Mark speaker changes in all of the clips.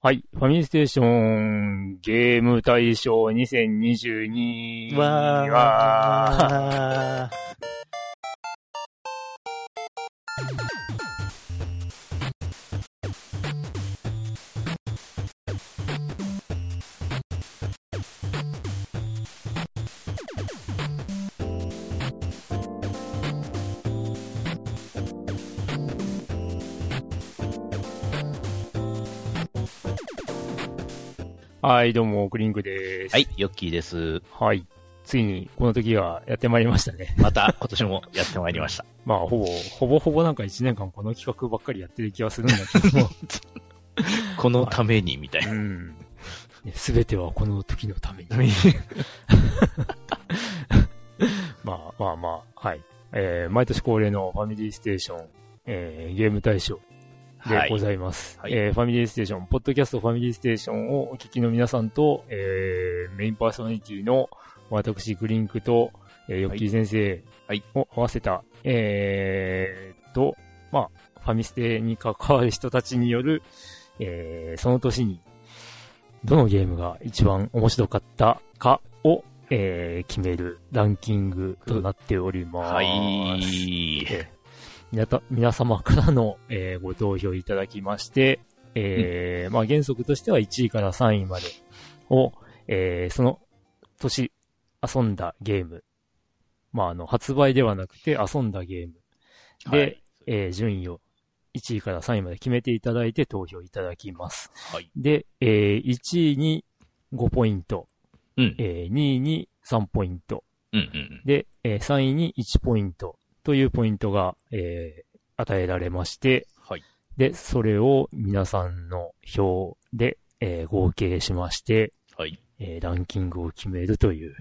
Speaker 1: はい。ファミリーステーションゲーム大賞2022は、
Speaker 2: わ
Speaker 1: はい、どうも、クリンクです。
Speaker 2: はい、ヨッキーです。
Speaker 1: はい。ついに、この時がやってまいりましたね。
Speaker 2: また、今年もやってまいりました。
Speaker 1: まあ、ほぼ、ほぼほぼなんか1年間この企画ばっかりやってる気がするんだけ ども。
Speaker 2: このために、みたいな。
Speaker 1: うん。すべてはこの時のために。 まあまあまあ、はい。えー毎年恒例のファミリーステーション、えーゲーム大賞
Speaker 2: は
Speaker 1: で
Speaker 2: い
Speaker 1: ご。ざいます、
Speaker 2: はい
Speaker 1: えーファミリーステーション、ポッドキャストファミリーステーションをお聞きの皆さんと、えーメインパーソナリティの私、グリンクと、えーヨッキー先生
Speaker 2: はい
Speaker 1: を合わせた、えーっと、まあ、ファミステに関わる人たちによる、えーその年に、どのゲームが一番面白かったかを、えー決めるランキングとなっております。
Speaker 2: はい。
Speaker 1: 皆た皆様からの、えーご投票いただきまして、えーまあ原則としては1位から3位までを、えーその年遊んだゲーム、まああの発売ではなくて遊んだゲームで、
Speaker 2: はい
Speaker 1: えー順位を1位から3位まで決めていただいて投票いただきます。
Speaker 2: はい。
Speaker 1: で、えー1位に5ポイント、
Speaker 2: うん。
Speaker 1: えー2位に3ポイント、
Speaker 2: うんうん
Speaker 1: で、えー3位に1ポイントというポイントが、えー与えられまして、
Speaker 2: はい。
Speaker 1: で、それを皆さんの票で、えー合計しまして、
Speaker 2: はい。
Speaker 1: えーランキングを決めるという、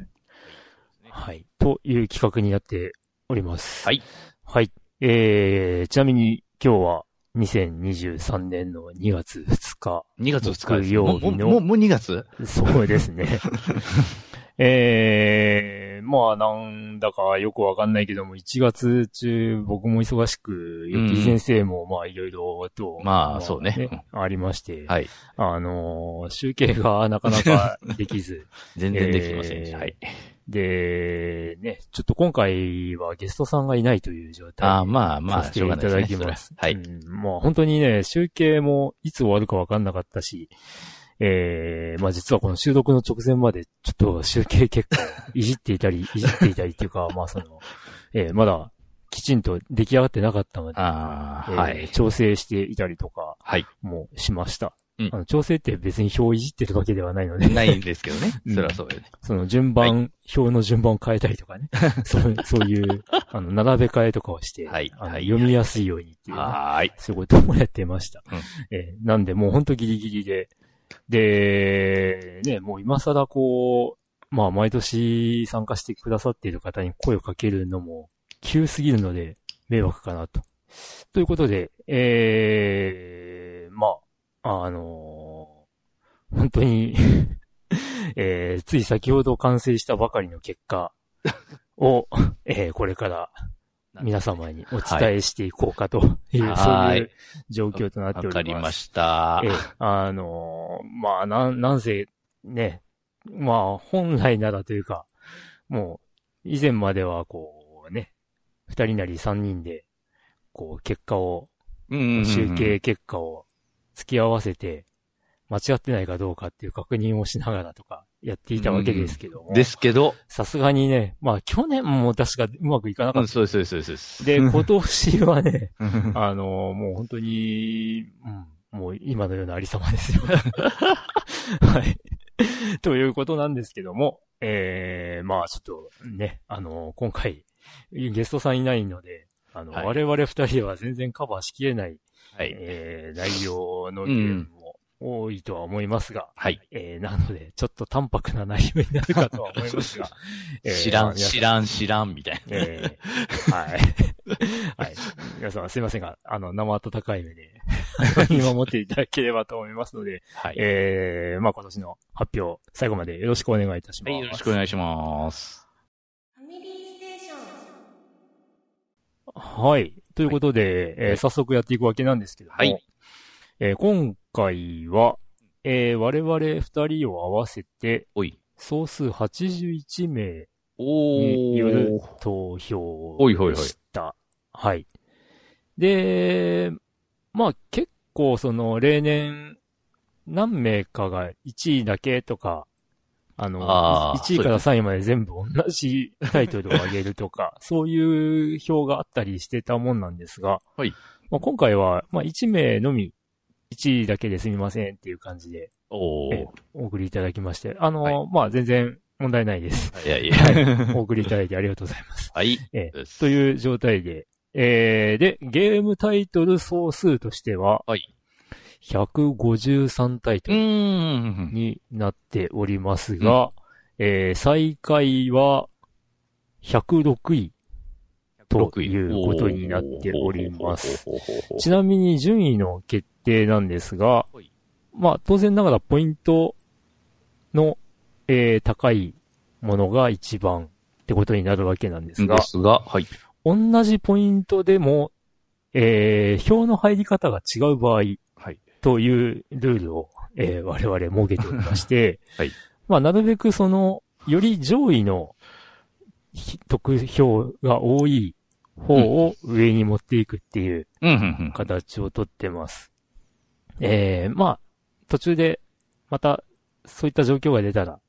Speaker 2: は
Speaker 1: はい、という企画になっております。
Speaker 2: はい。
Speaker 1: はい。えー、ちなみに今日は2023年の2月2日、
Speaker 2: い。2月2日です。
Speaker 1: 木曜
Speaker 2: もう、
Speaker 1: 日の
Speaker 2: もう、もう2月
Speaker 1: そうですね。 えー、まあなんだかよくわかんないけども、1月中僕も忙しく、ゆき先生もまあいろいろと、
Speaker 2: まあそうね
Speaker 1: ありまして、
Speaker 2: はい。
Speaker 1: あのー集計がなかな かできず、
Speaker 2: 全然できてませんでし
Speaker 1: え
Speaker 2: た。
Speaker 1: ー
Speaker 2: はい。
Speaker 1: で、ね、ちょっと今回はゲストさんがいないという状態
Speaker 2: ああ、まあま
Speaker 1: さ
Speaker 2: あ、
Speaker 1: せて
Speaker 2: しょう
Speaker 1: い
Speaker 2: が
Speaker 1: た
Speaker 2: ないで
Speaker 1: だき
Speaker 2: すね。それ
Speaker 1: ま
Speaker 2: は
Speaker 1: す。
Speaker 2: は
Speaker 1: う
Speaker 2: い。
Speaker 1: んまあ本当にね、集計もいつ終わるかわかんなかったし、えー、まあ実はこの収録の直前までちょっと集計結果をいじっていたり、いじっていたりっていう か、まあその、えー、まだきちんと出来上がってなかったので、
Speaker 2: あ
Speaker 1: えー
Speaker 2: あ、はい。
Speaker 1: 調整していたりとか
Speaker 2: はい。
Speaker 1: もしました。
Speaker 2: うん
Speaker 1: あの調整って別に表をいじってるわけではないので、
Speaker 2: ないんですけどね
Speaker 1: う。ん
Speaker 2: それはそうよね。
Speaker 1: その順番、表の順番を変えたりと かね。そうそういう、あの、並べ替えとかをして、
Speaker 2: はい
Speaker 1: あの
Speaker 2: はい
Speaker 1: 読みやすいようにっていうね、
Speaker 2: はーい。
Speaker 1: そういうこともやってました。
Speaker 2: うん
Speaker 1: えーなんで、もうほんとギリギリで。で、ね、もう今更こう、まあ毎年参加してくださっている方に声をかけるのも急すぎるので迷惑かなと。ということで、えー、まあ、あのー本当に、 えー、つい先ほど完成したばかりの結果を、 えー、これから皆様にお伝えしていこうかという、
Speaker 2: は
Speaker 1: そう
Speaker 2: い
Speaker 1: いう状況となっております。
Speaker 2: わかりました
Speaker 1: ええ。あのーまあ、なん、なんせ、ね、まあ、本来ならというか、もう、以前までは、こう、ね、二人なり三人で、こう、結果を、
Speaker 2: うんうんうん
Speaker 1: 集計。結果を付き合わせて、間違ってないかどうかっていう確認をしながらとか、やっていたわけですけども、
Speaker 2: ですけど、
Speaker 1: さすがにね、まあ、去年も確かうまくいかなか
Speaker 2: う
Speaker 1: っ
Speaker 2: ん、そうです、そうですそうです。
Speaker 1: た。 で、今年はね、
Speaker 2: うん
Speaker 1: あの、もう本当に、うん、もう今のようなありさまですよ。 はい。ということなんですけども、えー、まあちょっとね、あの、今回、ゲストさんいないので、あの、
Speaker 2: はい
Speaker 1: 我々二人では全然カバーしきれない、
Speaker 2: はい。
Speaker 1: えー、内容のゲームも多いとは思いますが、
Speaker 2: はい。
Speaker 1: えー、なので、ちょっと淡白な内容になるかとは思います が、えー
Speaker 2: 知ら
Speaker 1: まあ
Speaker 2: ん、
Speaker 1: 皆さ
Speaker 2: 知らん、知らん、みたいな。
Speaker 1: ええ はい。はい。皆さんすいませんが、あの、生温かい目で 見守っていただければと思いますので、
Speaker 2: はい。
Speaker 1: ええまあ今年の発表、最後までよろしくお願いいたします。
Speaker 2: はい、よろしくお願いします。
Speaker 3: ファミリーステーション。
Speaker 1: はい。ということで、えー
Speaker 2: はい
Speaker 1: 早速やっていくわけなんですけども、
Speaker 2: はい
Speaker 1: えー今回は、えー我々2人を合わせて、
Speaker 2: おい。
Speaker 1: 総数81名
Speaker 2: お
Speaker 1: による
Speaker 2: ー。
Speaker 1: 投票
Speaker 2: ほいほいほい
Speaker 1: でした。はい。で、まあ結構その例年何名かが1位だけとか、あの、
Speaker 2: あー
Speaker 1: 1位から3位まで全部同じタイトルを上げるとか、そういう票があったりしてたもんなんですが、
Speaker 2: はい
Speaker 1: まあ、今回は、まあ、1名のみ、1位だけですみませんっていう感じで
Speaker 2: おー
Speaker 1: え。お送りいただきまして、あの、
Speaker 2: は
Speaker 1: まあ全然問題ないです。
Speaker 2: いやいや。
Speaker 1: お送りいただいてありがとうございます
Speaker 2: はい。
Speaker 1: え
Speaker 2: え
Speaker 1: という状態で。えー、で、ゲームタイトル総数としては、
Speaker 2: はい
Speaker 1: 153タイト
Speaker 2: う
Speaker 1: ル
Speaker 2: ーん。
Speaker 1: になっておりますが、えー、最下位は106位ということになっております。
Speaker 2: ほうほうほうほうほうほう。
Speaker 1: ちなみに順位の決定なんですが
Speaker 2: はい、
Speaker 1: まあ当然ながらポイントの、えー、高いものが一番ってことになるわけなんですが
Speaker 2: で、すが、はい。
Speaker 1: 同じポイントでも、えー、表の入り方が違う場合
Speaker 2: はい。
Speaker 1: というルールを、えー我々設けておりまして、
Speaker 2: はい
Speaker 1: まあ、なるべくその、より上位のひ得票が多い方を上に持っていくっていう
Speaker 2: うん、うん、うん。
Speaker 1: 形をとってます。えー、まあ、途中で、また、そういった状況が出たら、
Speaker 2: う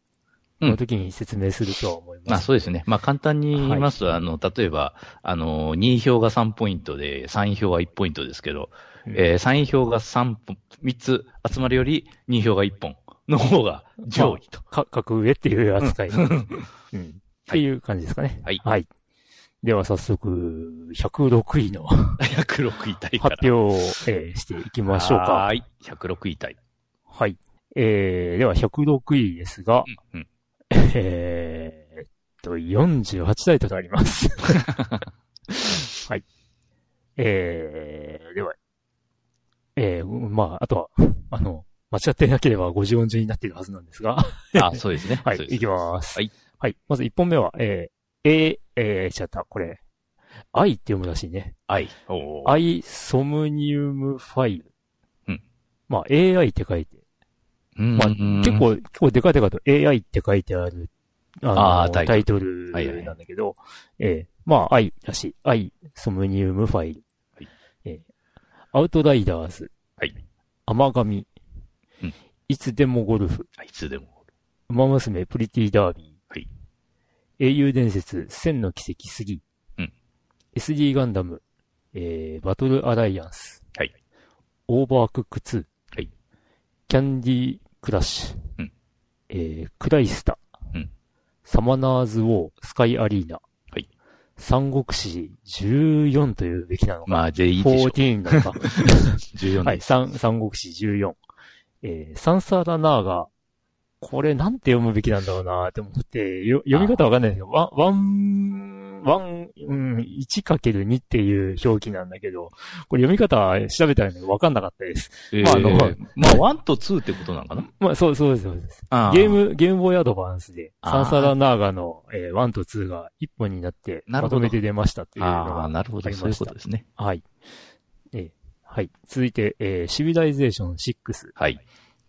Speaker 1: こ
Speaker 2: ん
Speaker 1: の時に説明するとは思います。
Speaker 2: まあそうですね。まあ簡単に言いますと、あの、例えば、あの、2票が3ポイントで、3票は1ポイントですけど、
Speaker 1: うん
Speaker 2: えー、3票が3本、3つ集まるより2票が1本の方が上位と。
Speaker 1: か、格上っていう扱い。うん。っていう感じですかね。
Speaker 2: はい
Speaker 1: では早速、106位の
Speaker 2: 106位タイか
Speaker 1: 発表
Speaker 2: ら。
Speaker 1: を、えーしていきましょう
Speaker 2: は
Speaker 1: か。
Speaker 2: ーい。106位タイ。
Speaker 1: はい。えー、では106位ですが、
Speaker 2: うん、うん。
Speaker 1: えーっと、48タイトルあり ます。はい。えー、では、えー、まあ、あとは、あの、間違っていなければ50音順になっているはずなんですが、
Speaker 2: あ、そうですね。
Speaker 1: はい、
Speaker 2: そうです
Speaker 1: いきます。
Speaker 2: はい。
Speaker 1: はい。まず1本目は、えー、えー、えー、ちゃった、これ。愛って読むらしいね。
Speaker 2: はい。おー。
Speaker 1: 愛ソムニウムファイル。
Speaker 2: うん。
Speaker 1: まあ、AI って書いて。
Speaker 2: うん
Speaker 1: まあ、
Speaker 2: うん
Speaker 1: 結、構、結構でかいでかいと AI って書いてある、あの
Speaker 2: あータイトル
Speaker 1: タイトル
Speaker 2: はいはい
Speaker 1: なんだけど、えーまあ、愛らしい。愛ソムニウムファイル。
Speaker 2: はい
Speaker 1: えーアウトライダーズ。
Speaker 2: はい。
Speaker 1: 甘神。
Speaker 2: うん
Speaker 1: いつでもゴルフ。
Speaker 2: いつでも。
Speaker 1: ウマ娘、プリティダービー。
Speaker 2: はい
Speaker 1: 英雄伝説、千の奇跡、スギ。
Speaker 2: うん。
Speaker 1: SD ガンダム、えー、バトルアライアンス。
Speaker 2: はい。
Speaker 1: オーバークック2。
Speaker 2: はい。
Speaker 1: キャンディークラッシュ。
Speaker 2: うん。
Speaker 1: えー、クライスタ。
Speaker 2: うん。
Speaker 1: サマナーズ・ウォー、スカイ・アリーナ。
Speaker 2: はい。
Speaker 1: 三国志14というべきなのか。
Speaker 2: まあ、全 員でしょう。
Speaker 1: 14なのか。
Speaker 2: 14
Speaker 1: はい、
Speaker 2: で
Speaker 1: 三、三国志14。えー、サンサーラナーが、これなんて読むべきなんだろうなって思って、よ読み方わかんないんですけど、ワン、ワン、ワン、うん、1×2 っていう表記なんだけど、これ読み方調べたらね、わかんなかったです。
Speaker 2: え
Speaker 1: まああの
Speaker 2: ーまあ、1と2ってことなのかな
Speaker 1: まあ、そう、そうです、そうです。
Speaker 2: あ
Speaker 1: ゲー。ム、ゲームボーイアドバンスで、
Speaker 2: あー
Speaker 1: サンサーラナーガの、えー、1と2が1本になって、ま
Speaker 2: なるほど
Speaker 1: とめて出ましたっていうの
Speaker 2: ああ、
Speaker 1: が。
Speaker 2: なるほ
Speaker 1: あ
Speaker 2: ど。
Speaker 1: りました
Speaker 2: そういうことですね。
Speaker 1: はい。えーはい。続いて、えーシビライゼーション6、
Speaker 2: はい。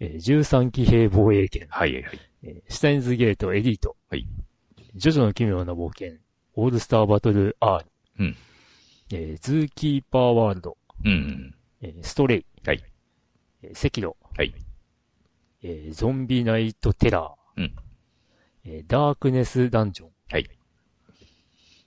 Speaker 1: えー、13騎兵防衛権、
Speaker 2: はいはいはい。
Speaker 1: えーシュタインズゲートエリート、
Speaker 2: はい
Speaker 1: ジョジョの奇妙な冒険、オールスターバトル R、
Speaker 2: うん
Speaker 1: えーズーキーパーワールド、
Speaker 2: うん。
Speaker 1: えーストレイ、
Speaker 2: はい
Speaker 1: えーセキロ、
Speaker 2: はい。
Speaker 1: えーゾンビナイトテラー、
Speaker 2: うん
Speaker 1: えーダークネスダンジョン、
Speaker 2: はい。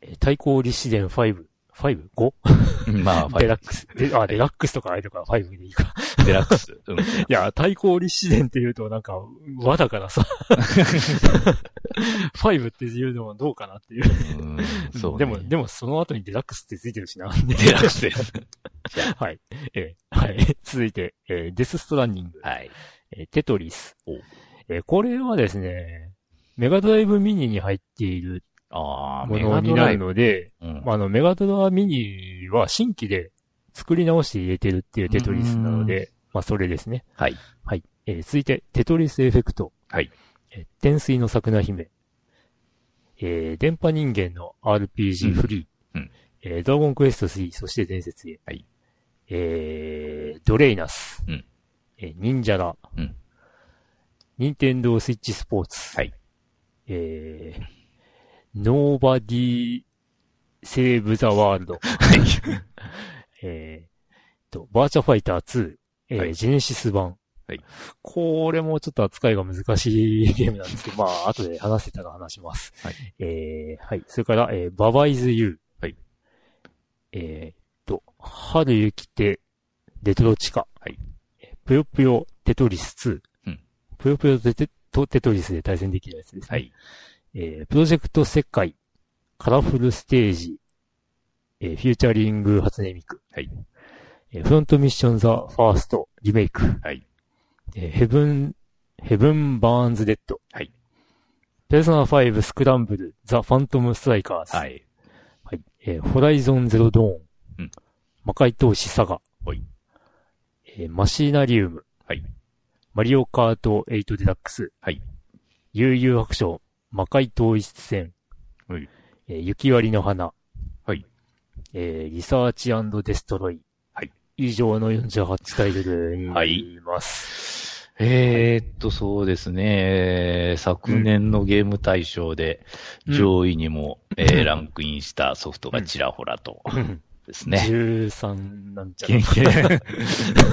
Speaker 1: えー対抗立志伝 5, 5? 5?
Speaker 2: まあ、ファ
Speaker 1: デ
Speaker 2: イ
Speaker 1: ラックス。であ、デラックスとかあれとか5でいいか。
Speaker 2: デラックス。うん。
Speaker 1: いや、対抗立志伝って言うとなんか、和だから さ。5っていうのはどうかなっていう。
Speaker 2: うんそう、ね。
Speaker 1: でも、でもその後にデラックスってついてるし な。
Speaker 2: デラックスです。
Speaker 1: はい。えーはい。続いて、えーデスストランニング、
Speaker 2: はい。
Speaker 1: えーテトリス
Speaker 2: お。
Speaker 1: えーこれはですね、メガドライブミニに入っている
Speaker 2: ああ、
Speaker 1: も
Speaker 2: メ
Speaker 1: の
Speaker 2: ガ
Speaker 1: に
Speaker 2: ド
Speaker 1: な
Speaker 2: ライ
Speaker 1: る
Speaker 2: ブ。
Speaker 1: ので、
Speaker 2: うん
Speaker 1: まあ、あの、メガドラミニは新規で作り直して入れてるっていうテトリスなので、まあ、それですね。
Speaker 2: はい。
Speaker 1: はい。えー続いて、テトリスエフェクト。
Speaker 2: はい。
Speaker 1: えー天水の桜姫。えー電波人間の RPG フリー。
Speaker 2: うんうん
Speaker 1: えードラゴンクエスト3、そして伝説へ。
Speaker 2: はい。
Speaker 1: えードレイナス。
Speaker 2: うん
Speaker 1: えー忍者ラ。
Speaker 2: うん
Speaker 1: 任天堂スイッチスポーツ。
Speaker 2: はい。
Speaker 1: えー、Nobody Save the World。
Speaker 2: はい。
Speaker 1: えー、と、バーチャファイター2、えー
Speaker 2: はい
Speaker 1: ジェネシス版。
Speaker 2: はい。
Speaker 1: これもちょっと扱いが難しいゲームなんですけど、まあ、後で話せたら話します。
Speaker 2: はい。
Speaker 1: えー、はい。それから、えー、ババイズユー。
Speaker 2: はい。
Speaker 1: えー、と、春雪て、デトロチカ。
Speaker 2: はい。
Speaker 1: ぷよぷよテトリス2。
Speaker 2: うん。
Speaker 1: ぷよぷよテテとテトリスで対戦できるやつですね。
Speaker 2: はい。
Speaker 1: えープロジェクト世界、カラフルステージ、えーフューチャリング初音ミク。
Speaker 2: はい。
Speaker 1: えーフロントミッションザ・ファースト、リメイク。
Speaker 2: はい。
Speaker 1: えーヘブン、ヘブン・バーンズ・デッド。
Speaker 2: はい。
Speaker 1: ペルソナ5、スクランブル、ザ・ファントム・ストライカーズ。。
Speaker 2: はいい。
Speaker 1: えーホライゾン・ゼロ・ドーン。
Speaker 2: うん
Speaker 1: 魔界闘士・サガ。
Speaker 2: はい。
Speaker 1: えーマシーナリウム。
Speaker 2: はい。
Speaker 1: マリオカート8デラックス。
Speaker 2: はい。
Speaker 1: 悠々白書、魔界統一戦。
Speaker 2: はい。
Speaker 1: えー雪割りの花。
Speaker 2: はい。
Speaker 1: えーリサーチデストロイ。
Speaker 2: はい。
Speaker 1: 以上の48タイトルになります。
Speaker 2: えーっと、そうですね。昨年のゲーム大賞で
Speaker 1: うん
Speaker 2: 上位にも、えーランクインしたソフトがちらほらとですね。
Speaker 1: 13なんちゃ
Speaker 2: け
Speaker 1: ら
Speaker 2: ん。けん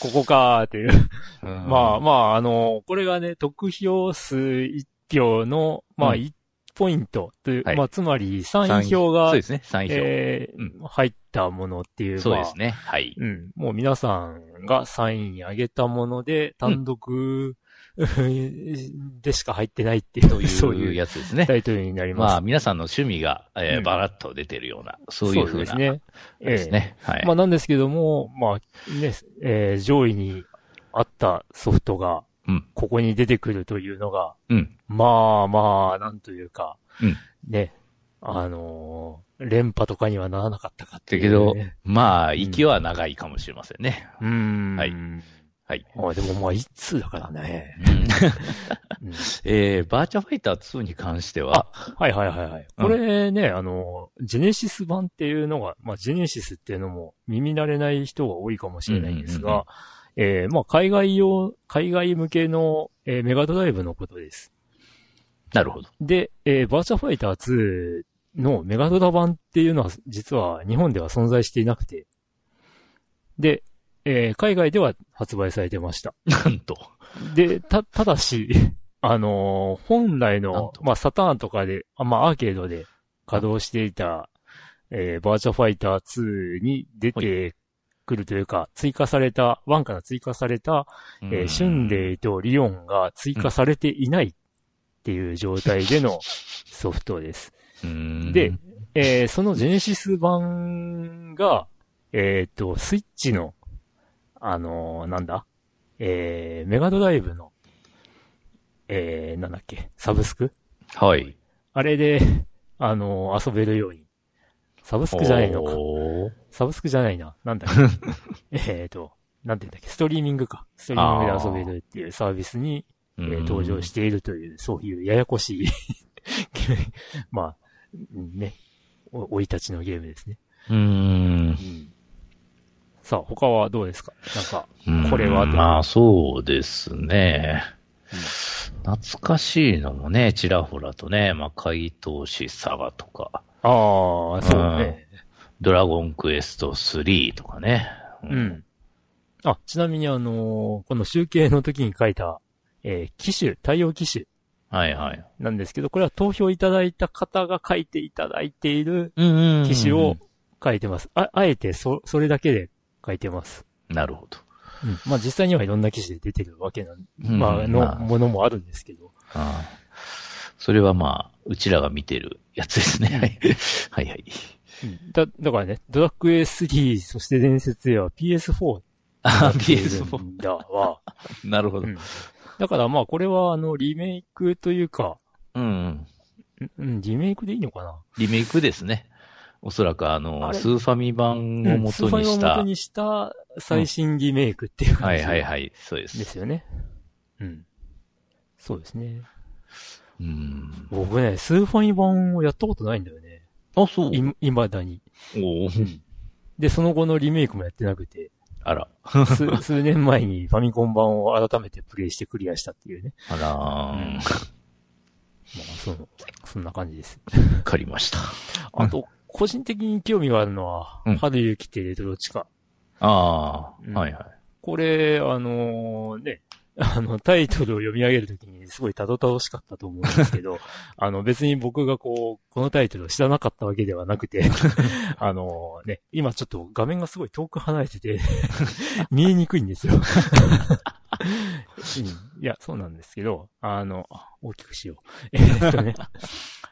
Speaker 1: ここかーっていう。
Speaker 2: うん
Speaker 1: まあまあ、あの、これがね、得票数1票の、まあ
Speaker 2: うん
Speaker 1: 1ポイントという、
Speaker 2: はい
Speaker 1: まあつまり3票が、
Speaker 2: そうですね、3票。
Speaker 1: えー
Speaker 2: う
Speaker 1: 入ったものっていう、
Speaker 2: そうで
Speaker 1: まあ
Speaker 2: すね、はい。
Speaker 1: うん。もう皆さんがサインあげたもので、単独、 でしか入ってないっていう、
Speaker 2: そ
Speaker 1: そうう
Speaker 2: いう
Speaker 1: いう
Speaker 2: やつですね
Speaker 1: タ。イトルになります。
Speaker 2: まあ、皆さんの趣味が、えー
Speaker 1: うん
Speaker 2: バラッと出てるような、そういうふう
Speaker 1: で
Speaker 2: な
Speaker 1: すね。え
Speaker 2: ですね。は
Speaker 1: え
Speaker 2: い
Speaker 1: ま。あなんですけども、まあね、えー上位にあったソフトが
Speaker 2: うん、
Speaker 1: ここに出てくるというのが、
Speaker 2: うん。
Speaker 1: まあまあ、なんというか、
Speaker 2: うん
Speaker 1: ね、あのー連覇とかにはならなかったかって
Speaker 2: だ
Speaker 1: いう
Speaker 2: けど
Speaker 1: ね、
Speaker 2: まあ、息は長いかもしれませんね。
Speaker 1: うーん。
Speaker 2: はいはい。
Speaker 1: まあでもまあ、いつだからね。うん
Speaker 2: えーバーチャファイター2に関しては、
Speaker 1: はいはいはいはい。
Speaker 2: うん
Speaker 1: これね、あの、ジェネシス版っていうのが、まあ、ジェネシスっていうのも耳慣れない人が多いかもしれないんですが、えーまあ、海外用、海外向けの、えーメガドライブのことです。
Speaker 2: なるほど。
Speaker 1: で、えーバーチャファイター2のメガドラ版っていうのは、実は日本では存在していなくて、で、えー海外では発売されてました。
Speaker 2: なんと。
Speaker 1: で、た、ただし、 あのー本来
Speaker 2: なん
Speaker 1: の、
Speaker 2: と
Speaker 1: まあ、サターンとかで、あまあ、アーケードで稼働していた、えーバーチャファイター2に出てくるというか、追加された、1から追加された、えーシュンデイとリオンが追加されていないっていう状態で のソフトです。
Speaker 2: うん
Speaker 1: で、えーそのジェネシス版が、えっ、と、スイッチの、あのーなんだ、えーメガドライブの、えーなんだっけ、サブスク
Speaker 2: はい。
Speaker 1: あれで、あのー遊べるように。サブスクじゃないのか。
Speaker 2: おー
Speaker 1: サブスクじゃないな。なんだっけ。 えっと、なんて言うんだっけ、ストリーミングか。ストリーミングで遊べるっていうサービスに、えー登場しているという、そういうややこしい、 まあ、ね、お生い立ちのゲームですね。
Speaker 2: うん。
Speaker 1: さあ、他はどうですかなんか、
Speaker 2: うん
Speaker 1: これは
Speaker 2: まあ、そうですね。懐かしいのもね、ちらほらとね、まあ、怪盗士サガとか、
Speaker 1: ああ、そうね。
Speaker 2: ドラゴンクエスト3とかね。う
Speaker 1: うん。あ、ちなみにあのーこの集計の時に書いた、えー機種、対応機種
Speaker 2: はいはい。
Speaker 1: なんですけど、これは投票いただいた方が書いていただいている
Speaker 2: うん
Speaker 1: 機種を。書いてます。あ、あえてそ、それだけで書いてます。
Speaker 2: なるほど。
Speaker 1: まあ実際にはいろんな機種で出てるわけなん、
Speaker 2: うん
Speaker 1: まあ、の、
Speaker 2: ま
Speaker 1: ものもあるんですけど。
Speaker 2: あああそれはまあ、うちらが見てるやつですね。はいはいはい。
Speaker 1: だ、だからね、ドラクエ3、そして伝説へは PS4
Speaker 2: あ、PS4。
Speaker 1: PS4 だわ。
Speaker 2: なるほど。
Speaker 1: うんだからまあこれはあの、リメイクというか、
Speaker 2: うんうん。
Speaker 1: んうん、リメイクでいいのかな
Speaker 2: リメイクですね。おそらくあの、
Speaker 1: あれ
Speaker 2: スーファミ版を元に
Speaker 1: スー
Speaker 2: し
Speaker 1: ファイを
Speaker 2: た。
Speaker 1: 元にした最新リメイクっていう
Speaker 2: は
Speaker 1: 感
Speaker 2: い
Speaker 1: じ
Speaker 2: はい
Speaker 1: で
Speaker 2: はい、そうです。
Speaker 1: すよね。うん。そうですね。
Speaker 2: うん。
Speaker 1: 僕ね、スーファイ版をやったことないんだよね。
Speaker 2: あ、そう。
Speaker 1: い、未だに。
Speaker 2: おー
Speaker 1: で、その後のリメイクもやってなくて。
Speaker 2: あら。
Speaker 1: 数数年前にファミコン版を改めてプレイしてクリアしたっていうね。
Speaker 2: あらーん。わ
Speaker 1: まあ、その、そんな感じです。
Speaker 2: かりました。
Speaker 1: あと、個人的に興味があるのは、
Speaker 2: うん
Speaker 1: 春雪ってレトロ地下。
Speaker 2: あ
Speaker 1: うん
Speaker 2: あ、はいはい。
Speaker 1: これ、あのーね、あの、タイトルを読み上げるときにすごいたどたどしかったと思うんですけど、あの、別に僕がこう、このタイトルを知らなかったわけではなくて、あのね、今ちょっと画面がすごい遠く離れてて、 見えにくいんですよ。うんいや、そうなんですけど、あの、大きくしよう。 えーっとね、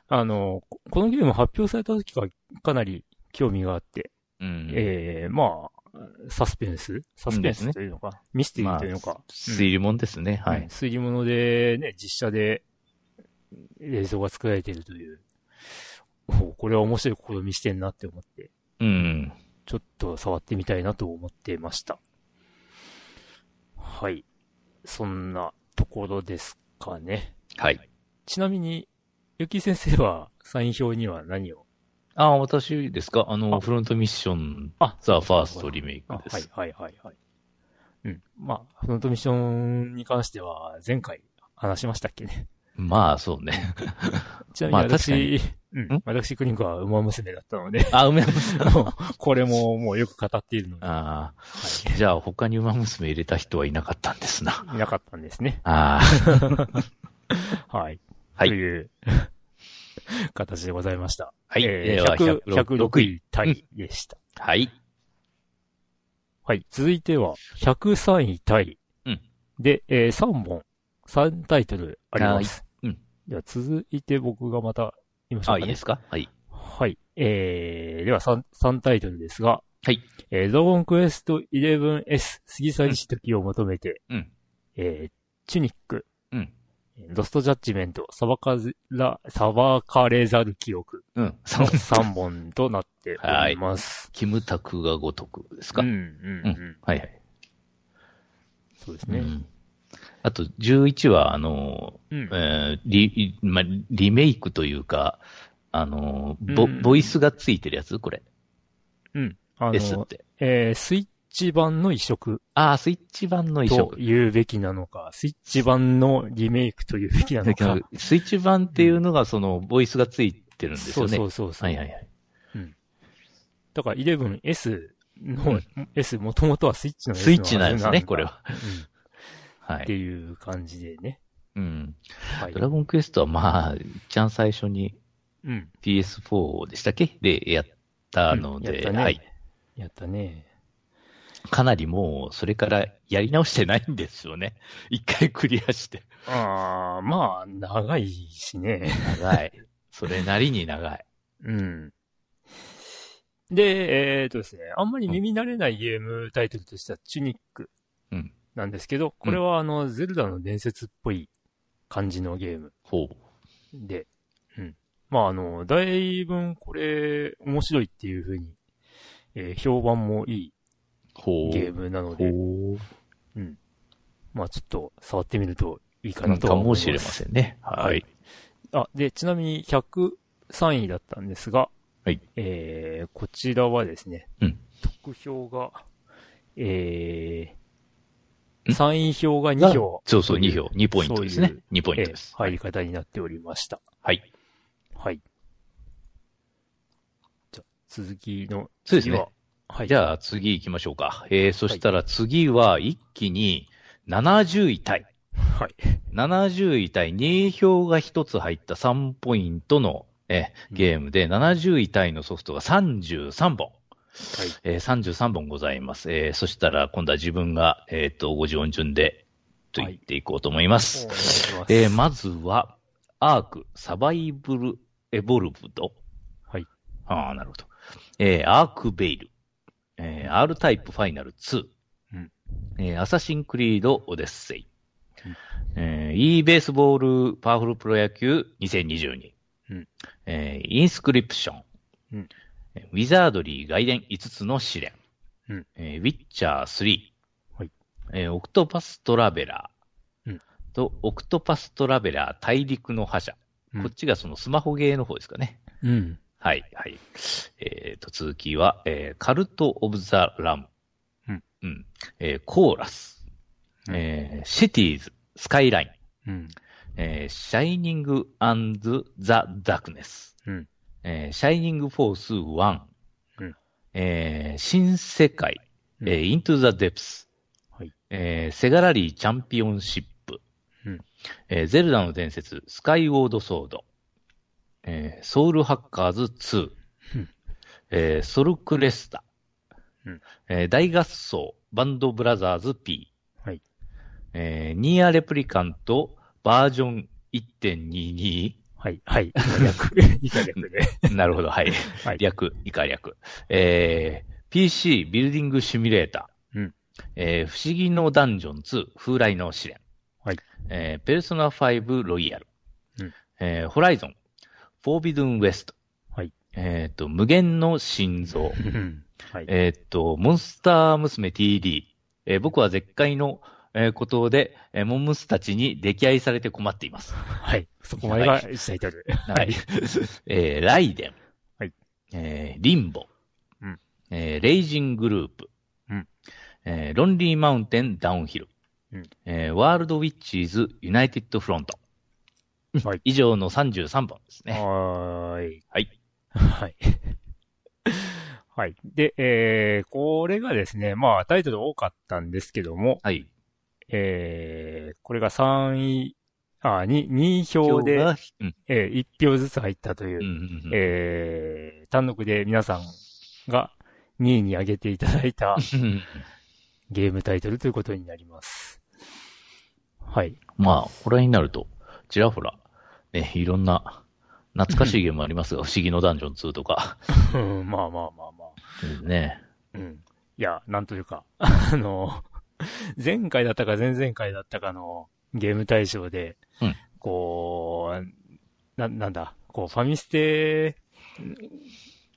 Speaker 1: あの、ここのゲーム発表された時からかなり興味があって、
Speaker 2: うん。
Speaker 1: ええまあ、サスペンスサスペンスというのか、ミステリーというのか、
Speaker 2: 推理もんですね。は
Speaker 1: うん
Speaker 2: い。
Speaker 1: 推理物で、ね、実写で映像が作られているという、おこれは面白い試みしてんなって思って、
Speaker 2: うん。
Speaker 1: ちょっと触ってみたいなと思ってました。はい。そんなところですかね。
Speaker 2: はい。
Speaker 1: ちなみに、ゆき先生はサイン表には何を
Speaker 2: ああ、私ですかあ
Speaker 1: あ
Speaker 2: の、フロントミッション、
Speaker 1: あ
Speaker 2: ザ・ファーストリメイクで
Speaker 1: はい
Speaker 2: す。
Speaker 1: はいはいはい。うん。まあ、フロントミッションに関しては、前回話しましたっけね。
Speaker 2: まあ、そうね。
Speaker 1: ちなみ
Speaker 2: ま
Speaker 1: に
Speaker 2: あ
Speaker 1: 私、うん
Speaker 2: ん
Speaker 1: 私、クリンクは馬娘だったので、
Speaker 2: あ、梅
Speaker 1: あ
Speaker 2: 娘。
Speaker 1: のこれももうよく語っているので、
Speaker 2: ああ。じゃあ、他に馬娘入れた人はいなかったんですな。
Speaker 1: いなかったんです ね。
Speaker 2: あ あ。
Speaker 1: はい。
Speaker 2: はい
Speaker 1: という、形でございました。
Speaker 2: はい。
Speaker 1: え
Speaker 2: では
Speaker 1: ー、100 106
Speaker 2: 106位。
Speaker 1: 位タイでした。
Speaker 2: はい。
Speaker 1: はい。続いては、103位タイ。
Speaker 2: うん
Speaker 1: で、えー、3本、3タイトルあります。
Speaker 2: はいうん。
Speaker 1: では、続いて僕がまた、言いましょうか、
Speaker 2: あ、
Speaker 1: ね。
Speaker 2: いいですかはい。
Speaker 1: はい。えー、では3、三タイトルですが、
Speaker 2: はい。
Speaker 1: えー、ドラゴンクエスト 11S 杉咲氏時を求めて、
Speaker 2: うん。
Speaker 1: えー、チュニック、
Speaker 2: うん。
Speaker 1: ロストジャッジメント、裁かずら、裁かれざる記憶
Speaker 2: うん。そ
Speaker 1: の
Speaker 2: の、
Speaker 1: 3本となっており ます。
Speaker 2: キムタクがごとくですか、
Speaker 1: うん、うん、うん。
Speaker 2: はいはい。
Speaker 1: そうですね。
Speaker 2: うんあと、11は、あの、
Speaker 1: うん。
Speaker 2: えーリまあ、リメイクというか、あの、ボ,、
Speaker 1: うん
Speaker 2: ボイスがついてるやつこれ。
Speaker 1: あ
Speaker 2: S っ
Speaker 1: の、
Speaker 2: て。
Speaker 1: えー、スイッチ版の移植
Speaker 2: ああ、スイッチ版の移
Speaker 1: と
Speaker 2: 植。
Speaker 1: 言うべきなのか、スイッチ版のリメイクというべきなのか。
Speaker 2: スイッチ版っていうのが、その、ボイスがついてるんです
Speaker 1: そ
Speaker 2: よ
Speaker 1: う
Speaker 2: ね。
Speaker 1: そうそうそう。
Speaker 2: はいはいはい。
Speaker 1: だから 11S の S、もともとはスイッチの S
Speaker 2: スイッチなんです
Speaker 1: はず
Speaker 2: ね、
Speaker 1: だ
Speaker 2: これ。は。
Speaker 1: うん
Speaker 2: は
Speaker 1: って
Speaker 2: い。
Speaker 1: いう感じでね。
Speaker 2: うん。
Speaker 1: はい
Speaker 2: ド。ラゴンクエストは、まあ、いっちゃん最初に
Speaker 1: うん。
Speaker 2: PS4 でしたっけで、やったの
Speaker 1: やっ
Speaker 2: で、
Speaker 1: たね
Speaker 2: はい。
Speaker 1: やったね。
Speaker 2: かなりもう、それからやり直してないんですよね。 一回クリアして。
Speaker 1: ああ、まあ、長いしね。
Speaker 2: 長い。 それなりに長い。
Speaker 1: うん。で、えっとですね、あんまり耳慣れないゲームタイトルとしてはチュニック
Speaker 2: うん。
Speaker 1: なんですけど、これはあの、ゼルダの伝説っぽい感じのゲーム
Speaker 2: ほう。
Speaker 1: で、うん。まあ、あの、だいぶこれ、面白いっていう風に、えー評判もいい
Speaker 2: ほう。
Speaker 1: ゲームなので、
Speaker 2: ほう。
Speaker 1: まあちょっと触ってみるといいか
Speaker 2: か
Speaker 1: な
Speaker 2: な
Speaker 1: と
Speaker 2: か
Speaker 1: は思い
Speaker 2: も
Speaker 1: ます。
Speaker 2: しれませんね。はい。
Speaker 1: あ、で、ちなみに103位だったんですが、
Speaker 2: はい。
Speaker 1: えー、こちらはですね、
Speaker 2: うん
Speaker 1: 得票が、えー、
Speaker 2: ん
Speaker 1: 3位票が2票、
Speaker 2: そうそう、
Speaker 1: という
Speaker 2: 2票。2ポイントです
Speaker 1: そう
Speaker 2: ね
Speaker 1: いう。
Speaker 2: 2ポイ
Speaker 1: え
Speaker 2: ント
Speaker 1: ー
Speaker 2: です。
Speaker 1: 入り方になっておりました。
Speaker 2: はい。
Speaker 1: はい。じゃあ、続きの
Speaker 2: そうです
Speaker 1: 次
Speaker 2: ね
Speaker 1: は、はい。
Speaker 2: じ
Speaker 1: ゃ
Speaker 2: ゃあ次行きましょうか。えー、そしたら次は一気に70位タイ。
Speaker 1: はい。
Speaker 2: 70位対2票が1つ入った3ポイントの、えーゲームで、70位対のソフトが33本。
Speaker 1: はい。
Speaker 2: えー33本ございます。えーそしたら今度は自分が、えっ、と、5時音順で、と言っていこうと思います。
Speaker 1: お願いします
Speaker 2: えーまずは、アーク、サバイブル、エボルブド。
Speaker 1: はい。
Speaker 2: ああ、なるほど。えーアークベイル。えー R タイプファイナル2。
Speaker 1: うん
Speaker 2: えーアサシンクリード、オデッセイ。
Speaker 1: うん
Speaker 2: えー e ベースボールパワフルプロ野球2022。
Speaker 1: うん
Speaker 2: えーインスクリプション。
Speaker 1: うん
Speaker 2: えーウィザードリー外伝5つの試練。
Speaker 1: うん
Speaker 2: えーウィッチャー3。
Speaker 1: はい
Speaker 2: えーオクトパストラベラー。と、オクトパストラベラー大陸の覇者。
Speaker 1: うん
Speaker 2: こっちがそのスマホゲーの方ですかね。
Speaker 1: うん。
Speaker 2: はい、はい。えっ、と、続きは、えーカルト・オブ・ザ・ラム。
Speaker 1: うん
Speaker 2: うん。えーコーラス、
Speaker 1: うん
Speaker 2: えーシティーズ、スカイライン、
Speaker 1: うん。
Speaker 2: えーシャイニングザ・ダークネス、
Speaker 1: うん
Speaker 2: えーシャイニング・フォース1、
Speaker 1: うん
Speaker 2: えー新世界、
Speaker 1: うん
Speaker 2: えイントゥ・ザ・デプス、
Speaker 1: はい
Speaker 2: えーセガラリー・チャンピオンシップ、
Speaker 1: うん
Speaker 2: えーゼルダの伝説、スカイ・ウォード・ソード、えーソウル・ハッカーズ2、
Speaker 1: うん
Speaker 2: えーソルクレスタ、
Speaker 1: うん
Speaker 2: えー大合奏、バンド・ブラザーズ P、
Speaker 1: はい
Speaker 2: えーニア・レプリカント、バージョン1.22、
Speaker 1: はい、 はい。略、以下略で。
Speaker 2: なるほど、はい。
Speaker 1: はい
Speaker 2: 略、以下略。えー PC ビルディングシミュレーター。
Speaker 1: うん
Speaker 2: えー不思議のダンジョン2、風来の試練。
Speaker 1: はい
Speaker 2: えーペルソナ5ロイヤル。
Speaker 1: うん
Speaker 2: えーホライゾン、フォービドゥンウエスト。
Speaker 1: はい
Speaker 2: えっ、と、無限の心臓。
Speaker 1: うんはい。
Speaker 2: えーっと、モンスター娘 TD。えー僕は絶海の、えーことで、えーモンムスたちに溺愛されて困っています。
Speaker 1: はい。そこまでが一タイトル。
Speaker 2: はいい。 えーライデン。
Speaker 1: はい。
Speaker 2: えーリンボ。
Speaker 1: うん
Speaker 2: えーレイジングループ。
Speaker 1: うん
Speaker 2: えーロンリーマウンテンダウンヒル。
Speaker 1: うん
Speaker 2: えーワールドウィッチーズユナイテッドフロント。
Speaker 1: はい
Speaker 2: 以上の33本ですね。
Speaker 1: はーい。
Speaker 2: はい。
Speaker 1: はい。 はい。で、えー、これがですね、まあタイトル多かったんですけども、
Speaker 2: はい。
Speaker 1: えー、これが3位、あ、2、2票で、
Speaker 2: 今日がうん
Speaker 1: えー、1票ずつ入ったという、
Speaker 2: うんうんうん
Speaker 1: えー、単独で皆さんが2位に上げていただい た
Speaker 2: うん
Speaker 1: ゲームタイトルということになります。 はい。
Speaker 2: まあ、これになると、ちらほら、ね、いろんな、懐かしいゲームありま すが、不思議のダンジョン2とか、
Speaker 1: うんまあまあまあまあ。
Speaker 2: ですね。
Speaker 1: うん。いや、なんというか、 あの、前回だったか前々回だったかのゲーム大賞で、
Speaker 2: うん
Speaker 1: こう、な、なんだ、こう、ファミステ、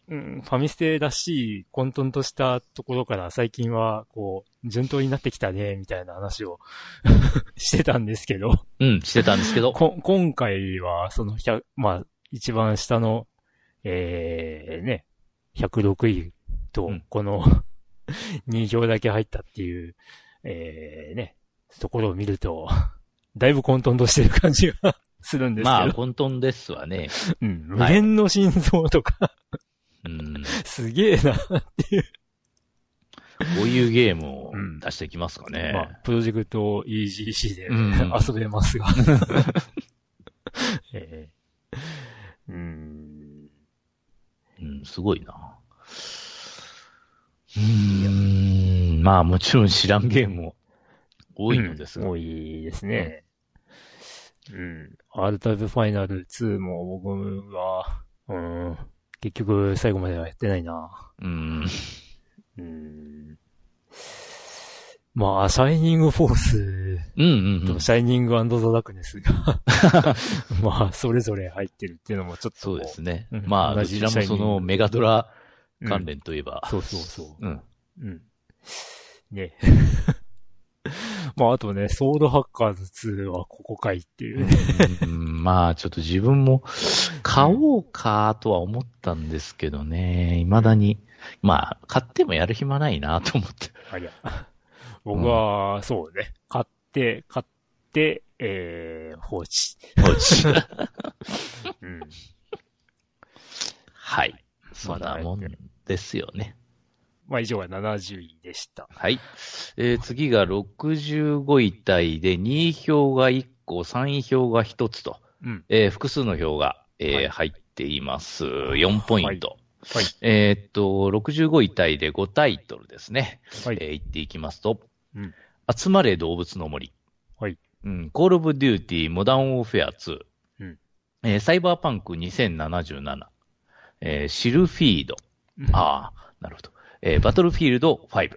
Speaker 1: うん、ファミステらしい混沌としたところから最近は、こう、順当になってきたね、みたいな話を してたんですけど、
Speaker 2: うん、してたんですけ ど、
Speaker 1: こ、今回は、その、100まあ、一番下の、えー、ね、106位と
Speaker 2: うん、
Speaker 1: この、2票だけ入ったっていう、えー、ね、ところを見ると、 だいぶ混沌としてる感じがするんですけど、
Speaker 2: まあ、混沌ですわね。
Speaker 1: うん、無限の心臓とか、
Speaker 2: うん、
Speaker 1: すげえな、
Speaker 2: こういうゲームを出してきますかね。
Speaker 1: まあ、プロジェクト EGC で、
Speaker 2: うん
Speaker 1: 遊べます が。えーうん
Speaker 2: うん、すごいな。うーん、まあもちろん知らんゲームも多いのです
Speaker 1: うん
Speaker 2: が、
Speaker 1: 多いですね。うん。R タイプファイナル2も僕は、うん、結局最後まではやってないな。
Speaker 2: うん、
Speaker 1: うん。まあ、シャイニングフォース
Speaker 2: うん、うんう
Speaker 1: と
Speaker 2: ん。
Speaker 1: シャイニングザ・ダークネス が、まあ、それぞれ入ってるっていうのもちょっと。
Speaker 2: そうですね。
Speaker 1: うん
Speaker 2: まあ、
Speaker 1: 同
Speaker 2: ど
Speaker 1: じ
Speaker 2: ちらもそのメガドラ関連といえば、
Speaker 1: そうそうそう
Speaker 2: うん、
Speaker 1: う。うん。ね まあ、あとね、ソードハッカーズ2はここかいっていうね。
Speaker 2: うんまあ、ちょっと自分も買おうかとは思ったんですけどね、未だに。まあ、買ってもやる暇ないなと 思って。
Speaker 1: あ、いや。僕は、そうね。買って、買って、えー、放置。
Speaker 2: 放置
Speaker 1: うん。
Speaker 2: はい。そんなもんですよね。
Speaker 1: まあ、以上が70位でした。
Speaker 2: はい。えー次が65位タイで、2位票が1個、3位票が1つと、
Speaker 1: うん。
Speaker 2: えー複数の票が、えー
Speaker 1: はい
Speaker 2: 入っています。4ポイント。
Speaker 1: はい。
Speaker 2: えーっと、65位タイで5タイトルですね。
Speaker 1: はい。
Speaker 2: えー言っていきますと、
Speaker 1: うん
Speaker 2: 集まれ動物の森、
Speaker 1: はい
Speaker 2: うん、コール・オブ・デューティー・モダン・オーフェア2、
Speaker 1: うん
Speaker 2: えーサイバーパンク2077、えーシルフィード、ああ、なるほど、えーバトルフィールド5、
Speaker 1: はい。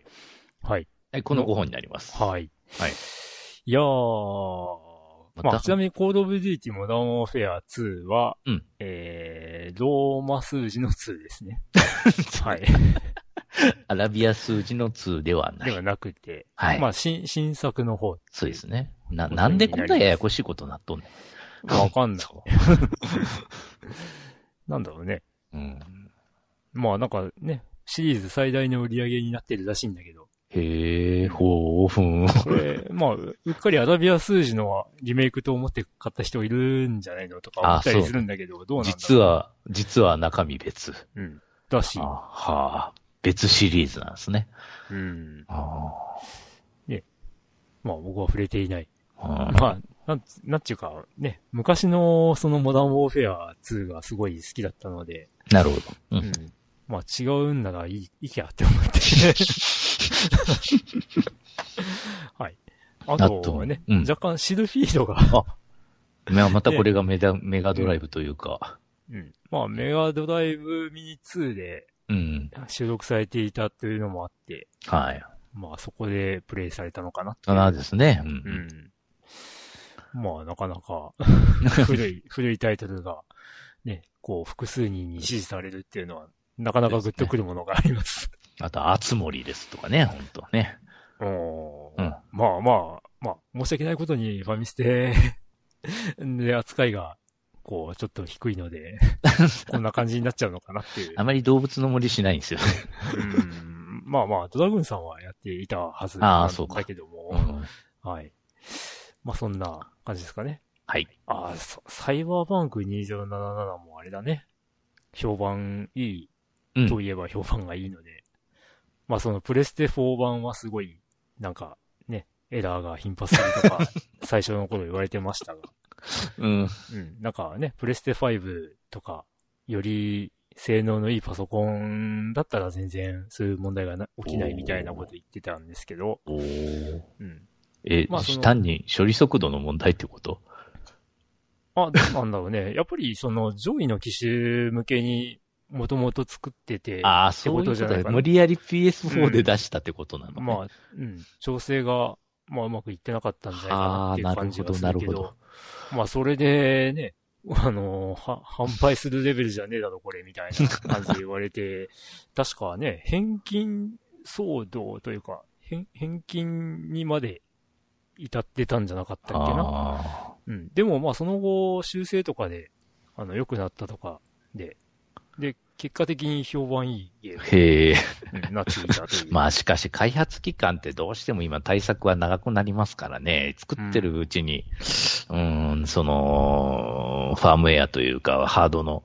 Speaker 2: はいこの5本になります。
Speaker 1: はい。
Speaker 2: はい。
Speaker 1: いやー。
Speaker 2: また
Speaker 1: まあ、ちなみに、コードオブデューティモダンオフェア2は、
Speaker 2: うん
Speaker 1: えー、ローマ数字の2ですね。はい。
Speaker 2: アラビア数字の2ではな
Speaker 1: で
Speaker 2: い。
Speaker 1: はなくて、
Speaker 2: はい、
Speaker 1: まあ、新、新作の方。
Speaker 2: そうですね。な、
Speaker 1: ことに
Speaker 2: なんでこんなややこしいことになっとんね
Speaker 1: わかんない。
Speaker 2: そ
Speaker 1: なんだろうね。
Speaker 2: ん。うん、
Speaker 1: まあなんかね、シリーズ最大の売り上げになってるらしいんだけど。
Speaker 2: へえ、ほう、ふん。
Speaker 1: これ、まあ、うっかりアラビア数字のはリメイクと思って買った人いるんじゃないのとか思ったりするんだけど、どうなんだろう
Speaker 2: 実。は、実は中身別。
Speaker 1: うん。だし
Speaker 2: あ、はあ、別シリーズなんですね。
Speaker 1: うん。
Speaker 2: あ
Speaker 1: まあ僕は触れていない。
Speaker 2: あうん
Speaker 1: まあ、なんつ、なんちゅうか、ね、昔のそのモダンウォーフェア2がすごい好きだったので、
Speaker 2: なるほど。う
Speaker 1: うんん。まあ違うんならいい、いきゃって思って。はい。あ
Speaker 2: あ
Speaker 1: と
Speaker 2: と
Speaker 1: はね、
Speaker 2: うん
Speaker 1: 若干シルフィードが、
Speaker 2: まあまたこれがメダメガドライブというか、
Speaker 1: うん。まあメガドライブミニ2で
Speaker 2: うん。
Speaker 1: 収録されていたというのもあって、
Speaker 2: はい。
Speaker 1: まあそこでプレイされたのかなっていう
Speaker 2: なですね。うん
Speaker 1: うん。まあ、なかなか、 古い、古いタイトルが、ね、こう、複数人に支持されるっていうのは、なかなかグッとくるものがあり ます。
Speaker 2: あと、あつ森ですとかね、本当ね。
Speaker 1: お
Speaker 2: う
Speaker 1: ー
Speaker 2: ん。
Speaker 1: まあまあ、まあ、申し訳ないことにファミステ で扱いが、こう、ちょっと低いの で、こんな感じになっちゃうのかなっていう
Speaker 2: あ。まり動物の森しないんですよね。
Speaker 1: うんまあまあ、ドラグーンさんはやっていたはず
Speaker 2: あ
Speaker 1: な
Speaker 2: あ
Speaker 1: ん
Speaker 2: そうか
Speaker 1: だけども、
Speaker 2: うん
Speaker 1: はい。まあそんな感じですかね。
Speaker 2: はい。
Speaker 1: ああ、そサイバーバンク2077もあれだね。評判いい
Speaker 2: うん
Speaker 1: といえば評判がいいので。まあそのプレステ4版はすごい、なんかね、エラーが頻発する とか、最初の頃言われてましたが。
Speaker 2: うん。
Speaker 1: うん。なんかね、プレステ5とか、より性能のいいパソコンだったら全然そういう問題がな起きないみたいなこと言ってたんですけど、
Speaker 2: おー
Speaker 1: うん。
Speaker 2: え、
Speaker 1: まあその
Speaker 2: 単に処理速度の問題ってこと
Speaker 1: あ、どうなんだろうね。やっぱりその上位の機種向けにもともと作ってて、
Speaker 2: ああ、
Speaker 1: て
Speaker 2: そう
Speaker 1: こ
Speaker 2: いうことと
Speaker 1: じゃない
Speaker 2: だ
Speaker 1: かな
Speaker 2: よ。無理やり PS4 で出したってことなのね。
Speaker 1: まあ、うん、調整が、まあ、うまくいってなかったんじゃないかなっていう
Speaker 2: あーな
Speaker 1: 感
Speaker 2: るほど
Speaker 1: じがするけど、
Speaker 2: なるほ
Speaker 1: まあ、それでね、あのーは、販売するレベルじゃねえだろ、これ、みたいな感じで言われて、 確かね、返金騒動というか、返返金にまで至ってたんじゃなかったっけな。
Speaker 2: あ
Speaker 1: うん。でも、まあ、その後、修正とかで、あの、良くなったとかで、で、結果的に評判いいゲー
Speaker 2: ーへえ。
Speaker 1: ムになっていたという。
Speaker 2: まあしかし開発期間ってどうしても今対策は長くなりますからね、作ってるうちに、うーん、その、ファームウェアというかハードの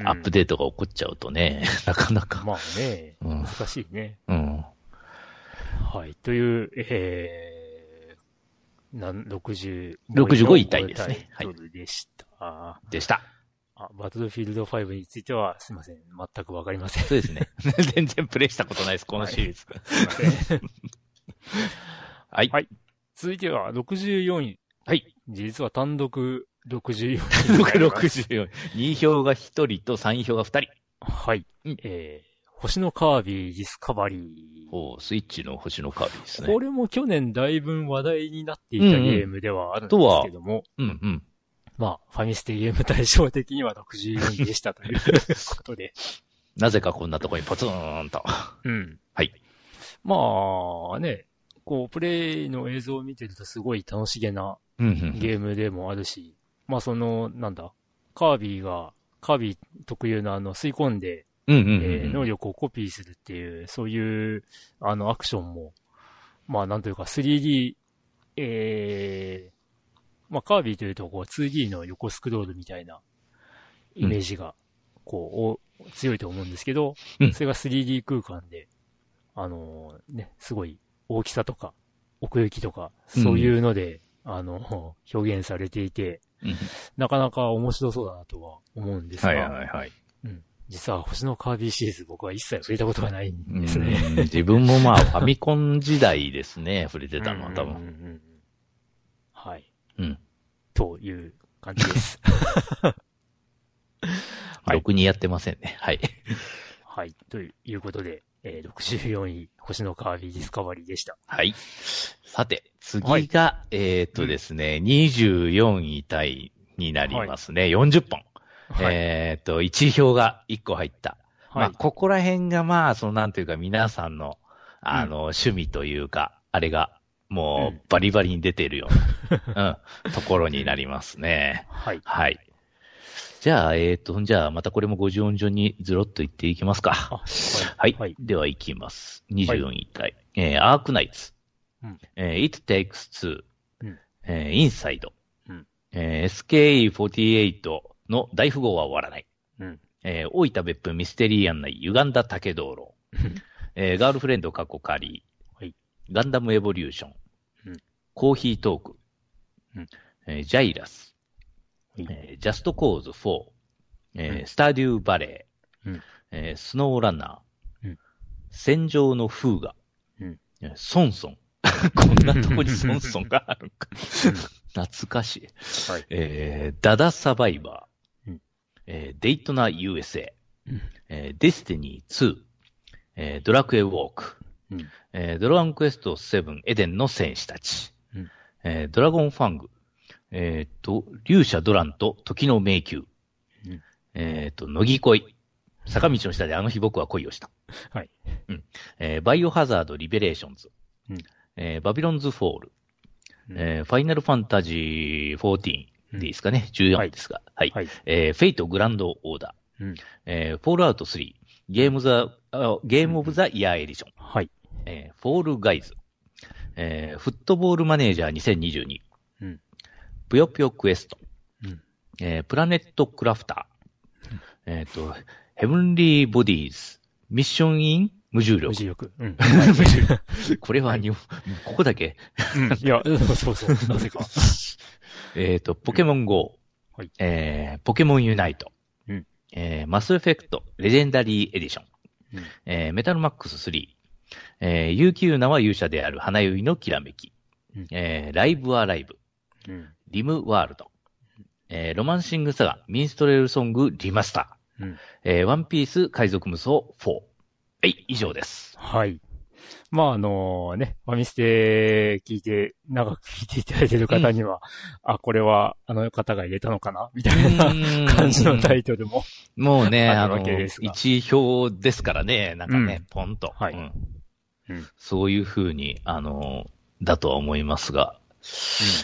Speaker 1: うん
Speaker 2: アップデートが起こっちゃうとね、 なかなか。
Speaker 1: まあね、
Speaker 2: うん
Speaker 1: 難しいね。
Speaker 2: うん。
Speaker 1: はい。という、えー、なん65
Speaker 2: 65位タイですね
Speaker 1: タイトルでした。あ
Speaker 2: でした。
Speaker 1: あ、バトルフィールド5については、すいません。全くわかりません。
Speaker 2: そうですね。 全然プレイしたことないです、このシリーズ。
Speaker 1: すいません。
Speaker 2: はい
Speaker 1: は。い続いては、64位。
Speaker 2: はい。
Speaker 1: 実は単独64位。
Speaker 2: 64。2票が1人と3票が2人。
Speaker 1: はい。
Speaker 2: うん
Speaker 1: えー、星のカービィディスカバリー。
Speaker 2: おースイッチの星のカービィですね
Speaker 1: こ。れも去年だいぶ話題になっていたゲームではあるんですけども、
Speaker 2: うんうん。
Speaker 1: まあ、ファミステゲーム対象的には64位でしたと いうことで。
Speaker 2: なぜかこんなとこにポツーンと。
Speaker 1: うん。
Speaker 2: はい。
Speaker 1: まあ、ね、こう、プレイの映像を見てるとすごい楽しげな
Speaker 2: うんうん。
Speaker 1: ゲームでもあるし、まあその、なんだ、カービィが、カービィ特有のあの、吸い込んで、
Speaker 2: うんうん
Speaker 1: えー
Speaker 2: うん
Speaker 1: 能力をコピーするっていう、そういう、あの、アクションも、まあなんというか 3D、えー、まあカービィというとこう 2D の横スクロールみたいなイメージが、こう、お強いと思うんですけど、
Speaker 2: うん
Speaker 1: それが 3D 空間で、あのーね、すごい大きさとか、奥行きとか、そういうので、あの、表現されていて、
Speaker 2: うん
Speaker 1: なかなか面白そうだなとは思うんですが、
Speaker 2: はいはいはい。
Speaker 1: 実は星のカービィシリーズ僕は一切触れたことがないんですね。
Speaker 2: うん自分もまあ、ファミコン時代ですね、触れてたのは多
Speaker 1: うんう
Speaker 2: 分。
Speaker 1: んうんうんはい。
Speaker 2: うん。
Speaker 1: という感じ です。はい
Speaker 2: ろくにやってませんね。はい。
Speaker 1: はい。ということで、えー64位、星のカービィディスカバリーでした。
Speaker 2: はい。さて、次が、えーっとですね、24位タイになりますね。40本。
Speaker 1: はい。
Speaker 2: えーっと、1票が1個入った。ま
Speaker 1: は
Speaker 2: あ、
Speaker 1: い。
Speaker 2: ここら辺がまあ、そのなんていうか皆さんの、あの、趣味というか、あれが、も
Speaker 1: うん
Speaker 2: う、バ リバリに出ているような、うん、ところになりますね。
Speaker 1: はい。
Speaker 2: はい。じゃあ、えっ、と、じゃあ、またこれも50音順にずろっといっていきますか。はい。
Speaker 1: はい。
Speaker 2: では、いきます。24位体。えー、アークナイツ。
Speaker 1: うん
Speaker 2: えー、It Takes Two。
Speaker 1: うん
Speaker 2: えー、インサイド。
Speaker 1: うん
Speaker 2: えー、SKE48 の大富豪は終わらない。
Speaker 1: うん
Speaker 2: えー、大分別府ミステリー案内、歪んだ竹道路。えー、ガールフレンド過去仮。
Speaker 1: はい
Speaker 2: ガンダムエボリューション。
Speaker 1: うん
Speaker 2: コーヒートーク。
Speaker 1: うん
Speaker 2: えージャイラス。
Speaker 1: はい
Speaker 2: えージャストコーズ4。えー
Speaker 1: うん
Speaker 2: スタデューバレー。
Speaker 1: うん
Speaker 2: えースノーランナー。
Speaker 1: うん
Speaker 2: 戦場の風雅。
Speaker 1: うん
Speaker 2: えーソンソ ン。こんなとこにソンソンがあるんか。懐かしい。
Speaker 1: はい
Speaker 2: えーダダサバイバー。
Speaker 1: うん
Speaker 2: えーデイトナ USA。
Speaker 1: うん
Speaker 2: えーディスティニー2、えードラクエウォーク、
Speaker 1: うん
Speaker 2: えードラゴンクエスト7、エデンの戦士たち、
Speaker 1: うん
Speaker 2: えードラゴンファング、えーっと、勇者ドランと時の迷宮、
Speaker 1: うん
Speaker 2: えーっと、乃木恋、坂道の下であの日僕は恋をした。
Speaker 1: はい
Speaker 2: うんえーバイオハザードリベレーションズ、
Speaker 1: うん
Speaker 2: えーバビロンズフォール、
Speaker 1: うん
Speaker 2: えーファイナルファンタジー14でいいですかね、
Speaker 1: は
Speaker 2: 14
Speaker 1: い
Speaker 2: ですが、はい
Speaker 1: はい。
Speaker 2: えーフェイトグランドオーダー、
Speaker 1: うん
Speaker 2: えーフォールアウト3、ゲームザ、あゲームオブザイヤーエディション、
Speaker 1: はい。
Speaker 2: えーフォールガイズ、えーフットボールマネージャー2022、
Speaker 1: うん
Speaker 2: ぷよぷよクエスト、
Speaker 1: うん
Speaker 2: えープラネットクラフター、えっ、と、ヘブンリーボディーズ、ミッションイン無重
Speaker 1: 無
Speaker 2: 力。
Speaker 1: 重力。うん。
Speaker 2: 無重力 これは日本、ここだけ、
Speaker 1: うんいや、 そうそうそう。なぜ か。
Speaker 2: えっ、と、ポケモン GO、
Speaker 1: はい
Speaker 2: えーポケモンユナイト、
Speaker 1: うん
Speaker 2: えーマスエフェクト、レジェンダリーエディション、
Speaker 1: うん
Speaker 2: えーメタルマックス3、えー、悠久なは勇者である花結のきらめき、
Speaker 1: うん
Speaker 2: えーライブはライブ、
Speaker 1: うん。
Speaker 2: リムワールド、えーロマンシングサガ、ミンストレルソングリマスター、
Speaker 1: うん
Speaker 2: えーワンピース海賊無双4。はい、以上です。
Speaker 1: はい。まあ、あのね、ファミステ聞いて、長く聞いていただいてる方には、あ、これはあの方が入れたのかなみたいな 感じのタイトルも。
Speaker 2: もうね、
Speaker 1: あ
Speaker 2: あ
Speaker 1: るわ
Speaker 2: の、
Speaker 1: けですが
Speaker 2: 一票ですからね、なんかね、
Speaker 1: うん
Speaker 2: ポンと。
Speaker 1: はい
Speaker 2: うん
Speaker 1: うん
Speaker 2: そういうふうに、あの、だとは思いますが。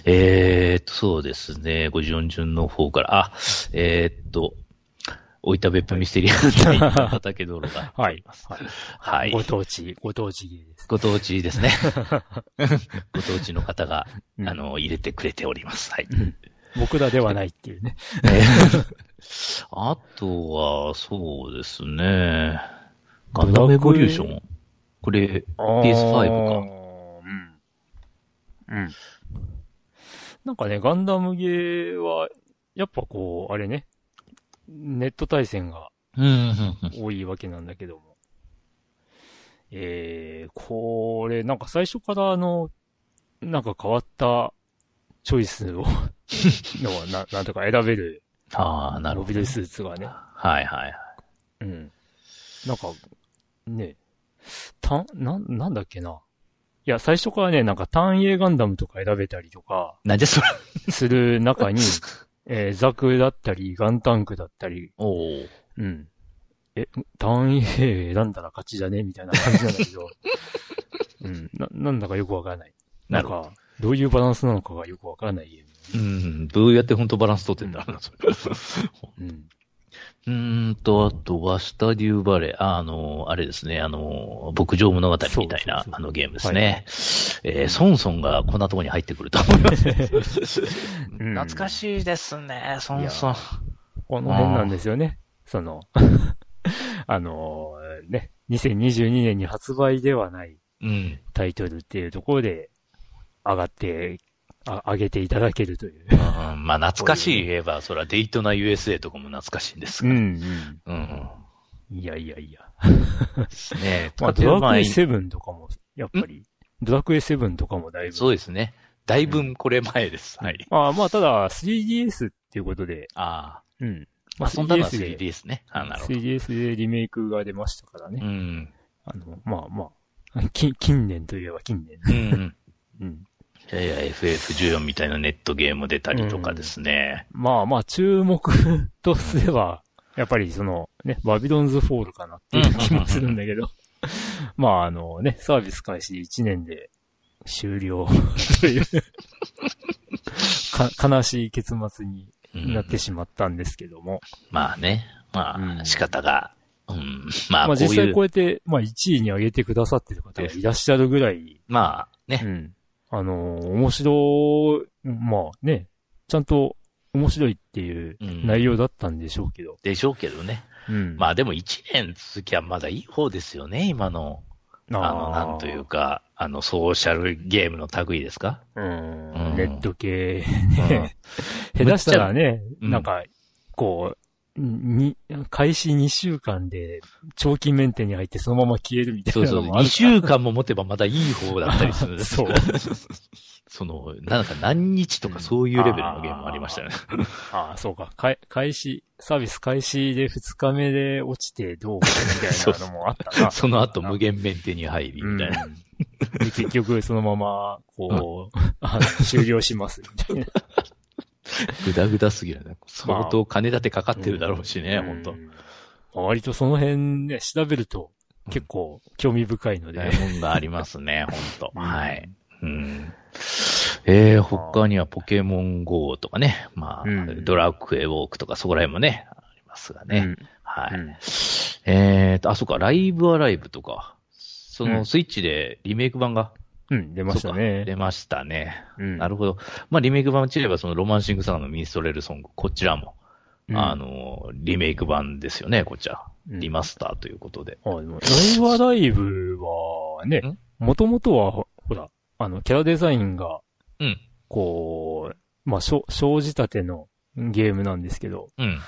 Speaker 2: えーっと、そうですね、54順の方から、あ、えーっと、置いた別府ミステリアン隊の畑道路が。
Speaker 1: はい。
Speaker 2: はい。
Speaker 1: ご当地、ご当地芸です。
Speaker 2: ご当地 ですね。ご当地の方が、
Speaker 1: うん
Speaker 2: あの、入れてくれております。はい。
Speaker 1: 僕らではないっていう ね。
Speaker 2: あとは、そうですね。ガンダムエボリューション。これ、PS5 か。
Speaker 1: か。うん。うん。なんかね、ガンダムゲーは、やっぱこう、あれね、ネット対戦が
Speaker 2: うんうんうん。
Speaker 1: 多いわけなんだけども。えー、これ、なんか最初からあの、なんか変わったチョイスを、 のはな、なんとか選べる
Speaker 2: ああ、なる
Speaker 1: モ
Speaker 2: ほ
Speaker 1: ビルスーツが
Speaker 2: ど。
Speaker 1: ね。
Speaker 2: はいはい。
Speaker 1: うん。なんか、ね、た、なん、なんだっけな。いや、最初からね、なんか単影ガンダムとか選べたりとか
Speaker 2: なんじゃそれ。
Speaker 1: する中 に、えーザクだったり、ガンタンクだったり、
Speaker 2: おお。
Speaker 1: うん。え、単位兵選んだら勝ちじゃねみたいな感じなんだけ ど。うん。な、なんだかよくわからない。な
Speaker 2: なんるほど。
Speaker 1: か、どういうバランスなのかがよくわからないゲー
Speaker 2: うん、どうやって本当バランス取ってんだろうな、それ。
Speaker 1: ム。うん。
Speaker 2: うーんと、あとは、スタデューバレー、ああの、あれですね、あの、牧場物語みたい
Speaker 1: そうそう
Speaker 2: な
Speaker 1: そう、
Speaker 2: あのゲームですね。えー、ソンソンがこんなとこに入ってくると思います。
Speaker 1: うん
Speaker 2: 懐かしいですね、ソンソン。
Speaker 1: この辺なんですよね。その、 あのーね、2022年に発売ではない
Speaker 2: うん。
Speaker 1: タイトルっていうところで、上がって、あ、上げていただけるという。
Speaker 2: うんまあ、懐かしい言えば、それはデイトナ USA とかも懐かしいんです
Speaker 1: う
Speaker 2: が。
Speaker 1: ん、
Speaker 2: うん。
Speaker 1: うん。いやいやいや。
Speaker 2: ですね。
Speaker 1: まあ、
Speaker 2: と
Speaker 1: ドラクエ
Speaker 2: い
Speaker 1: 7とかも、やっぱり、ドラクエ7とかもだいぶ
Speaker 2: そうですね。だいぶこれ前です。はい。
Speaker 1: まあまあ、ただ、3DS っていうことで、
Speaker 2: あ
Speaker 1: うん。
Speaker 2: あ。まあ、そんなのは 3DS ね。あなるほど。
Speaker 1: 3DS でリメイクが出ましたから
Speaker 2: う
Speaker 1: ね。
Speaker 2: ん。
Speaker 1: あの、まあまあ、近近年といえば近年。
Speaker 2: うん。
Speaker 1: うん。
Speaker 2: いやいや、FF14 みたいなネットゲーム出たりとかですね。
Speaker 1: まあまあ、注目 とすれば、やっぱりその、ね、バビロンズフォールかなっていう気もするんだけど。まあ、あのね、サービス開始1年で 終了という、か、悲しい結末に
Speaker 2: うん
Speaker 1: なってしまったんですけども。
Speaker 2: まあね。ま
Speaker 1: う
Speaker 2: あ、
Speaker 1: ん
Speaker 2: 仕方が。うん。ま
Speaker 1: ま
Speaker 2: あ、
Speaker 1: あ
Speaker 2: こう
Speaker 1: 実
Speaker 2: い
Speaker 1: 際
Speaker 2: う
Speaker 1: こう、やって、まあ1位に上げてくださってる方がいらっしゃるぐらい、
Speaker 2: まあ
Speaker 1: う
Speaker 2: ね。
Speaker 1: ん。あのー面白い、まあね、ちゃんと面白いっていう
Speaker 2: うん
Speaker 1: 内容だったんでしょうけど。
Speaker 2: でしょうけどね。
Speaker 1: うん。
Speaker 2: まあでも1年続きはまだいい方ですよね、今の。あの、
Speaker 1: ー
Speaker 2: なんというか、あの、ソーシャルゲームの類ですか
Speaker 1: うん
Speaker 2: うん
Speaker 1: ネット系。
Speaker 2: うん
Speaker 1: 下手したらね、
Speaker 2: うん
Speaker 1: なんか、こう、に、開始2週間で、長期メンテに入ってそのまま消えるみた
Speaker 2: そ
Speaker 1: いうな
Speaker 2: そう。
Speaker 1: のもあ
Speaker 2: 2
Speaker 1: る。
Speaker 2: 週間も持てばまだいい方だったりす る。
Speaker 1: そう。
Speaker 2: その、なんか何日とかそういうレベルのゲームもありましたよね。
Speaker 1: ああ、そうか。かい開始、サービス開始で2日目で落ちてどうか みたいなのもあったな。
Speaker 2: その後無限メンテに入り、みたいな。
Speaker 1: うんで結局、そのまま、こう、あの終了します、みたいな。
Speaker 2: ぐだぐだすぎるね。相当金立てかかってるだろうし ね、本当
Speaker 1: うんまあ割とその辺ね、調べると、結構興味深いので。
Speaker 2: 台本がありますね、本当
Speaker 1: うん
Speaker 2: はい。うん。えー、他にはポケモン GO とかね、まあ、
Speaker 1: うん
Speaker 2: ドラクエウォークとかそこら辺もね、ありますがね。
Speaker 1: うん
Speaker 2: はい。
Speaker 1: うん
Speaker 2: えーと、あ、そうか、ライブアライブとか、そうの
Speaker 1: ん
Speaker 2: スイッチでリメイク版が、
Speaker 1: うん、出ました
Speaker 2: そうか
Speaker 1: ね。
Speaker 2: 出ましたね。
Speaker 1: うん
Speaker 2: なるほど。まあ、リメイク版をちれば、そのロマンシングサガのミンストレルソング、こちらも、
Speaker 1: うん
Speaker 2: あの、リメイク版ですよね、こちら。
Speaker 1: うん
Speaker 2: リマスターということで。
Speaker 1: あ、でも、ライブアライブはね
Speaker 2: ん、
Speaker 1: もともとはほ、ほら、あの、キャラデザインが、
Speaker 2: うん。
Speaker 1: こう、まあ、しょ生じたてのゲームなんですけど、
Speaker 2: うん。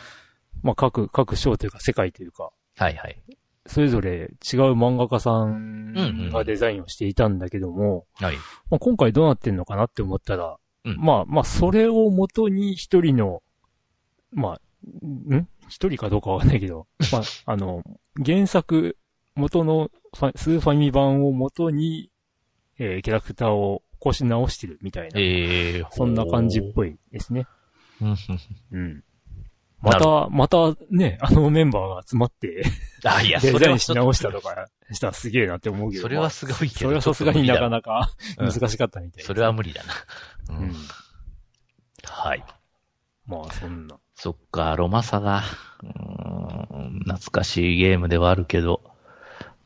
Speaker 1: まあ、各、各章というか世界というか、
Speaker 2: はいはい。
Speaker 1: それぞれ違う漫画家さ
Speaker 2: うんうん
Speaker 1: んがデザインをしていたんだけども、
Speaker 2: はい。
Speaker 1: まあ、今回どうなってんのかなって思ったら、
Speaker 2: うん
Speaker 1: まあ、まあ、それをもとに一人の、まあ、ん一人かどうかわかんないけ ど、まあ、あの、原作、元のファスーファミ版を元に、えーキャラクターを起こし直してるみたいな、
Speaker 2: えー、
Speaker 1: そんな感じっ
Speaker 2: い。
Speaker 1: ぽいですね。
Speaker 2: うんうん
Speaker 1: うん。ま
Speaker 2: なる
Speaker 1: た、またね、あのメンバーが集まって、
Speaker 2: あ、いや、
Speaker 1: デ
Speaker 2: そ
Speaker 1: ザイ
Speaker 2: れは
Speaker 1: ンし直したとかしたらすげえなって思うけど。
Speaker 2: それはすごいけど。
Speaker 1: それはさすがになか
Speaker 2: か。
Speaker 1: なか
Speaker 2: うん
Speaker 1: 難しかったみたいです
Speaker 2: それは無理だな。う
Speaker 1: うんん。
Speaker 2: はい。
Speaker 1: まあ、そんな。
Speaker 2: そっか、ロマサガ。うーん、懐かしいゲームではあるけど、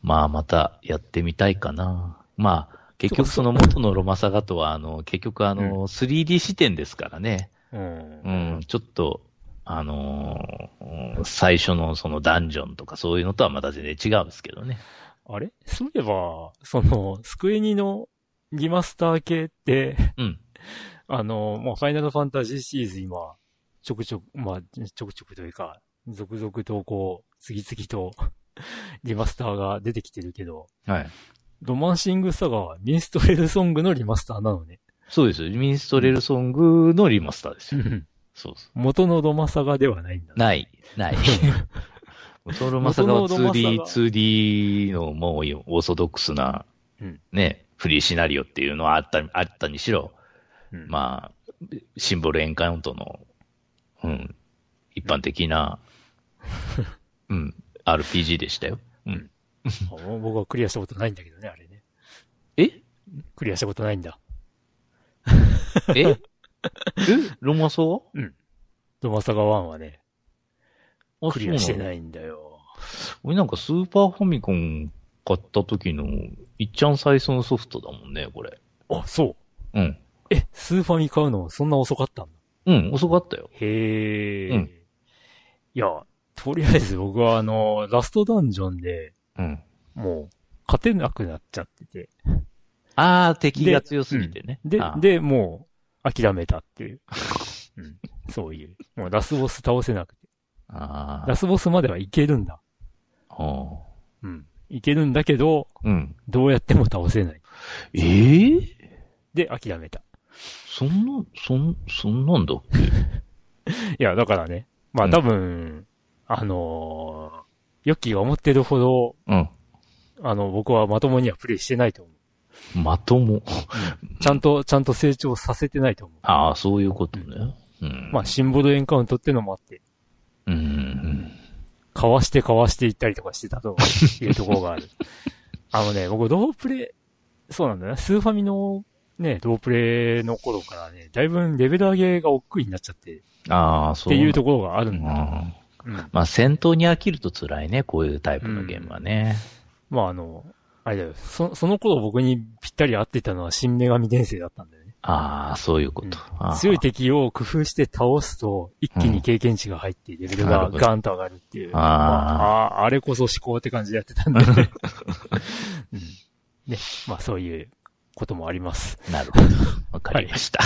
Speaker 2: まあまたやってみたいかな。まあ、結局その元のロマサガとは、あの、結局あの、3D 視点ですからね。
Speaker 1: うん
Speaker 2: う。ん、ちょっと、あのーうん最初のそのダンジョンとかそういうのとはまた全然違うんですけどね。
Speaker 1: あれそういえば、その、スクエニのリマスター系って、
Speaker 2: うん。
Speaker 1: あの、まあ、ファイナルファンタジーシリーズ今、ちょくちょく、まあ、ちょくちょくというか、続々とこう、次々と リマスターが出てきてるけど、
Speaker 2: はい。
Speaker 1: ロマンシングサガはミンストレルソングのリマスターなのね。
Speaker 2: そうですよ。ミンストレルソングのリマスターですよ。そうそう。
Speaker 1: 元のロマサガではないんだ。
Speaker 2: ない、 ない。トロマサガは 2D、2D のもうオーソドックスな
Speaker 1: うん、
Speaker 2: ね、フリーシナリオっていうのはあった、あったにしろ、
Speaker 1: うん
Speaker 2: まあ、シンボルエンカウントの、うん、一般 的な、うん、RPG でしたよ。うん。
Speaker 1: あ僕はクリアしたことないんだけどね、あれね。
Speaker 2: え
Speaker 1: クリアしたことないんだ。
Speaker 2: ええロマソ
Speaker 1: ロマサガ1はね、
Speaker 2: ガ
Speaker 1: クリアして
Speaker 2: い。
Speaker 1: ないんだよ。
Speaker 2: 俺なんかスーパーファミコン買った時の、いっちゃん最初のソフトだもんね、これ。
Speaker 1: あ、そう。
Speaker 2: うん。
Speaker 1: え、スーファミ買うのそんな遅かったんだ。
Speaker 2: うん、遅かったよ。
Speaker 1: へー
Speaker 2: うん
Speaker 1: いや、とりあえず僕はあの、ラストダンジョンで、
Speaker 2: うん。
Speaker 1: もう、勝てなくなっちゃってて。
Speaker 2: ああ、敵が強すぎてね。
Speaker 1: で
Speaker 2: あ、ー、
Speaker 1: で、もう、諦めたっていう。 うん、そういう。もうラスボス倒せなくて。
Speaker 2: あ
Speaker 1: ラスボスまではいけるんだ。
Speaker 2: あ、う
Speaker 1: う
Speaker 2: ん
Speaker 1: ん。いけるんだけど、
Speaker 2: うん。
Speaker 1: どうやっても倒せない。
Speaker 2: ええ
Speaker 1: で、諦めた。
Speaker 2: そんな、そん、そんなんだっ
Speaker 1: い
Speaker 2: け
Speaker 1: や、だからね。ま
Speaker 2: う
Speaker 1: あ
Speaker 2: ん
Speaker 1: 多分、あのー、ヨッキーが思ってるほど、
Speaker 2: うん。
Speaker 1: あの、僕はまともにはプレイしてないと思う。
Speaker 2: まとも。
Speaker 1: ちゃんと、ちゃんと成長させてないと思う。
Speaker 2: ああ、そういうことね。うん。
Speaker 1: まあ、シンボルエンカウントってのもあって、
Speaker 2: うんうん。
Speaker 1: かわしてかわしていったりとかしてたというところがある。あのね、僕、ロープレイ、そうなんだよな、スーファミのね、ロープレイの頃からね、だいぶレベル上げが億劫になっちゃって、っ
Speaker 2: ああ、そう。
Speaker 1: ていうところがあるん
Speaker 2: う
Speaker 1: だ。
Speaker 2: ん
Speaker 1: うん
Speaker 2: まあ、戦闘に飽きると辛いね、こういうタイプのゲームはね。
Speaker 1: まああの、あれだよ、そその頃僕にぴったり合ってたのは新女神転生だったんだよね。
Speaker 2: ああ、そういうこと。あー
Speaker 1: 強い敵を工夫して倒すと、一気に経験値が入って、レベルがガンと上がるっていう。
Speaker 2: あー
Speaker 1: まああーあれこそ思考って感じでやって たんで。うんね、まあそういうこともあります。
Speaker 2: なるほど。わかりました。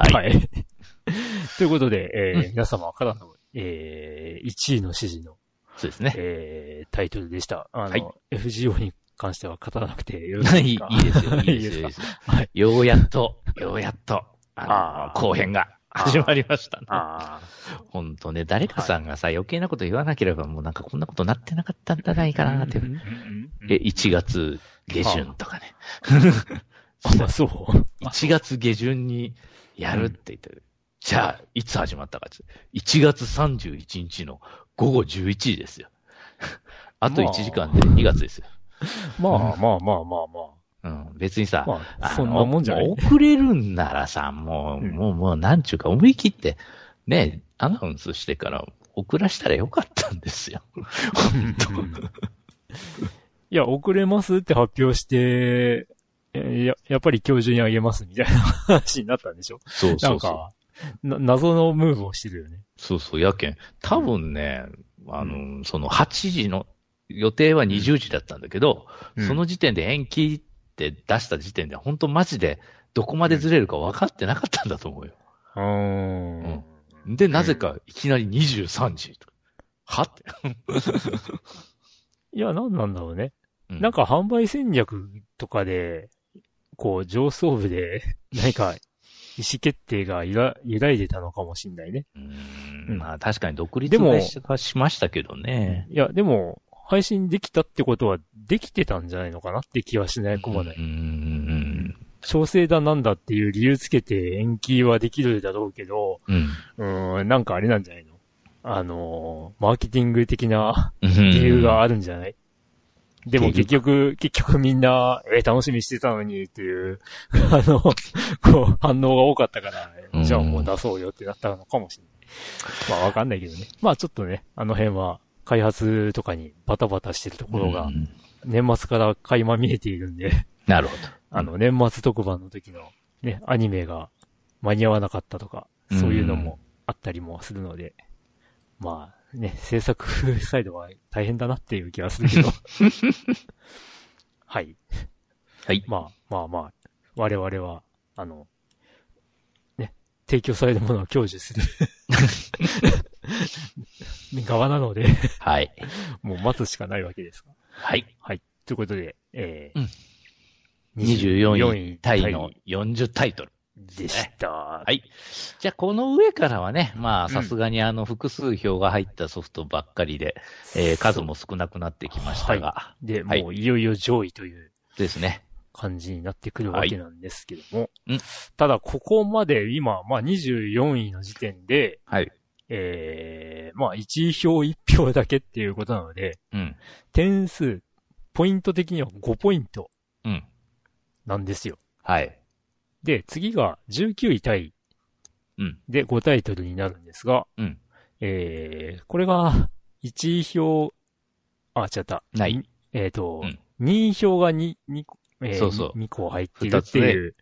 Speaker 2: はい。
Speaker 1: い。 ということで、えー皆様からの、えー、1位の指示の、
Speaker 2: そうですね。
Speaker 1: えー、タイトルでした。あの、
Speaker 2: はい
Speaker 1: FGO に関しては語らなくてよろし
Speaker 2: い
Speaker 1: い
Speaker 2: い
Speaker 1: ですか
Speaker 2: いいですよ、いい
Speaker 1: いい
Speaker 2: です
Speaker 1: で
Speaker 2: よ。いいですすよ
Speaker 1: はい
Speaker 2: ようやっと、ようやっと、あ
Speaker 1: あー
Speaker 2: の、後編が始まりましたね。
Speaker 1: あ
Speaker 2: 本当ね、誰かさんがさ、余計なこと言わなければ、もうなんかこんなことなってなかったんじゃないか
Speaker 1: あ。
Speaker 2: なって。え、1月下旬とかね。
Speaker 1: あ、そう。
Speaker 2: 1月下旬にやるって言ってる。じゃあ、いつ始まったかって言って1月31日の午後11時ですよ。 あと1時間で2月ですよ。
Speaker 1: まあまあまあまあま
Speaker 2: うん、別にさ
Speaker 1: あ。、ま
Speaker 2: あ
Speaker 1: あ、
Speaker 2: の
Speaker 1: そんなもんじゃな
Speaker 2: も。
Speaker 1: いう
Speaker 2: 遅れるんならさ、もう、
Speaker 1: うん
Speaker 2: もう、もう、なんちゅうか、思い切って、ね、アナウンスしてから、遅らしたらよかったんですよ。
Speaker 1: いや、遅れますって発表して、えーや、やっぱり今日中にあげますみたいな話になったんでしょ
Speaker 2: そう
Speaker 1: な
Speaker 2: そ
Speaker 1: ん
Speaker 2: うそう。
Speaker 1: か、な謎のムーブをしてるよね。
Speaker 2: そうそう、やけん。多分ね、あの、その8時の、予定は20時だったんだけど、その時点で延期って出した時点で、本当マジで、どこまでずれるか分かってなかったんだと思うよ。
Speaker 1: うーん。
Speaker 2: で、なぜか、いきなり23時とか。はって。
Speaker 1: いや、なんなんだろうね。
Speaker 2: う
Speaker 1: なん、か販売戦略とかで、こう、上層部で、 何か、意思決定が揺ら揺らいでたのかもしんないね。
Speaker 2: う
Speaker 1: うんん
Speaker 2: まあ確かに独立
Speaker 1: でも
Speaker 2: 会社がしましたけどね。
Speaker 1: いや、でも、配信できたってことは、できてたんじゃないのかなって気はしないこもない。
Speaker 2: うんうん
Speaker 1: 調整だなんだっていう理由つけて延期はできるだろうけど、
Speaker 2: うんうん。
Speaker 1: うーん、なんかあれなんじゃないのあのーマーケティング的な
Speaker 2: うん。
Speaker 1: 理由があるんじゃない、でも
Speaker 2: 結
Speaker 1: 結局、結局みんな、えー楽しみにしてたのにっていう、 あの、こう、反応が多かったから、
Speaker 2: うん
Speaker 1: じゃあもう出そうよってなったのかもしれない。まあわかんないけどね。まあちょっとね、あの辺は開発とかにバタバタしてるところ
Speaker 2: う
Speaker 1: が、
Speaker 2: ん
Speaker 1: 年末から垣間見えているんで、
Speaker 2: なるほ
Speaker 1: あの、年末特番の時のね、アニメが間に合わなかったとか、
Speaker 2: うん
Speaker 1: そういうのもあったりもするので、まあね、制作サイドは大変だなっていう気がするけ ど。はい。
Speaker 2: はい
Speaker 1: まあまあまあ、我々は、あの、ね、提供されるものを享受 する側なので、
Speaker 2: ど。はい。
Speaker 1: もう待つしかないわけですが。
Speaker 2: はい。
Speaker 1: はい。ということで、え
Speaker 2: うん
Speaker 1: ー、
Speaker 2: 24位タイの40タイトル。
Speaker 1: でした。は
Speaker 2: はい。じゃあ、この上からはね、まあ、さすがにあの、複数票が入ったソフトばっかりで、えー数も少なくなってきましたが、
Speaker 1: で、
Speaker 2: はい
Speaker 1: もういよいよ上位という
Speaker 2: ですね。
Speaker 1: 感じになってくるわけなんですけども。
Speaker 2: うん
Speaker 1: ただ、ここまで今、まあ24位の時点で、
Speaker 2: はい。
Speaker 1: えー、まあ1票1票だけっていうことなので、
Speaker 2: うん。
Speaker 1: 点数、ポイント的には5ポイント
Speaker 2: うん。
Speaker 1: なんですよ。
Speaker 2: はい。
Speaker 1: で、次が19位タイ
Speaker 2: うん。
Speaker 1: で5タイトルになるんですが、
Speaker 2: うん。
Speaker 1: えー、これが1票、あ、違った。
Speaker 2: ない。
Speaker 1: えっ、と、
Speaker 2: うん
Speaker 1: 任票が 2, 2, え
Speaker 2: そうそう
Speaker 1: 2個入ってるっていう。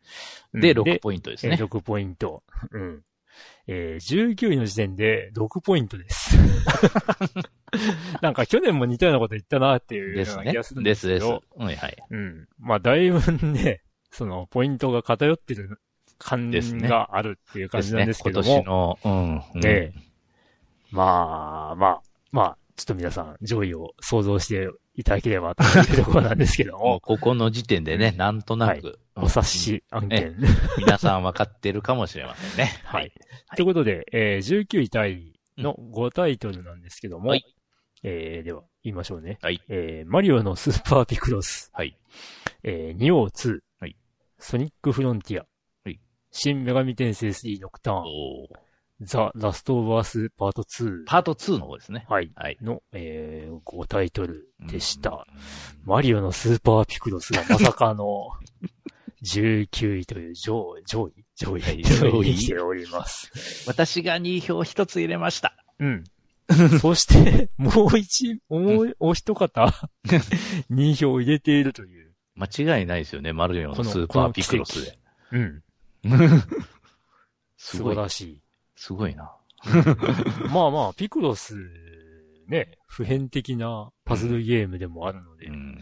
Speaker 2: で、
Speaker 1: うん
Speaker 2: 6ポイントです
Speaker 1: え
Speaker 2: ね
Speaker 1: ー。6ポイント。うん。えー、19位の時点で6ポイント です。なんか去年も似たようなこと言ったなっていう
Speaker 2: で
Speaker 1: よ
Speaker 2: す
Speaker 1: うな
Speaker 2: ね
Speaker 1: 気がする。んで
Speaker 2: ですす
Speaker 1: け
Speaker 2: です。
Speaker 1: ど。
Speaker 2: うん、はい。
Speaker 1: うん。まあ、だいぶね、その、ポイントが偏ってる感
Speaker 2: ですね
Speaker 1: があるっていう感じなんですけども。
Speaker 2: ですね、今年の、うん。うん
Speaker 1: ええまあ、まあ、まあ、ちょっと皆さん、上位を想像していただければというところなんですけど
Speaker 2: もう
Speaker 1: も、
Speaker 2: ここの時点でね、なんとなく、
Speaker 1: お察し案件。。
Speaker 2: うん皆さん分かってるかもしれませんね
Speaker 1: はい。。ということで、えー19位タイの5タイトルなんですけども、
Speaker 2: はい
Speaker 1: えーでは、言いましょうね。
Speaker 2: はい
Speaker 1: えーマリオのスーパーピクロス、
Speaker 2: はい。
Speaker 1: えー、ニオー2、
Speaker 2: はい
Speaker 1: ソニックフロンティア、
Speaker 2: はい
Speaker 1: 新女神転生3ノクターン、
Speaker 2: おー
Speaker 1: ザ・ラストオブアスパート2、
Speaker 2: パート2の方ですね。
Speaker 1: はい、
Speaker 2: はい。
Speaker 1: の、えー5タイトルでした。
Speaker 2: うん。
Speaker 1: マリオのスーパーピクロスがまさかの19位という上上位上位
Speaker 2: はい
Speaker 1: 上
Speaker 2: 上
Speaker 1: 位
Speaker 2: 位
Speaker 1: に来ております。
Speaker 2: 私が2票1つ入れました。
Speaker 1: うん。そして、 もう一、もう、お一方、2票入れているという。
Speaker 2: 間違いないですよね、マルヨン
Speaker 1: こ
Speaker 2: の
Speaker 1: の
Speaker 2: スーパーピクロスで。
Speaker 1: うん。
Speaker 2: す
Speaker 1: す
Speaker 2: ご
Speaker 1: ご
Speaker 2: い、
Speaker 1: らしい。
Speaker 2: すごいな。
Speaker 1: まあまあ、ピクロス、ね、普遍的なパズルゲームでもあるので。
Speaker 2: うん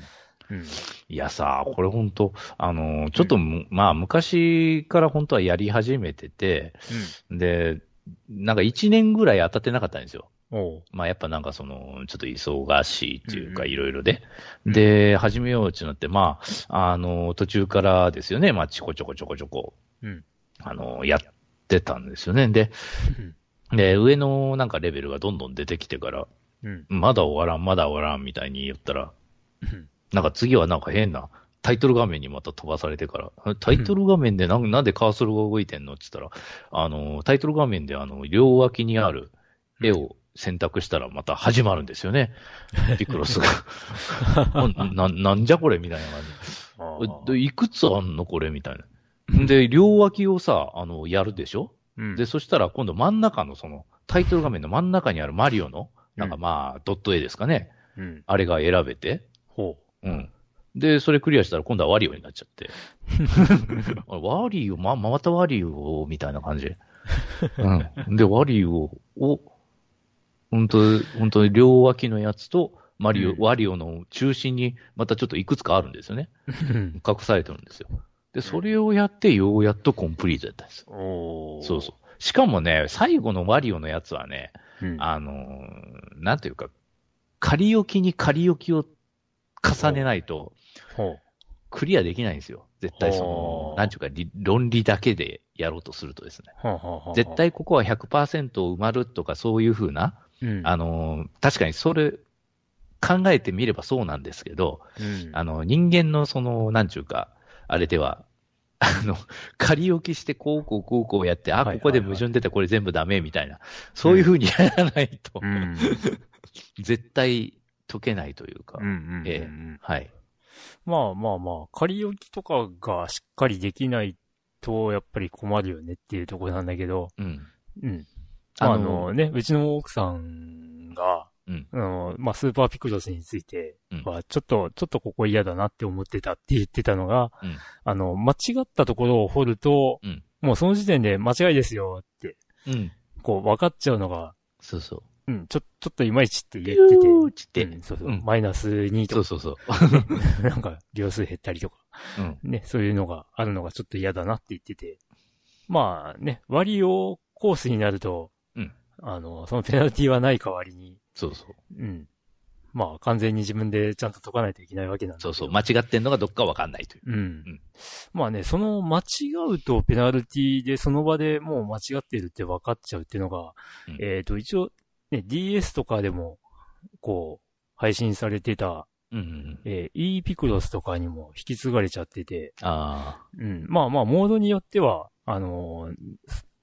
Speaker 1: うん。
Speaker 2: いやさ、これ本当あの、ちょっとむ、まあ、昔から本当はやり始めてて、で、なんか1年ぐらい当たってなかったんですよ。
Speaker 1: おう。
Speaker 2: まあ、やっぱなんかその、ちょっと忙しいっていう
Speaker 1: う
Speaker 2: か、
Speaker 1: んうん
Speaker 2: いろいろで。
Speaker 1: うん
Speaker 2: で、始めようってなって、まあ、あの、途中からですよね、まあ、ちこちょこちょこちょこ、
Speaker 1: うん
Speaker 2: あの、やってたんですよね。で、で、上のなんかレベルがどんどん出てきてから、
Speaker 1: うん。
Speaker 2: まだ終わらん、まだ終わらんみたいに言ったら、
Speaker 1: うん
Speaker 2: なんか次はなんか変な、タイトル画面にまた飛ばされてから、えタイトル画面でなんなんでカーソルが動いてんのって言ったら、あの、タイトル画面であの、両脇にある絵を選択したらまた始まるんです よね。ピクロスが。 な、なんじゃこれみたいな感
Speaker 1: あ
Speaker 2: じ。でいくつあんのこれみたいな。で、両脇をさ、あの、やるでしょ
Speaker 1: うん
Speaker 2: で、そしたら今度真ん中のその、タイトル画面の真ん中にあるマリオの、なんかまあ、ドット絵ですかね。
Speaker 1: うん。
Speaker 2: あれが選べて、
Speaker 1: ほ
Speaker 2: うん。で、それクリアしたら今度はワリオになっちゃって。あワリオ、ま、またワリオ、みたいな感じ。うん。で、ワリオを、本当本当に両脇のやつと、マリオ、
Speaker 1: うん
Speaker 2: ワリオの中心に、またちょっといくつかあるんですよね。
Speaker 1: う。
Speaker 2: 隠されてるんですよ。で、それをやって、ようやっとコンプリートだったんですよ。
Speaker 1: お
Speaker 2: そうそう。しかもね、最後のワリオのやつはね、
Speaker 1: う。うん。
Speaker 2: あのーなんというか、仮置きに仮置きを重ねないと、
Speaker 1: ほう。
Speaker 2: クリアできないんですよ。絶対そ
Speaker 1: ほ
Speaker 2: の、
Speaker 1: う
Speaker 2: なんちゅうか、理論理だけでやろうとするとですね。
Speaker 1: はあはあはあ
Speaker 2: 絶、対ここは100%埋まるとかそういうふうな、
Speaker 1: うん、
Speaker 2: あのー、確かにそれ、考えてみればそうなんですけど、
Speaker 1: うん、
Speaker 2: あの、人間のその、なんちゅうか、あれでは、あの、仮置きしてこうこうこうこうやって、あ、
Speaker 1: はい
Speaker 2: ここで矛盾出てこれ全部ダメみたいな、そういうふうにやらないと
Speaker 1: う、ん、
Speaker 2: 絶対解けないというか
Speaker 1: うん、う、んうん。
Speaker 2: ええはい。
Speaker 1: まあまあまあ、仮置きとかがしっかりできないと、やっぱり困るよねっていうところなんだけど、
Speaker 2: うん。
Speaker 1: うん。
Speaker 2: あ
Speaker 1: あ
Speaker 2: の
Speaker 1: のね、うちの奥さんが、
Speaker 2: うん
Speaker 1: あの、まあ、スーパーピクロスについて
Speaker 2: うん
Speaker 1: は、ちょっと、ちょっとここ嫌だなって思ってたって言ってたのが、
Speaker 2: うん
Speaker 1: あの、間違ったところを掘ると、
Speaker 2: うん
Speaker 1: もうその時点で間違いですよって、
Speaker 2: うん。
Speaker 1: こう、分かっちゃうのが、
Speaker 2: そうそう。
Speaker 1: うん、ちょ、ちょっといまいちって言
Speaker 2: ピ
Speaker 1: ってて、
Speaker 2: ューッつって
Speaker 1: うんそうそう、
Speaker 2: うん
Speaker 1: マイナス2
Speaker 2: そ
Speaker 1: と
Speaker 2: うそうそう。
Speaker 1: か、 なんか、秒数減ったりとか、
Speaker 2: うん。
Speaker 1: ね、そういうのがあるのがちょっと嫌だなって言ってて、まあね、割をコースになると、
Speaker 2: うん
Speaker 1: あの、そのペナルティはない代わりに、
Speaker 2: そうそう。
Speaker 1: うん。まあ、完全に自分でちゃんと解かないといけないわけなんだけ
Speaker 2: そ
Speaker 1: ど
Speaker 2: うそう。間違ってんのがどっかわかんないという。
Speaker 1: うん。
Speaker 2: ん
Speaker 1: まあね、その間違うとペナルティでその場でもう間違ってるって分かっちゃうっていうのが、
Speaker 2: うん
Speaker 1: えっ、と、一応、ね、DS とかでも、こう、配信されてた、
Speaker 2: うんうんうん。
Speaker 1: えー、E ピクロスとかにも引き継がれちゃってて、
Speaker 2: ああ。
Speaker 1: うん。まあまあ、モードによっては、あのー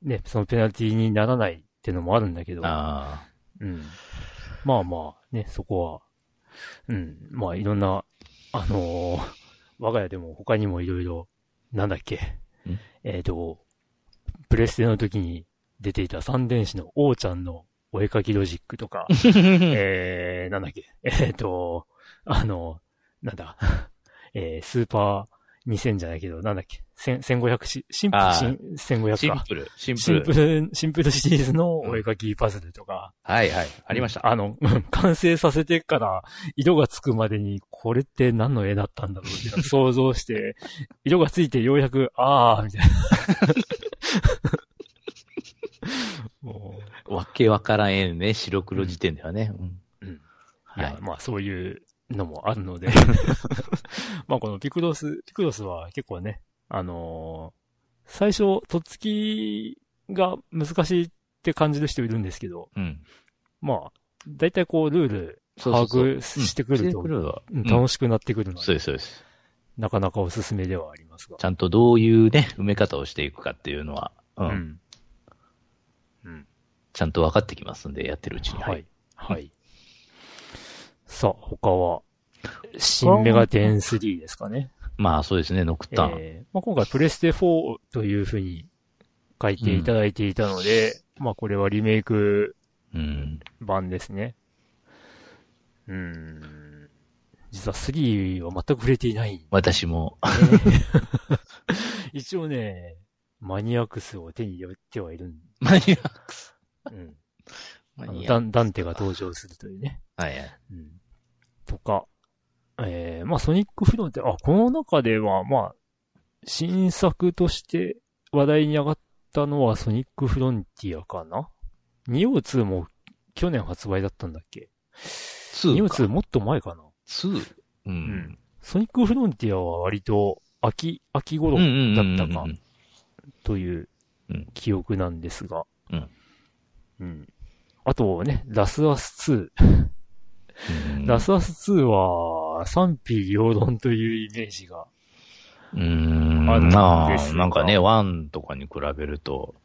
Speaker 1: ね、そのペナルティにならないってのもあるんだけど、
Speaker 2: あ
Speaker 1: うん。まあまあ、ね、そこは、うん。まあ、いろんな、あのー 我が家でも他にもいろいろ、なんだっけ
Speaker 2: ん、
Speaker 1: えっ、と、プレステの時に出ていた三電子の王ちゃんのお絵描きロジックと か、
Speaker 2: あ。
Speaker 1: えー、なんだっけ、えっ、と、あの、なんだ、 えー、スーパー2000じゃないけど、なんだっけ、千1500シ、シンプル
Speaker 2: あー
Speaker 1: シン1500
Speaker 2: シン
Speaker 1: か。
Speaker 2: プル。シンプ
Speaker 1: シンプ
Speaker 2: ル。
Speaker 1: ル、シンプルシリーズのお絵描きパズルとか。
Speaker 2: はいはい。ありました。
Speaker 1: あの、 うん完成させてから、色がつくまでに、これって何の絵だったんだろうっていうのを想像して、 色がついてようやく、あー、みたいな。 もう
Speaker 2: わけわからんえんね。白黒時点ではね。うん
Speaker 1: うん。
Speaker 2: はい
Speaker 1: や、
Speaker 2: い。
Speaker 1: まあそういうのもある ので。まあこのピクロス、ピクロスは結構ね、あのー最初、とっつきが難しいって感じる人いるんですけど、
Speaker 2: うん。
Speaker 1: まあ、だいたいこうルール
Speaker 2: そうそ
Speaker 1: 把
Speaker 2: うそう。
Speaker 1: 握してくると、
Speaker 2: と
Speaker 1: うん楽しくなってくるの
Speaker 2: そ
Speaker 1: で、
Speaker 2: うです、そうです。
Speaker 1: なかなかおすすめではありますが
Speaker 2: ち。ゃんとどういうね、埋め方をしていくかっていうのは、う。
Speaker 1: うんん。うん。
Speaker 2: ちゃんと分かってきますんで、やってるうちに。
Speaker 1: は。い。はい。さあ、他は、新メガテン3ですかね。
Speaker 2: まあそうですね、ノクターン。
Speaker 1: えーまあ、今回プレステ4というふうに書いていただいていたので、まあこれはリメイク
Speaker 2: うん。
Speaker 1: 版ですね。うん。実は3は全く触れていないんで
Speaker 2: 私も、
Speaker 1: ね一応ね、マニアックスを手に入れてはいるん
Speaker 2: マニアックス。
Speaker 1: うん。
Speaker 2: マ
Speaker 1: あの
Speaker 2: ニア
Speaker 1: ダ
Speaker 2: ック
Speaker 1: ンダンテが登場するというね。
Speaker 2: ス。はいはい。
Speaker 1: うん。とか、えー、まあソニックフロンって、あ、この中では、まあ、新作として話題に上がったのはソニックフロンティアかな ?2O2 も去年発売だったんだっけ
Speaker 2: 2か。
Speaker 1: ?2O2 もっと前かな
Speaker 2: 2? うん。
Speaker 1: んソニックフロンティアは割と秋、秋頃
Speaker 2: うんうんうんうん
Speaker 1: だったかという
Speaker 2: うん
Speaker 1: 記憶なんですが。
Speaker 2: うん。
Speaker 1: うん。あとね、ラスアス2。
Speaker 2: うん
Speaker 1: ラスアス2は賛否両論というイメージが。
Speaker 2: うーん。
Speaker 1: あるん
Speaker 2: ま
Speaker 1: で
Speaker 2: あ、
Speaker 1: すが
Speaker 2: なんかね、1とかに比べると、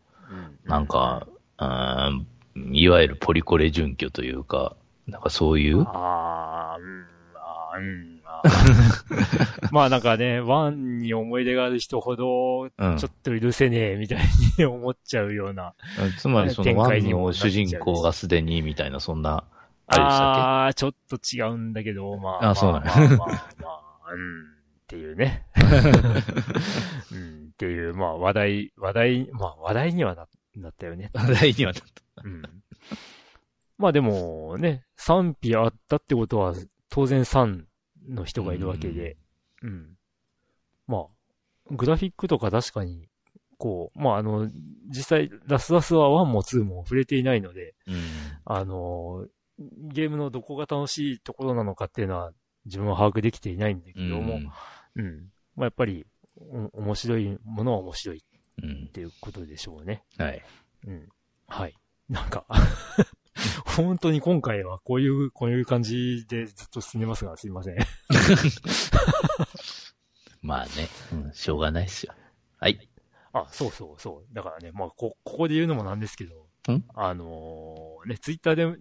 Speaker 2: なんか、あーいわゆるポリコレ準拠というか、なんかそういう、
Speaker 1: あー、うん、あー、うん、あーまあなんかね、ワンに思い出がある人ほど、
Speaker 2: うん
Speaker 1: ちょっと許せねえみたいに思っちゃうような。
Speaker 2: つまりその
Speaker 1: 展開
Speaker 2: 1
Speaker 1: にもな
Speaker 2: の
Speaker 1: っちゃう
Speaker 2: 主
Speaker 1: し
Speaker 2: 人公がすでにみたいな、そんな、あれでしたっ
Speaker 1: あーちょっと違うんだけど、まあ。
Speaker 2: あそうな
Speaker 1: ま
Speaker 2: ん
Speaker 1: あ
Speaker 2: や
Speaker 1: まあまあ、まあうん、っていうね。う ん、っていう、まあ話題、話題、まあ話題にはななったよね。
Speaker 2: け話題にはなっ
Speaker 1: うん。まあでもね、賛否あったってことは、当然賛の人がいるわけで、うん。まあ、グラフィックとか確かに、こう、まああの、実際、ラスラスは1も2も触れていないので、
Speaker 2: た。うん。
Speaker 1: あの、ゲームのどこが楽しいところなのかっていうのは自分は把握できていないんだけども、うん。まあ、やっぱり、お面白いものは面白いっ
Speaker 2: うん。
Speaker 1: ていうことでしょうね。
Speaker 2: はい。
Speaker 1: うん。はい。なんか、 本当に今回はこういう、こういう感じでずっと進んでますが、すいません。
Speaker 2: まあね、うんしょうがないっすよ。はい。
Speaker 1: あ、そうそうそう。だからね、まあ、こ、ここで言うのもなんですけど
Speaker 2: ん、
Speaker 1: あのーね、ツイッターで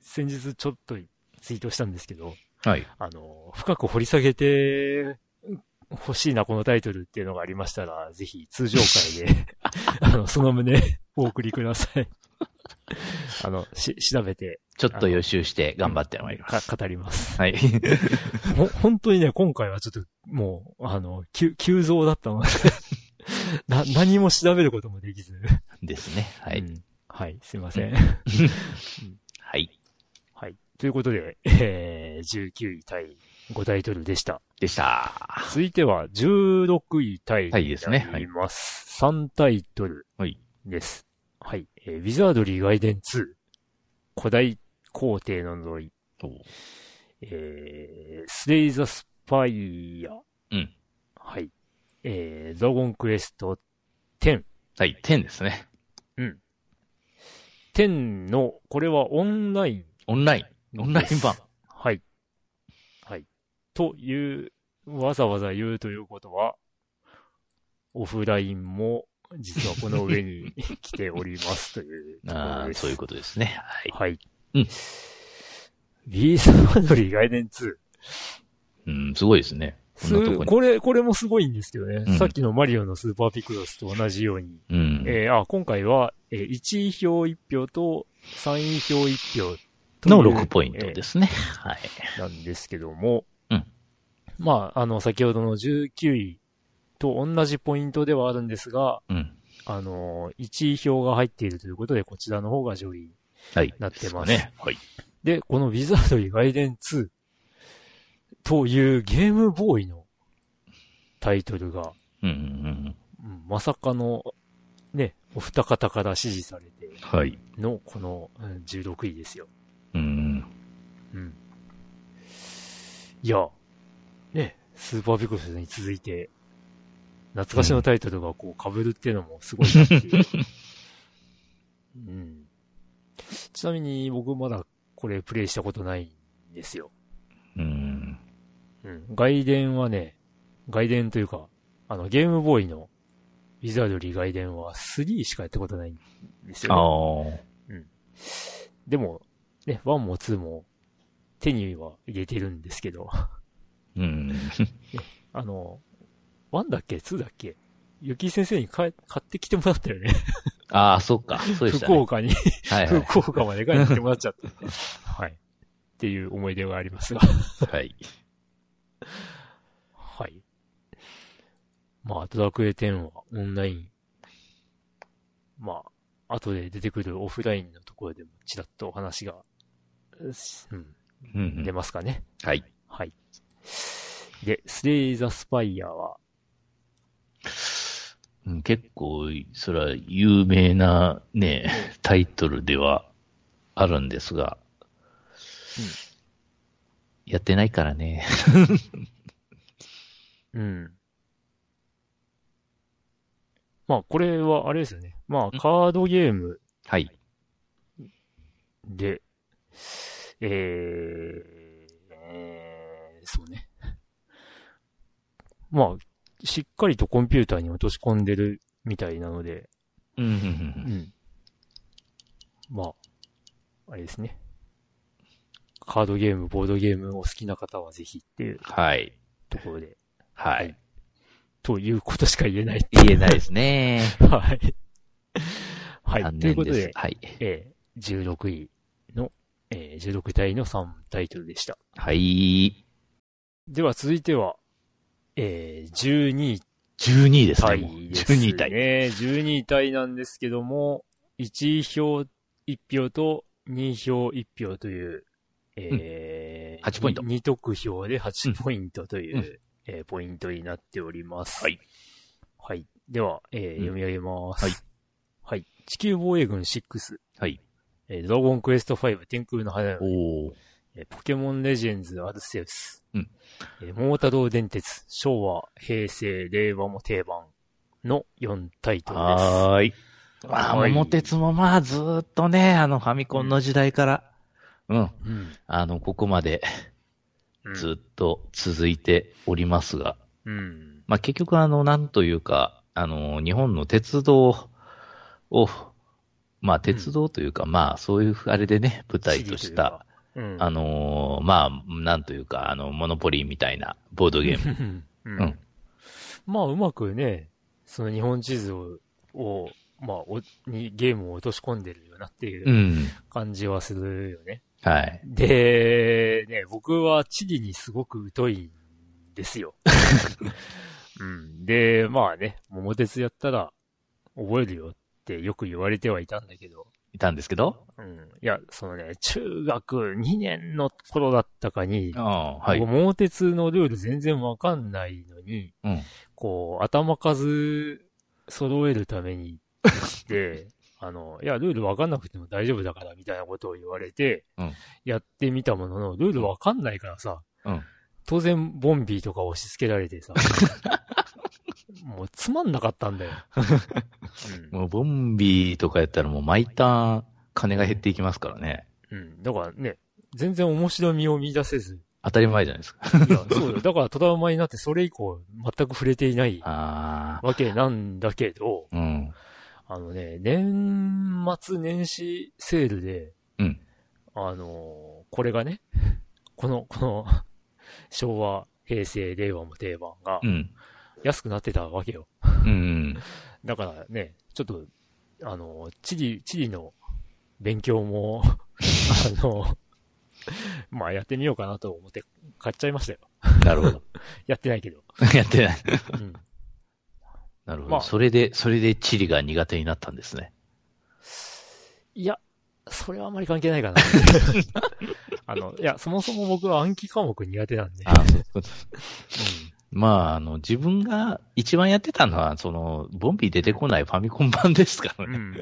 Speaker 1: 先日ちょっとツイートしたんですけど、
Speaker 2: はい。
Speaker 1: あの、深く掘り下げて欲しいな、このタイトルっていうのがありましたら、ぜひ通常会 で、あの、その旨、お送りください。あの、し、調べて、
Speaker 2: ちょっと予習して頑張ってまいりま
Speaker 1: か
Speaker 2: す。、
Speaker 1: 語ります。
Speaker 2: はい。
Speaker 1: ほ、本当にね、今回はちょっと、もう、あの、急、急増だったので、 な、何も調べることもできず。
Speaker 2: ですね。は
Speaker 1: う
Speaker 2: い。
Speaker 1: んはい、すいません。
Speaker 2: はい。
Speaker 1: はい。ということで、えー、19位対5タイトルでした。
Speaker 2: でした。
Speaker 1: 続いては16位タイに
Speaker 2: は
Speaker 1: ない
Speaker 2: ですねはい
Speaker 1: ります。3タイトル
Speaker 2: はい
Speaker 1: です。はい。えーウィザードリー外伝2、古代皇帝の呪い、えー、スレイザ・スパイア、
Speaker 2: うん。
Speaker 1: はい。えー、ドラゴンクエスト10。
Speaker 2: はい。10ですね。
Speaker 1: 10の、これはオンライン。
Speaker 2: オンライン。オンライン版。。
Speaker 1: はい。はい。という、わざわざ言うということは、オフラインも実はこの上 に来ておりますというとこ
Speaker 2: あ
Speaker 1: ろ
Speaker 2: あ
Speaker 1: で
Speaker 2: ー、
Speaker 1: す。
Speaker 2: そういうことですね。はい。
Speaker 1: はい。
Speaker 2: うん
Speaker 1: ビースマドリー外伝2。
Speaker 2: うん、すごいですね。こんなと
Speaker 1: す
Speaker 2: こに。
Speaker 1: これ、これもすごいんですけどね。
Speaker 2: うん
Speaker 1: さっきのマリオのスーパーピクロスと同じように。
Speaker 2: うん。
Speaker 1: えーあ、今回は、えー1位票1票と3位票1票という
Speaker 2: の6ポイントですね。はい。
Speaker 1: なんですけども、
Speaker 2: うん
Speaker 1: まあ、あの、先ほどの19位と同じポイントではあるんですが、
Speaker 2: うん。
Speaker 1: あの、1位票が入っているということで、こちらの方が上位。
Speaker 2: はい。
Speaker 1: なってます
Speaker 2: ね。はい。
Speaker 1: で、このウィザードリーガイデン2というゲームボーイのタイトルが、
Speaker 2: うんうん
Speaker 1: うんまさかの、ね、お二方から支持されて
Speaker 2: うん。はい。
Speaker 1: の、このうん16位ですよ。
Speaker 2: うん。
Speaker 1: うん。いや、ね、スーパービクセスに続いて、懐かしのタイトルがこう被るっていうのもすごいなっていう。うん。ちなみに僕まだこれプレイしたことないんですよ。
Speaker 2: うん。
Speaker 1: うん。外伝はね、外伝というか、あのゲームボーイのウィザードリー外伝は3しかやったことないんですよ、
Speaker 2: あ
Speaker 1: ね。
Speaker 2: あ。
Speaker 1: でも、ね、1も2も手には入れてるんですけど。
Speaker 2: うん。
Speaker 1: あの、ワンだっけツーだっけゆき先生に買え買ってきてもらったよね。
Speaker 2: ああ、そっか。そうでした
Speaker 1: 福
Speaker 2: ね。
Speaker 1: 岡に、
Speaker 2: はいはい。
Speaker 1: 福岡まで帰ってもらっちゃった。はい。っていう思い出がありますが。
Speaker 2: はい。
Speaker 1: はい。まあ、ドラクエ10はオンライン。まあ、後で出てくるオフラインのところでもちらっとお話が、うん、
Speaker 2: うんう
Speaker 1: 出
Speaker 2: ん。
Speaker 1: ますかね。
Speaker 2: はい。
Speaker 1: はい。で、スレイザースパイアは、
Speaker 2: うん結構、それは有名なね、タイトルではあるんですが、やってないからね。
Speaker 1: うん。まあ、これはあれですよね。まあ、カードゲーム
Speaker 2: はい。
Speaker 1: で、えー、えーそうね。 まあ、しっかりとコンピューターに落とし込んでるみたいなので、
Speaker 2: うんうんうん
Speaker 1: まあ、あれですね。カードゲーム、ボードゲームお好きな方はぜひっていう
Speaker 2: はい。
Speaker 1: ところで、
Speaker 2: は
Speaker 1: はい
Speaker 2: い。
Speaker 1: ということしか言えないって
Speaker 2: 言えないですね。
Speaker 1: いう。 はい。はい。
Speaker 2: 残
Speaker 1: という
Speaker 2: 念
Speaker 1: こと
Speaker 2: です
Speaker 1: で。、
Speaker 2: はい。
Speaker 1: えー、16位の、えー、16体の3タイトルでした。
Speaker 2: はい。
Speaker 1: では続いては、えー、12
Speaker 2: 12位ですね。
Speaker 1: 体
Speaker 2: もう
Speaker 1: ですね。
Speaker 2: 12体。
Speaker 1: 12体なんですけども、1票1票と2票1票という、えー
Speaker 2: 8ポイント
Speaker 1: 2得票で8ポイントという、
Speaker 2: うんう
Speaker 1: えーポイントになっております。
Speaker 2: はい。
Speaker 1: はい。では、えー
Speaker 2: ん
Speaker 1: 読み上げます。
Speaker 2: はい。
Speaker 1: はい。地球防衛軍6、
Speaker 2: はい。
Speaker 1: えードラゴンクエスト5、天空の花嫁
Speaker 2: おー。
Speaker 1: えーポケモンレジェンズ、アルセウス、
Speaker 2: うん
Speaker 1: えー桃太郎電鉄、昭和、平成、令和も定番の4タイトルです。
Speaker 2: はーい。ああ、
Speaker 1: はい
Speaker 2: 桃鉄もまあずーっとね、あのファミコンの時代から、うん、
Speaker 1: うん
Speaker 2: あの、ここまで
Speaker 1: うん
Speaker 2: ずっと続いておりますが、
Speaker 1: うん。
Speaker 2: まあ結局あの、なんというか、あの、日本の鉄道を、まあ鉄道というか、まあそういうあれでね、舞台とした、
Speaker 1: うん。
Speaker 2: あのーまあ、なんというか、あの、モノポリーみたいなボードゲーム。
Speaker 1: う
Speaker 2: うんん。。
Speaker 1: まあ、うまくね、その日本地図を、をまあお、にゲームを落とし込んでるよなっていううん感じはするよね。
Speaker 2: はい。
Speaker 1: で、ね、僕は地理にすごく疎いんです よ。うん、で、まあね、桃鉄やったら覚えるよってよく言われてはいたんだけど、
Speaker 2: いたんですけど。
Speaker 1: うん、いや、そのね、中学2年の頃だったかに、
Speaker 2: ああー、はい
Speaker 1: 僕。桃鉄のルール全然わかんないのに、
Speaker 2: うん。
Speaker 1: こう、頭数揃えるためにして、 あの、いや、ルールわかんなくても大丈夫だからみたいなことを言われて、
Speaker 2: うん
Speaker 1: やってみたものの、ルールわかんないからさ、
Speaker 2: うん。
Speaker 1: 当然、ボンビーとか押し付けられて さ、もうつまんなかったんだよ。
Speaker 2: もう、ボンビーとかやったらもう毎ターン金が減っていきますからね。
Speaker 1: うん。うん。だからね、全然面白みを見出せず。
Speaker 2: 当たり前じゃないですか。
Speaker 1: いや、そうよ。だからトラウマになって、それ以降、全く触れていない
Speaker 2: あ
Speaker 1: わけなんだけど、
Speaker 2: あ、うん。
Speaker 1: あのね、年末年始セールで、
Speaker 2: うん
Speaker 1: あのーこれがね、この、この、昭和、平成、令和も定番が
Speaker 2: うん。
Speaker 1: 安くなってたわけよ。
Speaker 2: うん。
Speaker 1: だからね、ちょっと、あのー地理、地理の勉強も、 あのーまあやってみようかなと思って買っちゃいましたよ。
Speaker 2: なるほど。
Speaker 1: やってないけど。
Speaker 2: やってない。
Speaker 1: うん、
Speaker 2: なるほど。
Speaker 1: まあ
Speaker 2: それで、それで地理が苦手になったんですね。
Speaker 1: いや、それはあまり関係ないかな。 あの、いや、そもそも僕は暗記科目苦手なんで。
Speaker 2: ああ、そういうこと。
Speaker 1: うん
Speaker 2: まあ、あの、自分が一番やってたのは、その、ボンビー出てこないファミコン版ですから
Speaker 1: う
Speaker 2: ね。
Speaker 1: ん。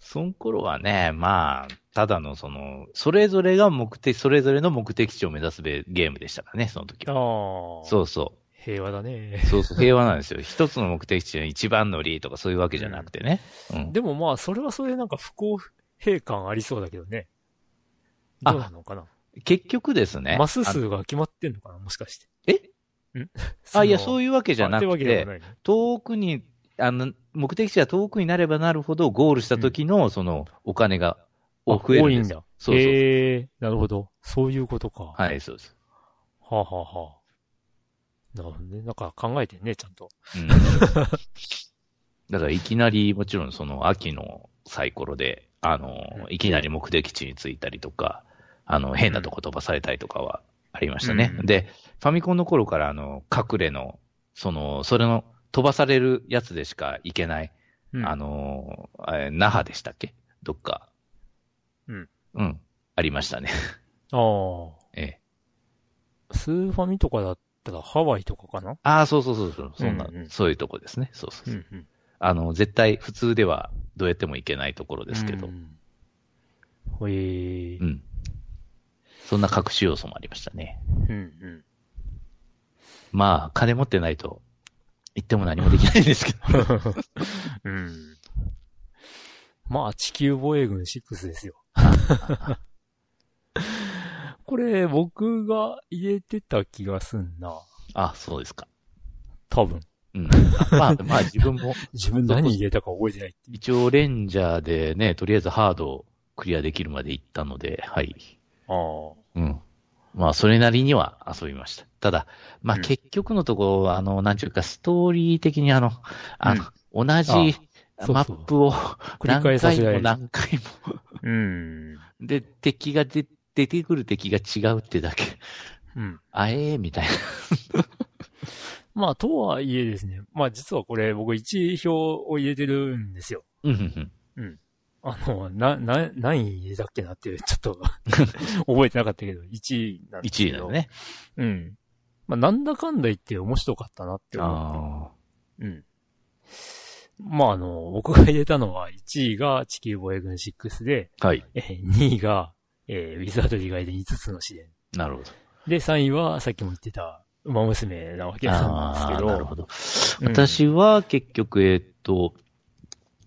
Speaker 2: その頃はね、まあ、ただのその、それぞれが目的、それぞれの目的地を目指すべゲームでしたからね、その時
Speaker 1: あ
Speaker 2: は。
Speaker 1: あ。
Speaker 2: そうそ
Speaker 1: 平和だ
Speaker 2: う。
Speaker 1: ね。
Speaker 2: そうそう、平和なんですよ。 一つの目的地の一番乗りとかそういうわけじゃなくてね。うん。
Speaker 1: でもまあ、それはそれでなんか不公平感ありそうだけどね。どうなのかな
Speaker 2: 結局ですね。
Speaker 1: マス
Speaker 2: あの
Speaker 1: 数が決まってんのかなもしかして。えん
Speaker 2: あ、いや、そう
Speaker 1: いう
Speaker 2: いうわけじゃなくて、
Speaker 1: ない
Speaker 2: 遠くに、あの、目的地が遠くになればなるほど、ゴールした時の、その、お金が増える
Speaker 1: 多
Speaker 2: ん
Speaker 1: い
Speaker 2: で
Speaker 1: ん
Speaker 2: す。
Speaker 1: だ。
Speaker 2: そうそうそう
Speaker 1: ええなるほど。そういうことか。
Speaker 2: はい、そうです。
Speaker 1: はあはあはあなるほどね。なんか考えてね、ちゃんと。
Speaker 2: うん。だからいきなり、もちろんその秋のサイコロで、あの、
Speaker 1: うん
Speaker 2: いきなり目的地に着いたりとか、あの、変なとこ飛ばされたりとかはありましたね。
Speaker 1: うん
Speaker 2: で、ファミコンの頃から、あの、隠れの、その、それの飛ばされるやつでしか行けない、あ
Speaker 1: の、
Speaker 2: の、あれ那覇でしたっけどっか。
Speaker 1: うん。
Speaker 2: うん。ありましたね。
Speaker 1: あ
Speaker 2: ええ。
Speaker 1: あ。スーファミとかだったらハワイとかかな
Speaker 2: ああ、そうそうそうそう。そんな、
Speaker 1: うんうん
Speaker 2: そういうとこですね。そうそうそう。
Speaker 1: うん。
Speaker 2: あの、絶対普通ではどうやっても行けないところですけど。
Speaker 1: うんほえー。
Speaker 2: うん。そんな隠し要素もありましたね。
Speaker 1: うんうん。
Speaker 2: まあ、金持ってないと、行っても何もできないんで すけど。
Speaker 1: うん。 まあ、地球防衛軍6ですよ。 これ、僕が入れてた気がすんな。
Speaker 2: あ、そうですか。
Speaker 1: 多分。
Speaker 2: うん。まあ、まあ自分も、
Speaker 1: 自分何入れたか覚えてない。
Speaker 2: 一応レンジャーでね、とりあえずハードをクリアできるまで行ったので、はい。
Speaker 1: ああ。
Speaker 2: うん。まあ、それなりには遊びました。ただ、まあ、
Speaker 1: うん
Speaker 2: 結局のところ、あの、なんちゅうか、ストーリー的にあの、あの、同じ
Speaker 1: あそうそう
Speaker 2: マップを
Speaker 1: 繰り
Speaker 2: 何
Speaker 1: 返さ
Speaker 2: 回
Speaker 1: せられ
Speaker 2: も
Speaker 1: る
Speaker 2: 何回も
Speaker 1: うん。
Speaker 2: で、敵が出出てくる敵が違うってだけ。
Speaker 1: うん。
Speaker 2: あえーみたいな。
Speaker 1: まあ、とはいえですね。まあ、実はこれ、僕1票を入れてるんですよ。
Speaker 2: うんうんうん
Speaker 1: あの、な、な、何位入れたっけなっていう、ちょっと、 覚えてなかったけど、1位なんですけ
Speaker 2: 一位
Speaker 1: ど。
Speaker 2: だよ。ね。
Speaker 1: うん。まあ、なんだかんだ言って面白かったなって思う。
Speaker 2: あ
Speaker 1: うん。まあ、あの、僕が入れたのは、1位が地球防衛軍6で、
Speaker 2: あ。はい。
Speaker 1: えー2位が、えーウィザード以外で5つの試練。
Speaker 2: なるほど。
Speaker 1: で、3位は、さっきも言ってた、馬娘なわけなんです
Speaker 2: あ
Speaker 1: け
Speaker 2: あ、
Speaker 1: ど。
Speaker 2: なるほど。
Speaker 1: うん
Speaker 2: 私は結局、えーっと、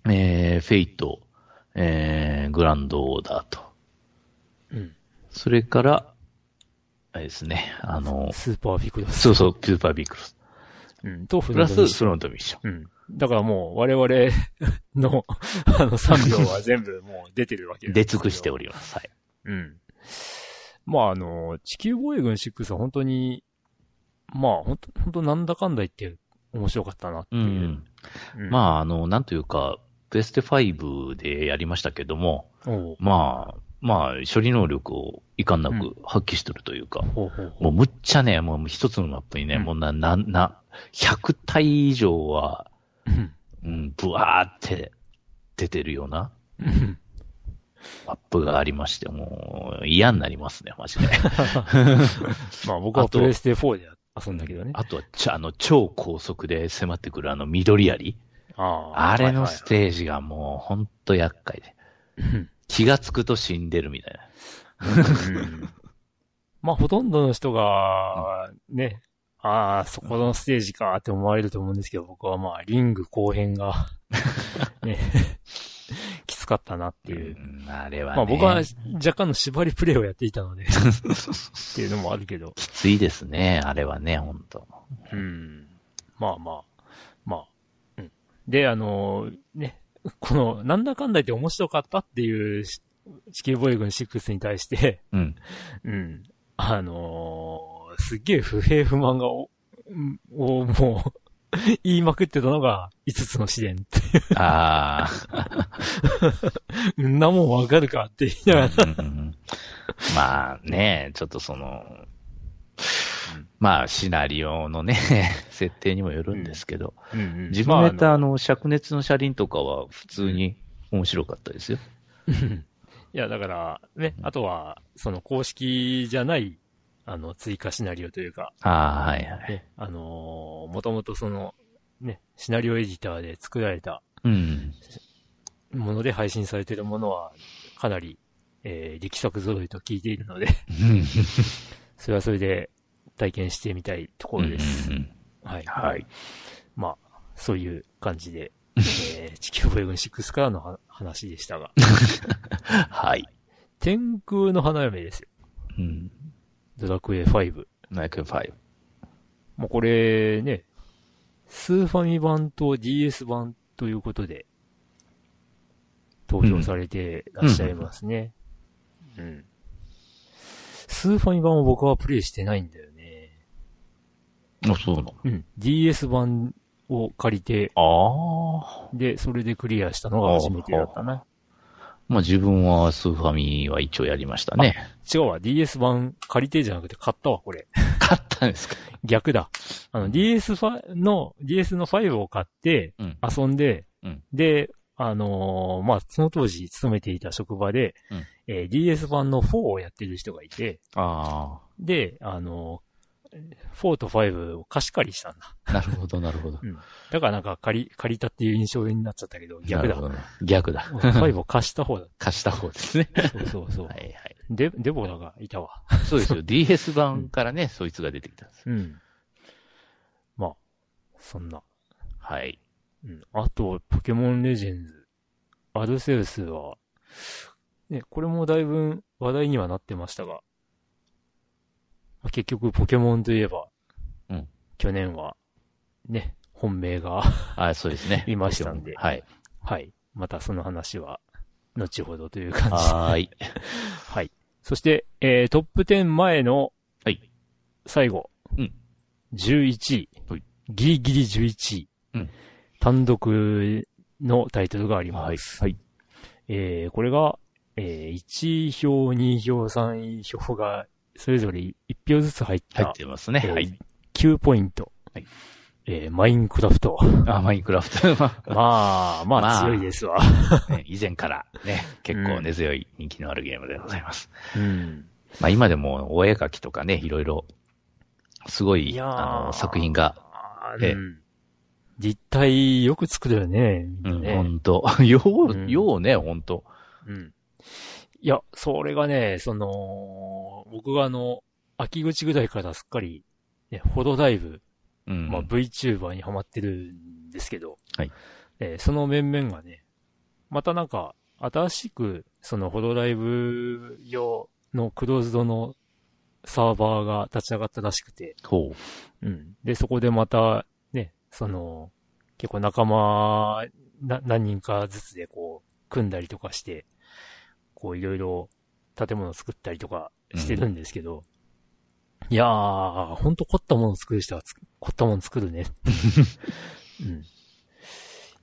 Speaker 2: えー、フェイト、えー、グランドオーダーと。
Speaker 1: うん。
Speaker 2: それから、あれですね、あの、
Speaker 1: スーパーフィクロス。
Speaker 2: そうそう、スーパービークロス。
Speaker 1: うん。と、フ
Speaker 2: プ
Speaker 1: ラ
Speaker 2: ラ
Speaker 1: ンス
Speaker 2: ス、。フロントミッション。
Speaker 1: うん。だからもう、我々の、 あの、3秒は全部もう出てるわけなん
Speaker 2: 出
Speaker 1: ですけ
Speaker 2: 尽
Speaker 1: ど
Speaker 2: くしております。はい。
Speaker 1: うん。まあ、あの、地球防衛軍6は本当に、まあ、本当本当なんだかんだ言って面白かったなって
Speaker 2: う
Speaker 1: い
Speaker 2: ん、
Speaker 1: う。
Speaker 2: ま
Speaker 1: あ、
Speaker 2: あ、あの、なんというか、ベスト5でやりましたけども、
Speaker 1: おう
Speaker 2: まあ、まあ、処理能力をいかんなく発揮しとるというか、
Speaker 1: ほうほうほ
Speaker 2: もうむっちゃね、もう一つのマップにね、
Speaker 1: うん
Speaker 2: もうな、な、な、100体以上は、
Speaker 1: う。 うん
Speaker 2: うん、ぶわーって出てるような
Speaker 1: うん
Speaker 2: マップがありまして、もう嫌になりますね、マ ジで。
Speaker 1: まあ、僕は
Speaker 2: あと
Speaker 1: プレステ4で遊んだけどね。
Speaker 2: あとは、ちゃあの、超高速で迫ってくるあの緑槍。
Speaker 1: あ
Speaker 2: あれのステージがもうほんと厄介で。
Speaker 1: ー。はいはい
Speaker 2: 気がつくと死んでるみたいな。
Speaker 1: うんまあ、ほとんどの人が、ね、ああ、そこのステージかって思われると思うんですけど、僕はまあ、リング後編 が、ね、きつかったなっていう。
Speaker 2: うん、あれはね。
Speaker 1: まあ、僕は若干の縛りプレイをやっていたので、っていうのもあるけど、
Speaker 2: きついですね、あれはね、ほんと。
Speaker 1: うん。まあまあ、まあ、うん。で、あのね、この、なんだかんだ言って面白かったっていうし、地球防衛軍6に対して、
Speaker 2: うん。
Speaker 1: うん。あのーすっげえ不平不満がお、 んをもう、言いまくってたのが、5つの試練って。
Speaker 2: あ
Speaker 1: んなもんわかるかって言いながら。
Speaker 2: あ。うんうんまあね、ちょっとその、まあシナリオのね、 設定にもよるんですけど、自分がやったあの、灼熱の車輪とかは普通に面白かったですよ。
Speaker 1: うん いや、だから、ね、あとは、その公式じゃない、あの、追加シナリオというか、
Speaker 2: ああ、はいはい。
Speaker 1: ね、あのもともとその、ね、シナリオエディターで作られた
Speaker 2: うん。
Speaker 1: もので配信されてるものは、かなり、えー力作揃いと聞いている ので、
Speaker 2: うん
Speaker 1: それはそれで体験してみたいところです。
Speaker 2: うんうん
Speaker 1: はい。
Speaker 2: はい。
Speaker 1: まあ、そういう感じ で、えー、地球防衛軍6からのは話でした が、
Speaker 2: はい。
Speaker 1: 天空の花嫁ですよ。
Speaker 2: うん。
Speaker 1: ドラクエ5。
Speaker 2: ナイクファイ
Speaker 1: もうこれね、スーファミ版と DS 版ということで、登場されてらっしゃいますね。うん。スーファミ版を僕はプレイしてないんだよね。
Speaker 2: あ、そうなの。
Speaker 1: うん。DS 版を借りて、
Speaker 2: ああ。
Speaker 1: で、それでクリアしたのが初めてだったな。
Speaker 2: まあ自分はスーファミは一応やりましたね。
Speaker 1: 違うわ、DS 版借りてじゃなくて買ったわ、これ。
Speaker 2: 買ったんですか
Speaker 1: 逆だ。あの、DS ファの、DS の5を買って、
Speaker 2: うん。
Speaker 1: 遊んで、
Speaker 2: うん
Speaker 1: で、あのーまあ、その当時勤めていた職場で、
Speaker 2: うん
Speaker 1: えー DS 版の4をやってる人がいて、
Speaker 2: あ
Speaker 1: で、あのー4と5を貸し借りしたんだ。
Speaker 2: あ。なるほど、なるほど。
Speaker 1: だからなんか借り、借りたっていう印象になっちゃったけど、逆だ
Speaker 2: なる。ほどね。逆だ。
Speaker 1: 5を貸した方だ。
Speaker 2: 貸した方ですね。
Speaker 1: そうそうそう。
Speaker 2: はいはい。
Speaker 1: で、デボラがいたわ。
Speaker 2: そうですよ。DS 版からね、そいつが出てきたんです。
Speaker 1: うん。まあ、そんな。
Speaker 2: はい。
Speaker 1: うん。あと、ポケモンレジェンズ、アルセウスは、ね、これもだいぶ話題にはなってましたが、まあ結局ポケモンといえば、
Speaker 2: うん
Speaker 1: 去年は、ね、本命が、
Speaker 2: あそうですね。
Speaker 1: いましたんで
Speaker 2: はい。
Speaker 1: はい。またその話は、後ほどという感じ。
Speaker 2: はーい。
Speaker 1: はい。そして、えー、トップ10前の
Speaker 2: はい。
Speaker 1: 最後。
Speaker 2: うん
Speaker 1: 11位。
Speaker 2: はい
Speaker 1: ギリギリ11位。
Speaker 2: うん
Speaker 1: 単独のタイトルがあります。
Speaker 2: はい。
Speaker 1: えー、これが、えー、1位票、2位票、3位票が、それぞれ1票ずつ入っ
Speaker 2: 入
Speaker 1: た
Speaker 2: っ、てますね。
Speaker 1: えー
Speaker 2: はい。
Speaker 1: 9ポイント。
Speaker 2: はい
Speaker 1: えー、マインクラフ ト。
Speaker 2: あ、マインクラフ ト。
Speaker 1: ま
Speaker 2: ま
Speaker 1: あ、ま
Speaker 2: ま
Speaker 1: あ
Speaker 2: あ
Speaker 1: 強いですわ。
Speaker 2: あね以前からね、結構根強い人気のあるゲームでございます。
Speaker 1: うん。
Speaker 2: まあ今でもお絵描きとかね、いろいろ、すごい、
Speaker 1: いやー
Speaker 2: あの、作品が、ええ
Speaker 1: うん立体よく作るよね、み
Speaker 2: うんん、
Speaker 1: なね。
Speaker 2: ほんと。 よ
Speaker 1: う
Speaker 2: う、
Speaker 1: ん
Speaker 2: ようね、ほんと。
Speaker 1: うん。いや、それがね、その、僕があの、秋口ぐらいからすっかり、ね、ほどだいぶ、
Speaker 2: うん。
Speaker 1: まあ、VTuber にハマってるんですけど、
Speaker 2: はい
Speaker 1: えーその面々がね、またなんか、新しく、その、ホロライブ用のクローズドのサーバーが立ち上がったらしくて、
Speaker 2: ほ
Speaker 1: うん。で、そこでまた、ね、その、結構仲間、な、何人かずつでこう、組んだりとかして、こう、いろいろ建物作ったりとかしてるんですけど、いやー、ほんと凝ったもの作る人はつ、凝ったもの作 るね。うん。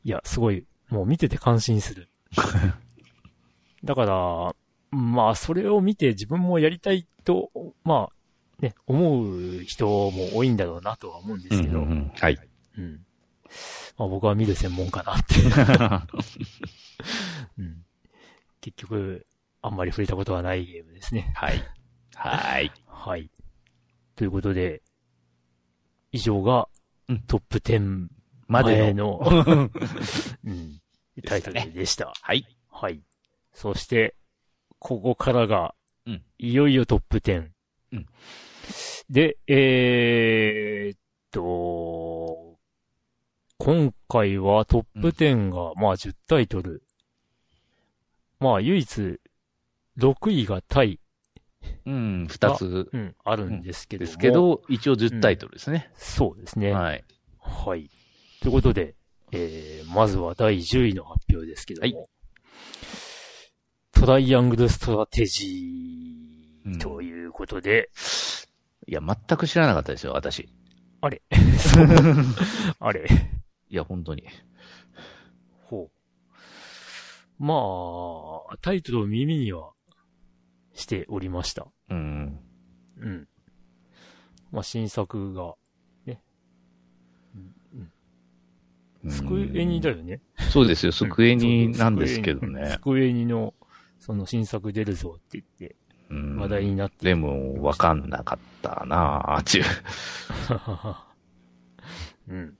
Speaker 1: いや、すごい、もう見てて感心する。だから、まあ、それを見て自分もやりたいと、まあ、ね、思う人も多いんだろうなとは思うんで
Speaker 2: う。
Speaker 1: すけど、
Speaker 2: うんうんうん はい。
Speaker 1: うん。まあ僕は見る専門かなって。うん。結局、あんまり触れたことはないゲームですね。
Speaker 2: はい。はい。
Speaker 1: はい。ということで、以上が
Speaker 2: うん、
Speaker 1: トップ10
Speaker 2: ま
Speaker 1: 前
Speaker 2: での。
Speaker 1: の、 うん、タイトルでした。
Speaker 2: はい。
Speaker 1: はい。そして、ここからが
Speaker 2: うん、
Speaker 1: いよいよトップ10。
Speaker 2: うん
Speaker 1: で、えー、っと、今回はトップ10が、まあ10タイトル。まあ唯一、6位がタイ、
Speaker 2: うん、二つ
Speaker 1: うん、あるんですけども、
Speaker 2: ですけど、一応10タイトルですね。
Speaker 1: そうですね。
Speaker 2: はい。
Speaker 1: はい。ということで、えー、まずは第10位の発表ですけども、
Speaker 2: はい
Speaker 1: トライアングルストラテジ
Speaker 2: う
Speaker 1: ー
Speaker 2: ん
Speaker 1: ということ で、
Speaker 2: いや、全く知らなかったですよ、 私。
Speaker 1: あれそうあれ
Speaker 2: いや、本当に。
Speaker 1: ほう。まあ、タイトルを耳にはしておりました。
Speaker 2: うん。
Speaker 1: うん。まあ、新作が、スクエニだ
Speaker 2: よ。
Speaker 1: よね。
Speaker 2: そうですよ、スクエ
Speaker 1: う
Speaker 2: ニ
Speaker 1: ん
Speaker 2: なんですけど
Speaker 1: うんス
Speaker 2: ね。
Speaker 1: クエニの、その新作出るぞって言って、
Speaker 2: うん
Speaker 1: 話題になって
Speaker 2: でも、わかんなかったなあっていう。
Speaker 1: うん。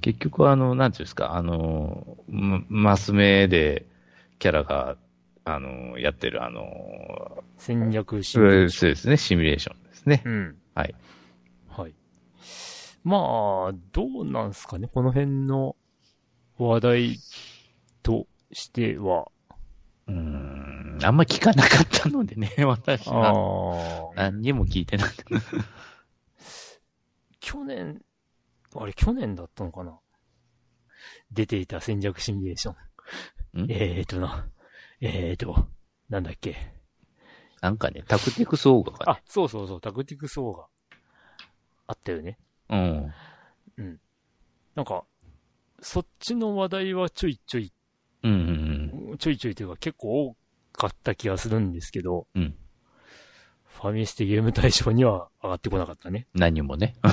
Speaker 2: 結局、あの、なんていうんですか、あの、まマス目でキャラが、あの、やってる、あの、
Speaker 1: 戦略シミュレーシ
Speaker 2: そうですね、シミュレーションですね
Speaker 1: ョ。ン。うん。
Speaker 2: はい。
Speaker 1: はい。まあ、どうなんすかね、この辺の話題としては。
Speaker 2: うん、あんま聞かなかったのでね、 私
Speaker 1: あ
Speaker 2: は。
Speaker 1: あ。
Speaker 2: 何にも聞いてない。
Speaker 1: 去年、あれ、去年だったのかな出ていた戦略シミュレーション。
Speaker 2: ん
Speaker 1: えーとな。えーと、なんだっけ。
Speaker 2: なんかね、タクティクスオーガがね
Speaker 1: あ、そうそうそう、タクティクスオーガ。あったよね。
Speaker 2: うん。
Speaker 1: なんか、そっちの話題はちょいちょい、
Speaker 2: うんうん
Speaker 1: ちょいちょいというか結構多かった気がするんですけど、
Speaker 2: うん
Speaker 1: ファミステゲーム大賞には上がってこなかったね。
Speaker 2: 何もね。タ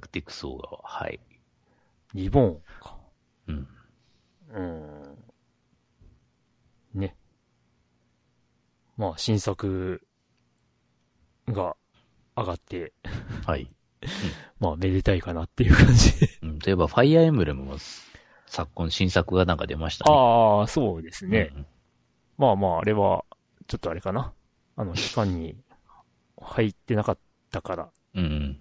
Speaker 2: クティクスオーガは、はい。
Speaker 1: リボーンか。
Speaker 2: うん。
Speaker 1: うん。ね。まあ、新作が上がって、
Speaker 2: はい。
Speaker 1: まあ、めでたいかなっていう感じで。
Speaker 2: うん、といえば、ファイアーエムブレムも、昨今新作がなんか出ましたね。
Speaker 1: ああ、そうですね。
Speaker 2: うん。
Speaker 1: まあまあ、あれは、ちょっとあれかな。あの、期間に入ってなかったから、
Speaker 2: うんうん。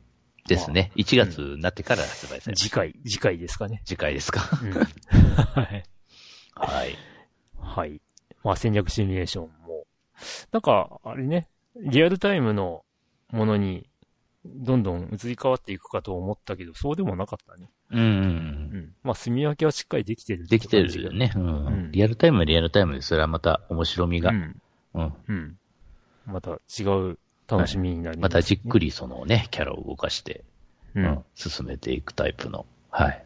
Speaker 2: ですね。1月になってから発売されま
Speaker 1: 次
Speaker 2: した。
Speaker 1: 回、次回ですかね。
Speaker 2: 次回で すか。
Speaker 1: うんはい。
Speaker 2: はい。
Speaker 1: はい。まあ、戦略シミュレーションも。なんか、あれね、リアルタイムのものに、どんどん移り変わっていくかと思ったけど、そうでもなかったね。
Speaker 2: うんうんう。
Speaker 1: うんん。まあ、住み分けはしっかりできてる
Speaker 2: できてるよね。う
Speaker 1: うんん。
Speaker 2: リアルタイムはリアルタイムで、それはまた面白み
Speaker 1: が。
Speaker 2: が
Speaker 1: う。ん。
Speaker 2: うん。
Speaker 1: うん。また違う楽しみになり
Speaker 2: またじっく
Speaker 1: り。
Speaker 2: りそのね、キャラを動かして、
Speaker 1: う
Speaker 2: うんん。。進めていくタイプの。はい。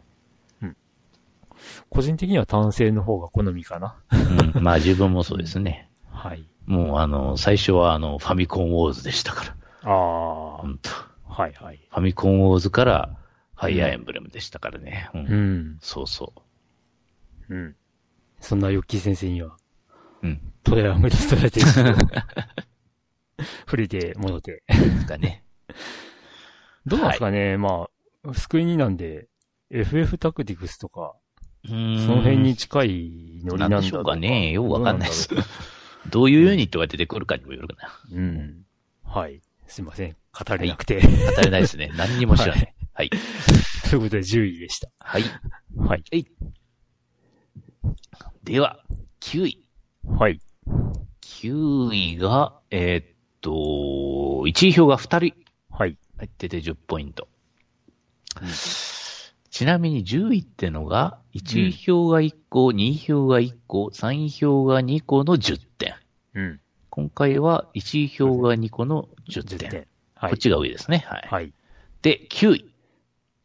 Speaker 1: 個人的には単性の方が好みかな。
Speaker 2: うん。まあ自分もそうですね。
Speaker 1: はい。
Speaker 2: もうあの、最初はあの、ファミコンウォーズでしたから。
Speaker 1: ああ、
Speaker 2: 本当フ
Speaker 1: はいはい。
Speaker 2: ァミコンウォーズから、ファイアーエンブレムでしたからね。うん。
Speaker 1: うん。
Speaker 2: そうそ
Speaker 1: うん。そんなヨッキー先生には、
Speaker 2: う。うん。
Speaker 1: トレアングルストラ テジーと触れて戻って、
Speaker 2: ですかね。
Speaker 1: どうなんですかね、まあ、スクエニなんで、FF タクティクスとか、
Speaker 2: そ
Speaker 1: そ
Speaker 2: の
Speaker 1: の辺に近いノリな
Speaker 2: なん
Speaker 1: だ
Speaker 2: ん
Speaker 1: ろ
Speaker 2: でしょうかね。よくわかんないです
Speaker 1: どう。
Speaker 2: どういうユニットが出てくるかにもよるかな。
Speaker 1: なんだろううん。はい。すいません。語れなくて。
Speaker 2: 語れないです ね。何にも知らない。はい。
Speaker 1: ということで10位でした。
Speaker 2: はい。
Speaker 1: はい。
Speaker 2: はい。では、9位。
Speaker 1: はい。
Speaker 2: 9位が、えーっと、1位票が2人
Speaker 1: はい。
Speaker 2: 入ってて10ポイント。ちなみに10位ってのが、1位票が1個、2位票が1個、3位票が2個の10点。
Speaker 1: うん。
Speaker 2: 今回は1位票が2個の10点。
Speaker 1: 10点。はい
Speaker 2: こっ。ちが上ですね。はい。
Speaker 1: はい。
Speaker 2: で、9位。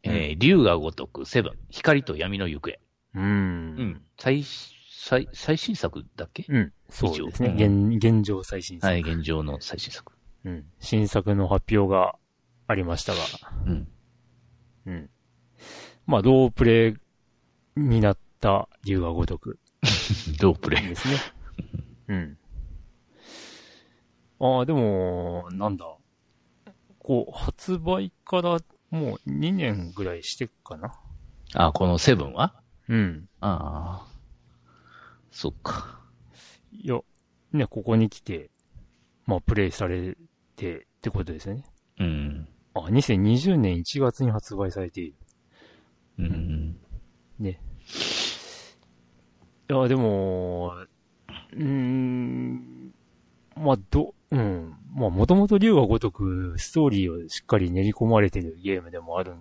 Speaker 2: えー、竜が如く、セブン、光と闇の行方。
Speaker 1: うーん。。
Speaker 2: 最、最、最新作だっけ、
Speaker 1: うん。そうですね。
Speaker 2: 以上
Speaker 1: 現、現状最新作。
Speaker 2: はい、現状の最新作。
Speaker 1: うん。新作の発表がありましたが、
Speaker 2: うん。
Speaker 1: うん。まあ、ロープレイになった理由が如く。
Speaker 2: ロープレイ。
Speaker 1: ですね。 うん。ああ、でも、なんだ。こう、発売からもう2年ぐらいしてっかな。
Speaker 2: あ、このセブンは
Speaker 1: うん。
Speaker 2: ああ。そっか。
Speaker 1: いや、ね、ここに来て、まあ、プレイされてってことですよね。
Speaker 2: うん。
Speaker 1: あ、2020年1月に発売されている。
Speaker 2: うん。
Speaker 1: ね。いや、でも、うーん、まあ、ど、うん。まあ、もともと竜が如く、ストーリーをしっかり練り込まれてるゲームでもある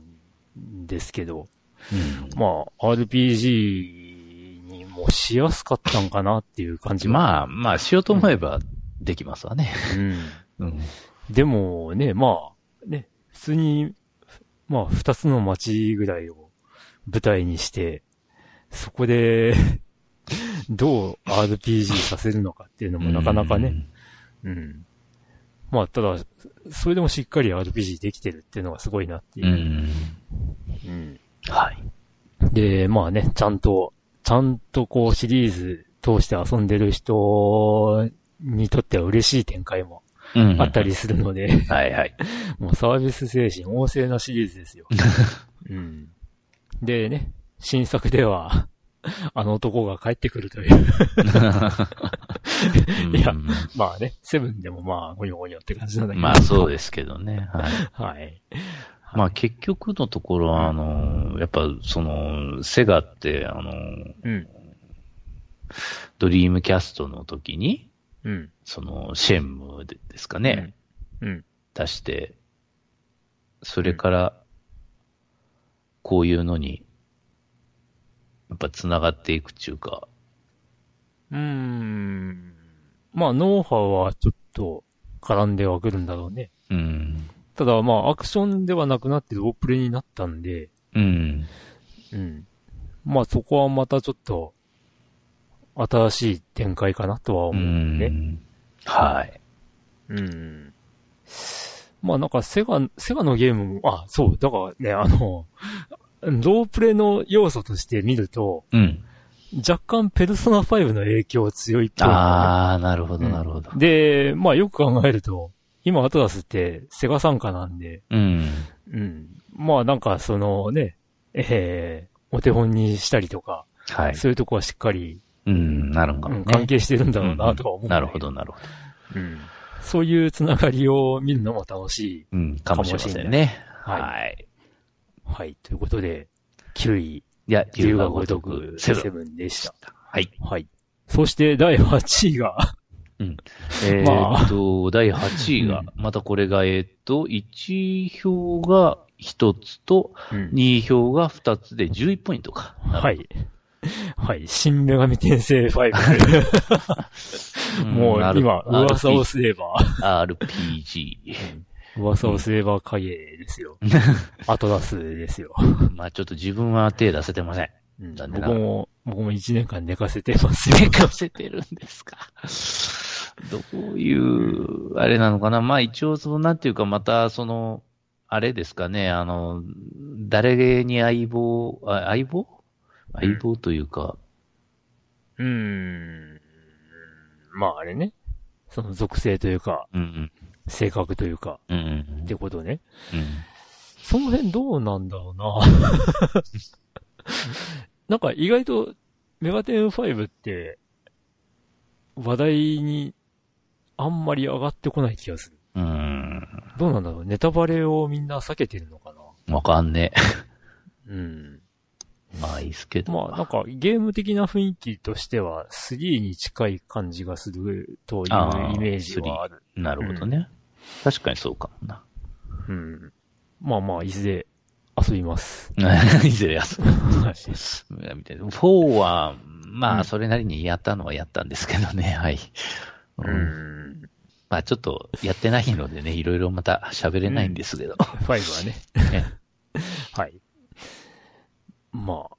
Speaker 1: んですけど、
Speaker 2: うん
Speaker 1: まあ、RPG にもしやすかったんかなっていう感じあ、
Speaker 2: まあ、まあ、しようと思えばできますわね。
Speaker 1: うん。
Speaker 2: うん。
Speaker 1: でもね、まあ、ね、普通に、まあ、二つの街ぐらいを舞台にして、そこで、 どう RPG させるのかっていうのもなかなかね、うん。まあ、ただ、それでもしっかり RPG できてるっていうのがすごいなってい
Speaker 2: うん。う
Speaker 1: う。う
Speaker 2: ん。
Speaker 1: ん。
Speaker 2: はい。
Speaker 1: で、まあね、ちゃんと、ちゃんとこうシリーズ通して遊んでる人にとっては嬉しい展開も
Speaker 2: うん
Speaker 1: あった。りするので、
Speaker 2: はいはい。
Speaker 1: もうサービス精神旺盛なシリーズですよ。うん。でね、新作では、 あの男が帰ってくると いう。いや
Speaker 2: うん
Speaker 1: まあね、セブンでもまあ、ゴニョゴニョって感じなんだけど。
Speaker 2: まあ、そうですけどね。はい。
Speaker 1: はい。
Speaker 2: まあ結局のところ、あの、やっぱその、セガって、あの、
Speaker 1: うん。
Speaker 2: ドリームキャストの時に、
Speaker 1: うん。
Speaker 2: その、シェンムーでですかね、
Speaker 1: うん。
Speaker 2: 出して、それから、こういうのに、やっぱ繋がっていくっていうか、
Speaker 1: うーん。まあ、ノウハウはちょっと絡んではくるんだろうね。
Speaker 2: うん。
Speaker 1: ただまあ、アクションではなくなってロープレイになったんで、
Speaker 2: うん。
Speaker 1: うん。まあそこはまたちょっと、新しい展開かなとは
Speaker 2: う
Speaker 1: 思うんでね。
Speaker 2: ん。はい。
Speaker 1: うん。まあなんかセガ、セガのゲームも、あ、そう、だからね、あの、ロープレイの要素として見ると、
Speaker 2: うん。
Speaker 1: 若干ペルソナ5の影響強いっぽいんだよね、
Speaker 2: あー、なるほど、
Speaker 1: うん
Speaker 2: なるほど。
Speaker 1: で、まあよく考えると、今アトラスってセガ参加なんで、
Speaker 2: うん。
Speaker 1: うん。まあなんかそのね、えー、お手本にしたりとか、
Speaker 2: はい。
Speaker 1: そういうとこはしっかり、
Speaker 2: うん、なるんか
Speaker 1: う
Speaker 2: も
Speaker 1: ん
Speaker 2: ね。
Speaker 1: 関係してるんだろうなとは思う、
Speaker 2: んなるほ。ど、なるほど。
Speaker 1: うん。そういうつながりを見るのも楽しい。
Speaker 2: うん、かもしれませんね。はい。
Speaker 1: はい。ということで、9位、
Speaker 2: いや、
Speaker 1: 龍
Speaker 2: 龍
Speaker 1: が
Speaker 2: が
Speaker 1: 如
Speaker 2: 如
Speaker 1: く
Speaker 2: く、
Speaker 1: セ
Speaker 2: セ
Speaker 1: ブ
Speaker 2: ブン。
Speaker 1: ンでした。
Speaker 2: はい。
Speaker 1: はい。そして第8位が、
Speaker 2: え
Speaker 1: まあ
Speaker 2: ーっと、第8位が、またこれが、えーっと、1票が1つと、2票が2つで11ポイントか。
Speaker 1: は。い。はい。新女神転生5。もう 今、噂を。すれば、
Speaker 2: RPG。
Speaker 1: 噂をすれば影です よ。アトラスですよ。
Speaker 2: まあちょっと自分は手出せてません。
Speaker 1: うん
Speaker 2: 残念な
Speaker 1: 僕
Speaker 2: がら
Speaker 1: も、僕も1年間寝かせてますよ。
Speaker 2: 寝かせてるんですか。 どういう、あれなのかな。まあ一応、その、なんていうか、また、その、あれですかね、あの、誰に相棒、あ相棒相棒というか、
Speaker 1: うーん。まああれね。その属性というか、
Speaker 2: うん、
Speaker 1: 性格というか、
Speaker 2: うん、うん
Speaker 1: っ、てことね。
Speaker 2: うん。
Speaker 1: その辺どうなんだろうな。 なんか意外と、メガテン5って、話題にあんまり上がってこない気がする。
Speaker 2: うーん。
Speaker 1: どうなんだろうネタバレをみんな避けてるのか
Speaker 2: わかんね
Speaker 1: なうん。
Speaker 2: え。まあいいっすけど。
Speaker 1: まあなんかゲーム的な雰囲気としては3に近い感じがするという
Speaker 2: あー
Speaker 1: イメージはある。
Speaker 2: なるほどね。確かにそうかもな。
Speaker 1: うん。まあまあ、いずれ遊びます。
Speaker 2: いずれ休む。
Speaker 1: はい。
Speaker 2: みたいな。4は、ま
Speaker 1: うん
Speaker 2: あ、それなりにやったのはやったんですけどね、はい。う。
Speaker 1: うんん。
Speaker 2: まあ、ちょっとやってないのでね、いろいろまた喋れないんですけど。
Speaker 1: ファイブはね。
Speaker 2: ね
Speaker 1: はい。まあ。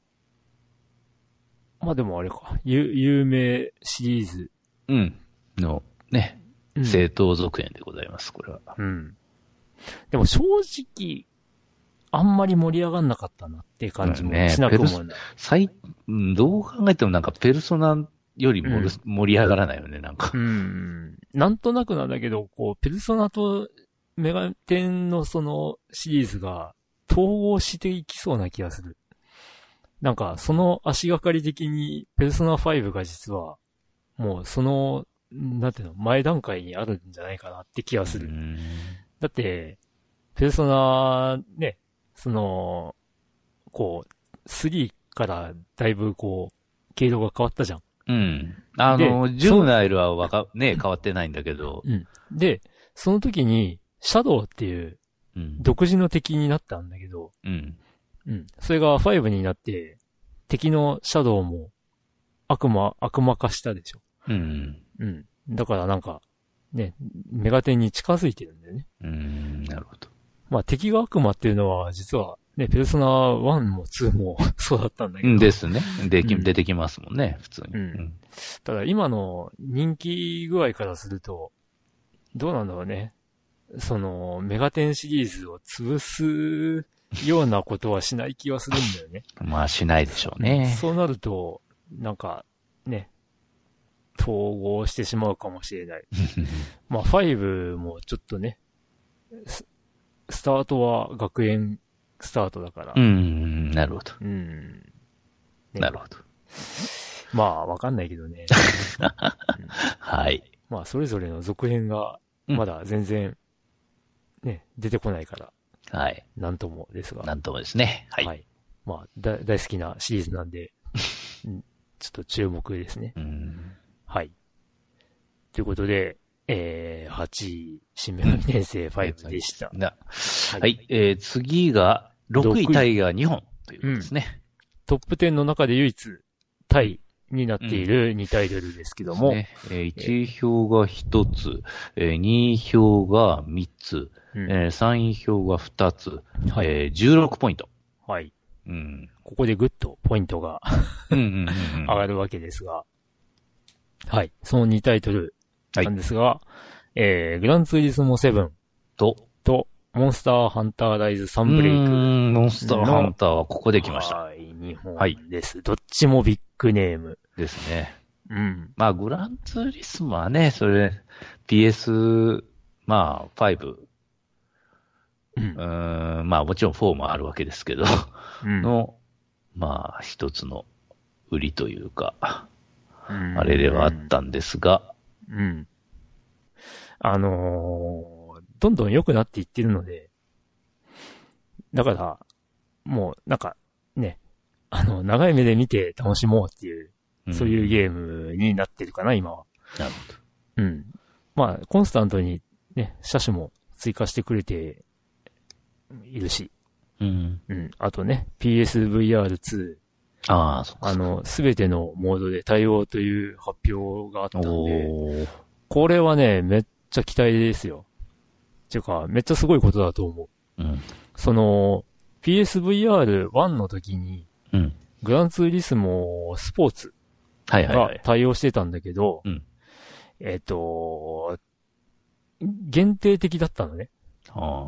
Speaker 1: まあでもあれか。有有名シリーズ。
Speaker 2: うん。の、ね、
Speaker 1: うん
Speaker 2: 正当続編でございます、これは。
Speaker 1: うん。でも正直、あんまり盛り上がんなかったなっていう感じも
Speaker 2: うんね
Speaker 1: しなくもない。
Speaker 2: 最、うんどう考えてもなんか、ペルソナよりも
Speaker 1: うん
Speaker 2: 盛り上がらないよね、なんか
Speaker 1: う。ん。なんとなくなんだけど、こう、ペルソナとメガテンのそのシリーズが統合していきそうな気がする。なんか、その足がかり的に、ペルソナ5が実は、もうその、なんていうの、前段階にあるんじゃないかなって気がする。
Speaker 2: うん
Speaker 1: だって、ペルソナ、ね、その、こう、3からだいぶこう、経路が変わったじゃん。
Speaker 2: うん。あの、
Speaker 1: で
Speaker 2: ジュナイルはわか、ね、変わってないんだけど、
Speaker 1: うん。で、その時に、シャドウっていう
Speaker 2: うん。
Speaker 1: 独自の敵になったんだけど、
Speaker 2: うん。
Speaker 1: うん。それが5になって、敵のシャドウも悪魔、悪魔化したでしょ。
Speaker 2: うん。
Speaker 1: うん。だからなんか、ね、メガテンに近づいてるんだよね。
Speaker 2: うん、なるほど。
Speaker 1: まあ敵が悪魔っていうのは、実は、ね、ペルソナ1も2も そうだったんだけ
Speaker 2: う
Speaker 1: ど、
Speaker 2: んですね。でき、
Speaker 1: うん
Speaker 2: 出てきますもんね、普通に。
Speaker 1: う
Speaker 2: うんん。
Speaker 1: ただ今の人気具合からすると、どうなんだろうね。その、メガテンシリーズを潰すようなことはしない気はするんだよね。
Speaker 2: まあ、しないでしょうね。
Speaker 1: そうなると、なんか、ね、統合してしまうかもしれ ない。まあ、5もちょっとね、ススタートは学園スタートだから
Speaker 2: う。ん、なるほど。
Speaker 1: うん。ね
Speaker 2: なるほど。
Speaker 1: まあ、わかんないけど ね。
Speaker 2: はい。
Speaker 1: まあ、それぞれの続編が、
Speaker 2: うん
Speaker 1: まだ全然、ね、出てこないから、
Speaker 2: はい。
Speaker 1: なんともですが。
Speaker 2: なんともですね。はい。
Speaker 1: まあ、だ、大好きなシリーズなん で、うんちょっと注目ですね。
Speaker 2: うん。
Speaker 1: はい。ということで、えー、8位、新女神転生5でした。
Speaker 2: な
Speaker 1: は
Speaker 2: はいい。えー、次が、6
Speaker 1: 六位
Speaker 2: 位タイガー2本ということですね。
Speaker 1: トップ10の中で唯一、タイ、になっている2タイトルですけども、
Speaker 2: ねえー、1票が1つ、えー、2票が3つ、
Speaker 1: うん
Speaker 2: えー、3票が2つ、
Speaker 1: はい
Speaker 2: えー、16ポイント。
Speaker 1: はい。
Speaker 2: うん。
Speaker 1: ここでぐっとポイントが
Speaker 2: うんうんうんうん
Speaker 1: 上がるわけですが、はい。その2タイトルなんですが、えー、グランツーリスモ7
Speaker 2: と、
Speaker 1: と、モンスターハンターライズサ
Speaker 2: うー
Speaker 1: ンブレイク。
Speaker 2: ん、ノンスターハンターはここで来ました。
Speaker 1: はい、日本
Speaker 2: はい
Speaker 1: です、どっちもビッグネーム。
Speaker 2: ですね。
Speaker 1: うん。
Speaker 2: まあ、グランツーリスマはね、それ、PS、まあ、5、う
Speaker 1: うん。
Speaker 2: ーん、まあ、もちろん4もあるわけですけど、
Speaker 1: うん
Speaker 2: の、まあ、一つの売りというか、
Speaker 1: うん
Speaker 2: あれではあったんですが、
Speaker 1: うん。あのーどんどん良くなっていってるので、だから、もう、なんか、ね、あの、長い目で見て楽しもうっていう、
Speaker 2: ん
Speaker 1: そういうゲームになってるかな、今は。
Speaker 2: なる
Speaker 1: うん。まあ、コンスタントに、ね、車種も追加してくれているし、
Speaker 2: うん。
Speaker 1: うん。あとね、PSVR2、
Speaker 2: ああ、そっか
Speaker 1: あ。の、すべてのモードで対応という発表があったんで、
Speaker 2: おー
Speaker 1: これはね、めっちゃ期待ですよ。てか、めっちゃすごいことだと思う。
Speaker 2: うん。
Speaker 1: その、PSVR1 の時に、
Speaker 2: うん。
Speaker 1: グランツーリスモスポーツ
Speaker 2: はいはいは
Speaker 1: が
Speaker 2: い。
Speaker 1: 対応してたんだけど、
Speaker 2: うん
Speaker 1: えっ、と、限定的だったのね。
Speaker 2: あ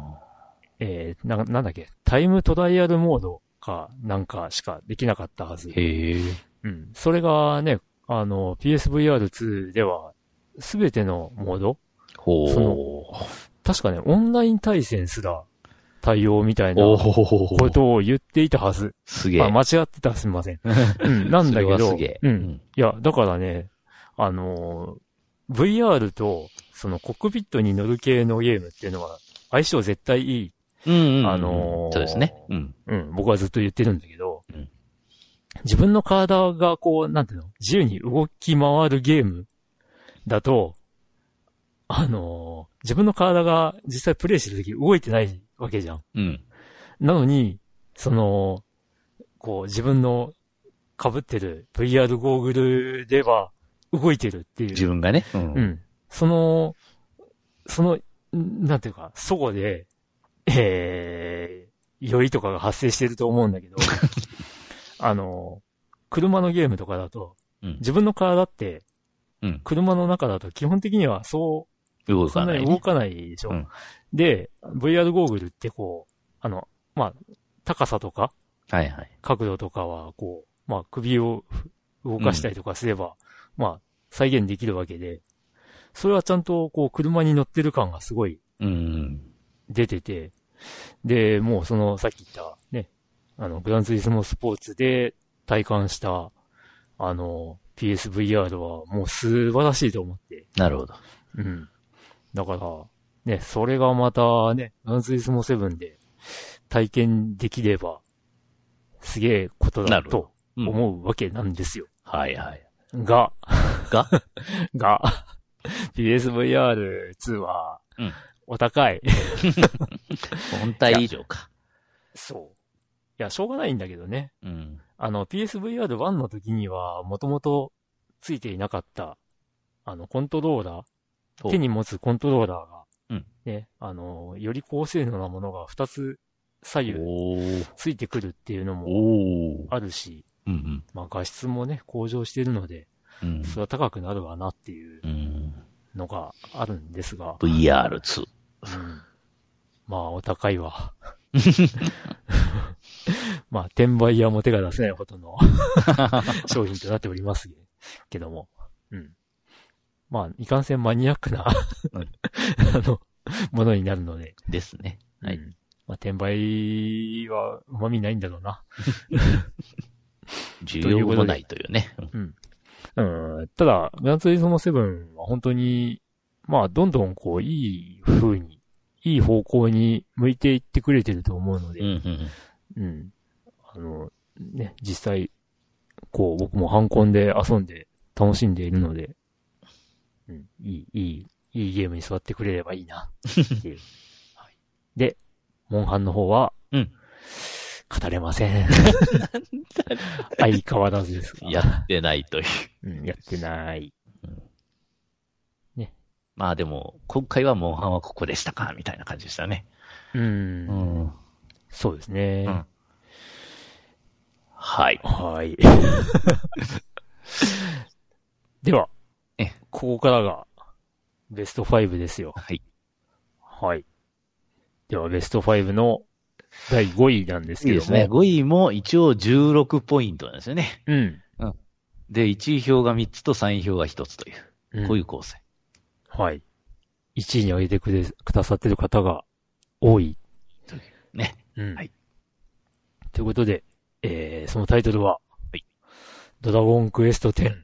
Speaker 1: えーな、なんだっけ、タイムトライアルモードか、なんかしかできなかったはず
Speaker 2: ー。へえ。
Speaker 1: うん。それがね、あの、PSVR2 では、すべてのモードその
Speaker 2: ほー。
Speaker 1: 確かね、オンライン対戦すら対応みたいな
Speaker 2: お
Speaker 1: こ
Speaker 2: ー。
Speaker 1: とを言っていたはず。
Speaker 2: すげ
Speaker 1: まあ、
Speaker 2: え。
Speaker 1: 間違ってたらすみま せん。うん、なんだけ
Speaker 2: それは
Speaker 1: ど、
Speaker 2: すげえ。
Speaker 1: うん。い。や、だからね、あのー VR と、そのコックピットに乗る系のゲームっていうのは、相性絶対いい。
Speaker 2: うんうんうん。
Speaker 1: あのー
Speaker 2: そうですね。うん。
Speaker 1: うん、僕はずっと言ってるんだけど、
Speaker 2: うん
Speaker 1: 自分の体がこう、なんていうの、自由に動き回るゲームだと、あのー自分の体が実際プレイしてるとき動いてないわけじゃん。
Speaker 2: うん。
Speaker 1: なのに、その、こう自分の被ってる VR ゴーグルでは動いてるっていう。
Speaker 2: 自分がね。う。
Speaker 1: うんん。その、その、んなんていうか、そこで、えー、酔いとかが発生してると思うんだけど、 あの、車のゲームとかだと、
Speaker 2: うん
Speaker 1: 自分の体って、
Speaker 2: うん
Speaker 1: 車の中だと基本的にはそ
Speaker 2: 動
Speaker 1: う、そ
Speaker 2: か
Speaker 1: んな
Speaker 2: ない
Speaker 1: に
Speaker 2: ね
Speaker 1: 動。かないでしょ。
Speaker 2: うん
Speaker 1: で、VR ゴーグルってこう、あの、まあ、高さとか
Speaker 2: はいはい。
Speaker 1: 角度とかは、こう、まあ、首を動かしたりとかすれば、まあ、再現できるわけで、それはちゃんと、こう、車に乗ってる感がすごい
Speaker 2: うん。
Speaker 1: 出てて、で、もうその、さっき言った、ね、あの、グランツーリスモスポーツで体感した、あの、PSVR はもう素晴らしいと思って、
Speaker 2: なるほど。
Speaker 1: うん。だから、ね、それがまたね、グランツーリスモ7で体験できれば、すげえこと
Speaker 2: な
Speaker 1: だ
Speaker 2: るほど
Speaker 1: と
Speaker 2: うん
Speaker 1: 思うわけなんですよ。
Speaker 2: はいはい。
Speaker 1: が、
Speaker 2: が
Speaker 1: が、PSVR2 は
Speaker 2: うん、
Speaker 1: お高い。
Speaker 2: 本体以上か。
Speaker 1: そう。いや、しょうがないんだけどね。
Speaker 2: うん。
Speaker 1: あの、PSVR1 の時には、もともとついていなかった、あの、コントローラー、
Speaker 2: ほう
Speaker 1: 手に持つコントローラーが、
Speaker 2: うん
Speaker 1: ね、あの、より高性能なものが2つ左右
Speaker 2: おー。
Speaker 1: ついてくるっていうの
Speaker 2: お
Speaker 1: も
Speaker 2: ー。
Speaker 1: あるし、
Speaker 2: うん
Speaker 1: まあ、画質もね、向上してるので、
Speaker 2: うん。うん
Speaker 1: それは高くなるわなっていう
Speaker 2: うん。
Speaker 1: のがあるんですが、
Speaker 2: VR2。
Speaker 1: うんまあ、お高い わ。 まあ、転売屋も手が出せないほど の商品となっておりますけども。うん。まあ、いかんせんマニアックな、あ
Speaker 2: うん
Speaker 1: の、ものになるので。
Speaker 2: ですね。はい
Speaker 1: うんまあ、転売は旨味ないんだろうな。
Speaker 2: 需要もないというね。
Speaker 1: うん。ただ、グランツーリスモ7は本当に、まあ、どんどんこう、いい風に、いい方向に向いていってくれてると思うので
Speaker 2: うん、うん。
Speaker 1: うん。あの、ね、実際、こう、僕もハンコンで遊んで楽しんでいるので、うん、いい、いい、いいゲームに座ってくれれ ばいいな、っていう。はいで、モンハンの方は、
Speaker 2: うん
Speaker 1: 語れません。相変わらずですが。
Speaker 2: やってないという。
Speaker 1: うん、やってない。
Speaker 2: まあでも、今回はモンハンはここでしたか、みたいな感じでしたね。
Speaker 1: うん。
Speaker 2: ん。
Speaker 1: そうですね。
Speaker 2: うんはい。
Speaker 1: はい。 では
Speaker 2: え、
Speaker 1: ここからが、ベスト5ですよ。
Speaker 2: はい。
Speaker 1: はい。では、ベスト5の第5位なんですけ
Speaker 2: いいで
Speaker 1: ど
Speaker 2: す
Speaker 1: も。
Speaker 2: ね。5位も一応16ポイントなんですよね。
Speaker 1: うん。
Speaker 2: で、1位票が3つと3位票が1つという、
Speaker 1: うん。
Speaker 2: こういう構成。
Speaker 1: はい。1位に上げてくれくださってる方が多い。
Speaker 2: ね。
Speaker 1: うん。
Speaker 2: はい。
Speaker 1: ということで、えー、そのタイトルは、
Speaker 2: はい
Speaker 1: ドラゴンクエスト10、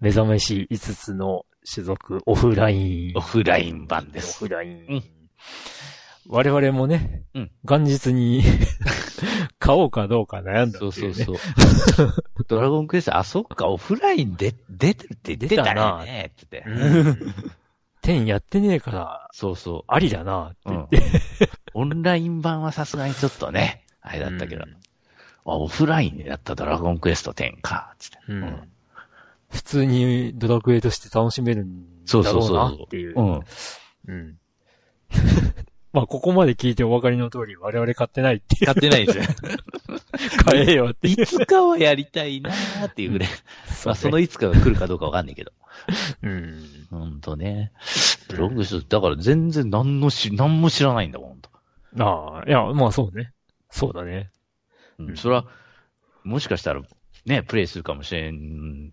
Speaker 1: 目覚めし5つの種族オフライン。
Speaker 2: オフライン版です
Speaker 1: オフ。ライン。
Speaker 2: うん
Speaker 1: 我々もね、
Speaker 2: うん
Speaker 1: 元日に 買おうかどうか悩んだっていね、
Speaker 2: そうそうそう。 ドラゴンクエスト、あ、そっか、オフラインで、出てるって出てたよね、って言って。
Speaker 1: うん。10やってねえから、
Speaker 2: そうそ
Speaker 1: ありだな、って
Speaker 2: う。う
Speaker 1: 言っ
Speaker 2: ん
Speaker 1: て。。
Speaker 2: オンライン版はさすがにちょっとね、あれだったけど。あ、オフラインでやったドラゴンクエスト10か、つって。
Speaker 1: うん。
Speaker 2: うん
Speaker 1: 普通にドラクエとして楽しめるんだ
Speaker 2: そう
Speaker 1: ろ
Speaker 2: そう
Speaker 1: う
Speaker 2: そ
Speaker 1: な
Speaker 2: う。
Speaker 1: っていう。
Speaker 2: うん。
Speaker 1: うん。 まあ、ここまで聞いてお分かりの通り、我々買ってないって、
Speaker 2: 買ってないですよ。
Speaker 1: 買えよって
Speaker 2: いつかはやりたいなーっていうぐらい。まあ、そのいつかが来るかどうかわかんないけど。
Speaker 1: うん。
Speaker 2: ほんとね。ドラゴンクエスト、だから全然何のし、何も知らないんだもん、ほんと。
Speaker 1: ああ、いや、まあそうね。そうだね。
Speaker 2: うん、それは、もしかしたら、ね、プレイするかもしれん、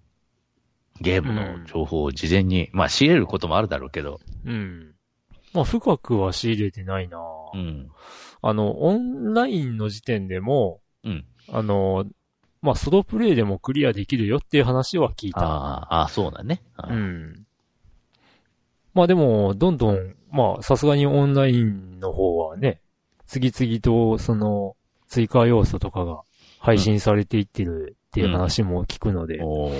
Speaker 2: ゲームの情報を事前に、まあ仕入れることもあるだろうけど、
Speaker 1: うん。まあ、深くは仕入れてないな、
Speaker 2: うん。
Speaker 1: あの、オンラインの時点でも、
Speaker 2: うん。
Speaker 1: あの、まあ、ソロプレイでもクリアできるよっていう話は聞いた。
Speaker 2: ああ、ああ、そうだね。ああ
Speaker 1: うん。まあでも、どんどん、まあ、さすがにオンラインの方はね、次々と、その、追加要素とかが配信されていってるっていう話も聞くので、
Speaker 2: おー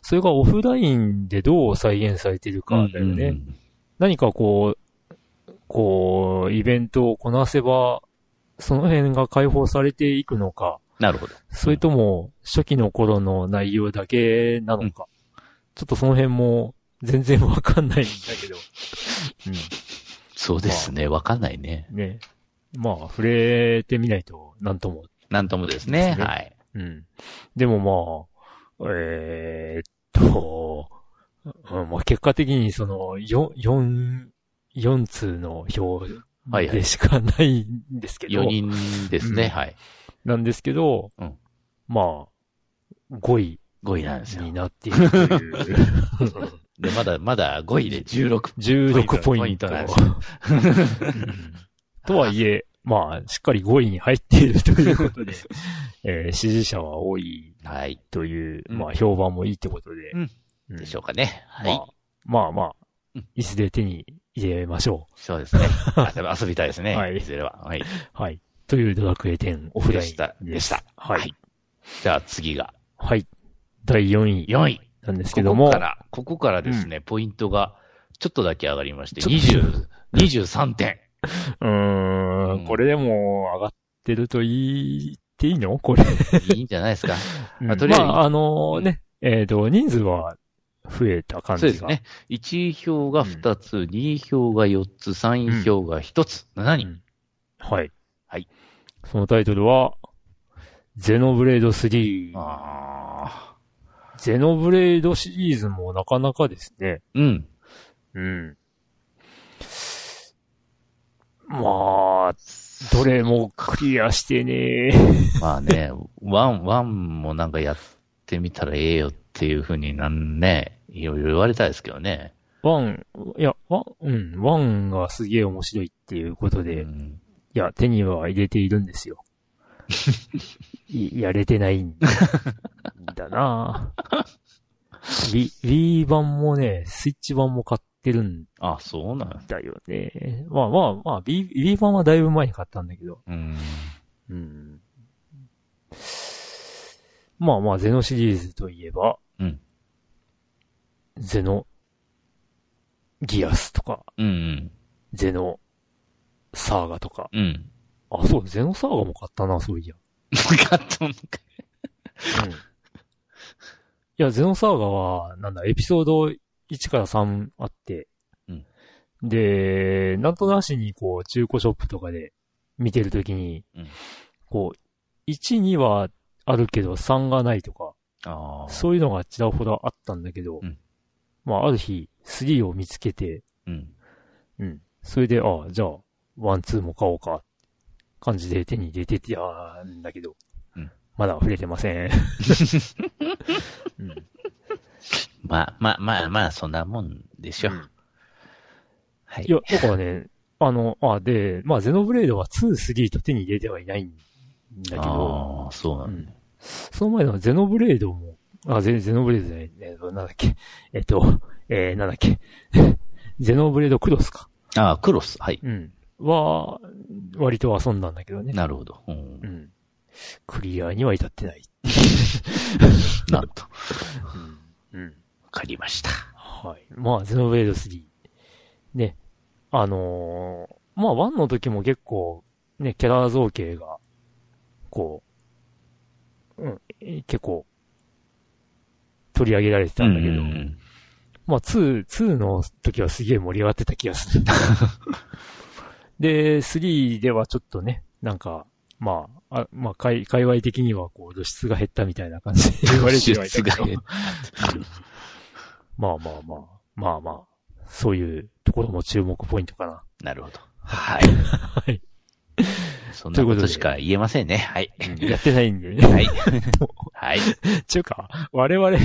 Speaker 1: それがオフラインでどう再現されてるかだよね。
Speaker 2: うん
Speaker 1: 何かこう、こう、イベントをこなせば、その辺が解放されていくのか、
Speaker 2: なるほど。
Speaker 1: それとも初期の頃の内容だけなのか、ちょっとその辺も全然わかんないんだけど、
Speaker 2: そうですね。わかんないね。
Speaker 1: うん、ね。まあ、触れてみないと、なんとも。
Speaker 2: なんともです
Speaker 1: で
Speaker 2: ね。
Speaker 1: すね
Speaker 2: はい。
Speaker 1: うん。でもまあ、えー、っと、うんまあ結果的にその、4、4、4通の表
Speaker 2: はいはい
Speaker 1: でしかないんですけど、
Speaker 2: 4人です
Speaker 1: うん
Speaker 2: ね。はい。
Speaker 1: なんですけど、
Speaker 2: うん
Speaker 1: まあ、5位
Speaker 2: 5位なんですよ
Speaker 1: に。なっているという、
Speaker 2: で、まだ、まだ5位で16。
Speaker 1: 16ポ
Speaker 2: ポ
Speaker 1: イ
Speaker 2: イ
Speaker 1: ン
Speaker 2: ン
Speaker 1: ト
Speaker 2: トなんです
Speaker 1: うんとはい え、まあ、しっかり5位に入っている ということで、えー支持者は多い
Speaker 2: はい。
Speaker 1: という、
Speaker 2: うん
Speaker 1: まあ、評判もいいってことで、
Speaker 2: うん
Speaker 1: うん
Speaker 2: でしょうかね。
Speaker 1: ま
Speaker 2: は
Speaker 1: あ
Speaker 2: い。
Speaker 1: まあま
Speaker 2: う
Speaker 1: あ
Speaker 2: ん、
Speaker 1: いつで手に入れましょ
Speaker 2: そうです ね。あ遊びたいですね。
Speaker 1: はい
Speaker 2: いずれは。はい。
Speaker 1: う。はい。というドラクエ10オフライン
Speaker 2: でした
Speaker 1: す
Speaker 2: でした
Speaker 1: は
Speaker 2: はいい。じゃあ次が
Speaker 1: はい。第4位
Speaker 2: 4位。
Speaker 1: なんですけ
Speaker 2: こ
Speaker 1: ど
Speaker 2: こ
Speaker 1: も
Speaker 2: か、ら、ここからですね、ポイントがちょっとだけ上がりまして、
Speaker 1: ちょ
Speaker 2: 20、23点。
Speaker 1: うー、
Speaker 2: うんん
Speaker 1: これでも上がってると言っていいのこれ。
Speaker 2: いいんじゃない ですか。
Speaker 1: まあ、
Speaker 2: とりあえず
Speaker 1: あ、のね、えっ、と、人数は増えた感じ
Speaker 2: そう
Speaker 1: が。
Speaker 2: ですね。1位票が2つ、2位票が4つ、3位票が1つ、7
Speaker 1: う
Speaker 2: 人
Speaker 1: ん。はい。
Speaker 2: はい。
Speaker 1: そのタイトルは、ゼノブレード3。
Speaker 2: ああ。
Speaker 1: ゼノブレードシリーズもなかなかですね。
Speaker 2: うん。
Speaker 1: うん。まあ、どれもクリアしてね え。
Speaker 2: まあね、 ワン、ワンもなんかやってみたらええよっていうふうになんね、いろいろ言われたいですけどね。
Speaker 1: ワン、いや、ワン、うん、ワンがすげえ面白いっていうことで、
Speaker 2: うん
Speaker 1: いや、手には入れているんですよ。いやれてないんだなぁ。Wii Wii 版もね、スイッチ版も買ってるん
Speaker 2: あ、そうなん。
Speaker 1: だよね。まあまあまあ、Wii Wii 版はだいぶ前に買ったんだけど。
Speaker 2: うん。
Speaker 1: うん。まあまあ、ゼノシリーズといえば、
Speaker 2: うん
Speaker 1: ゼノギアスとか、
Speaker 2: うん。
Speaker 1: ゼノサーガとか。
Speaker 2: うん。
Speaker 1: あ、そう、ゼノサーガも買ったな、そういや。
Speaker 2: ガットン
Speaker 1: いや、ゼノサーガは、なんだ、エピソード1から3あって、
Speaker 2: うん
Speaker 1: で、なんとなしに、こう、中古ショップとかで見てるときに、
Speaker 2: うん
Speaker 1: こう、1、2はあるけど3がないとか、
Speaker 2: ああ。
Speaker 1: そういうのがちらほらあったんだけど、
Speaker 2: うん
Speaker 1: まあ、ある日、3を見つけて、
Speaker 2: うん。
Speaker 1: うん。それで、ああ、じゃあ、ワン、ツーも買おうか。感じで手に入れててやんだけど。
Speaker 2: うん
Speaker 1: まだ触れてません。うん。
Speaker 2: まあまあまあまあ、そんなもんでしょ。
Speaker 1: うん
Speaker 2: はい。
Speaker 1: いや、だからね、 あの、あ、で、まあ、ゼノブレードは2、3と手に入れてはいないんだけど、
Speaker 2: ああ、そうな
Speaker 1: うん
Speaker 2: だ
Speaker 1: ん。その前のゼノブレードも、あ、ゼゼノブレードじゃない、えっと、なんだっけ、えっと、えー、なんだっけ、 ゼノブレードクロスか。
Speaker 2: ああ、クロス。はい。
Speaker 1: うん。は、割と遊んだんだけどね。
Speaker 2: なるほど。う。
Speaker 1: うんん。クリアには至ってない。
Speaker 2: なんと。わ
Speaker 1: うん。
Speaker 2: かりました。
Speaker 1: はい。まあ、ゼノブレード3。ね。あのーまあ、1の時も結構、ね、キャラ造形が、こう、うん、え結構、取り上げられてたんだけど、
Speaker 2: うん
Speaker 1: まあ、2、2の時はすげえ盛り上がってた気が する。で、3ではちょっとね、なんか、まあ、あまあ、界界隈的には、こう、露出が減ったみたいな感じ で言われてはいたけ
Speaker 2: 露出が
Speaker 1: ど
Speaker 2: 減っ。
Speaker 1: まあまあまあ、まあまあ、そういうところも注目ポイントかな。。
Speaker 2: なるほど。はい。はい そんなことしか言えませんね。はい。
Speaker 1: やってないんでね。
Speaker 2: はい。はい。
Speaker 1: っていうか、我々、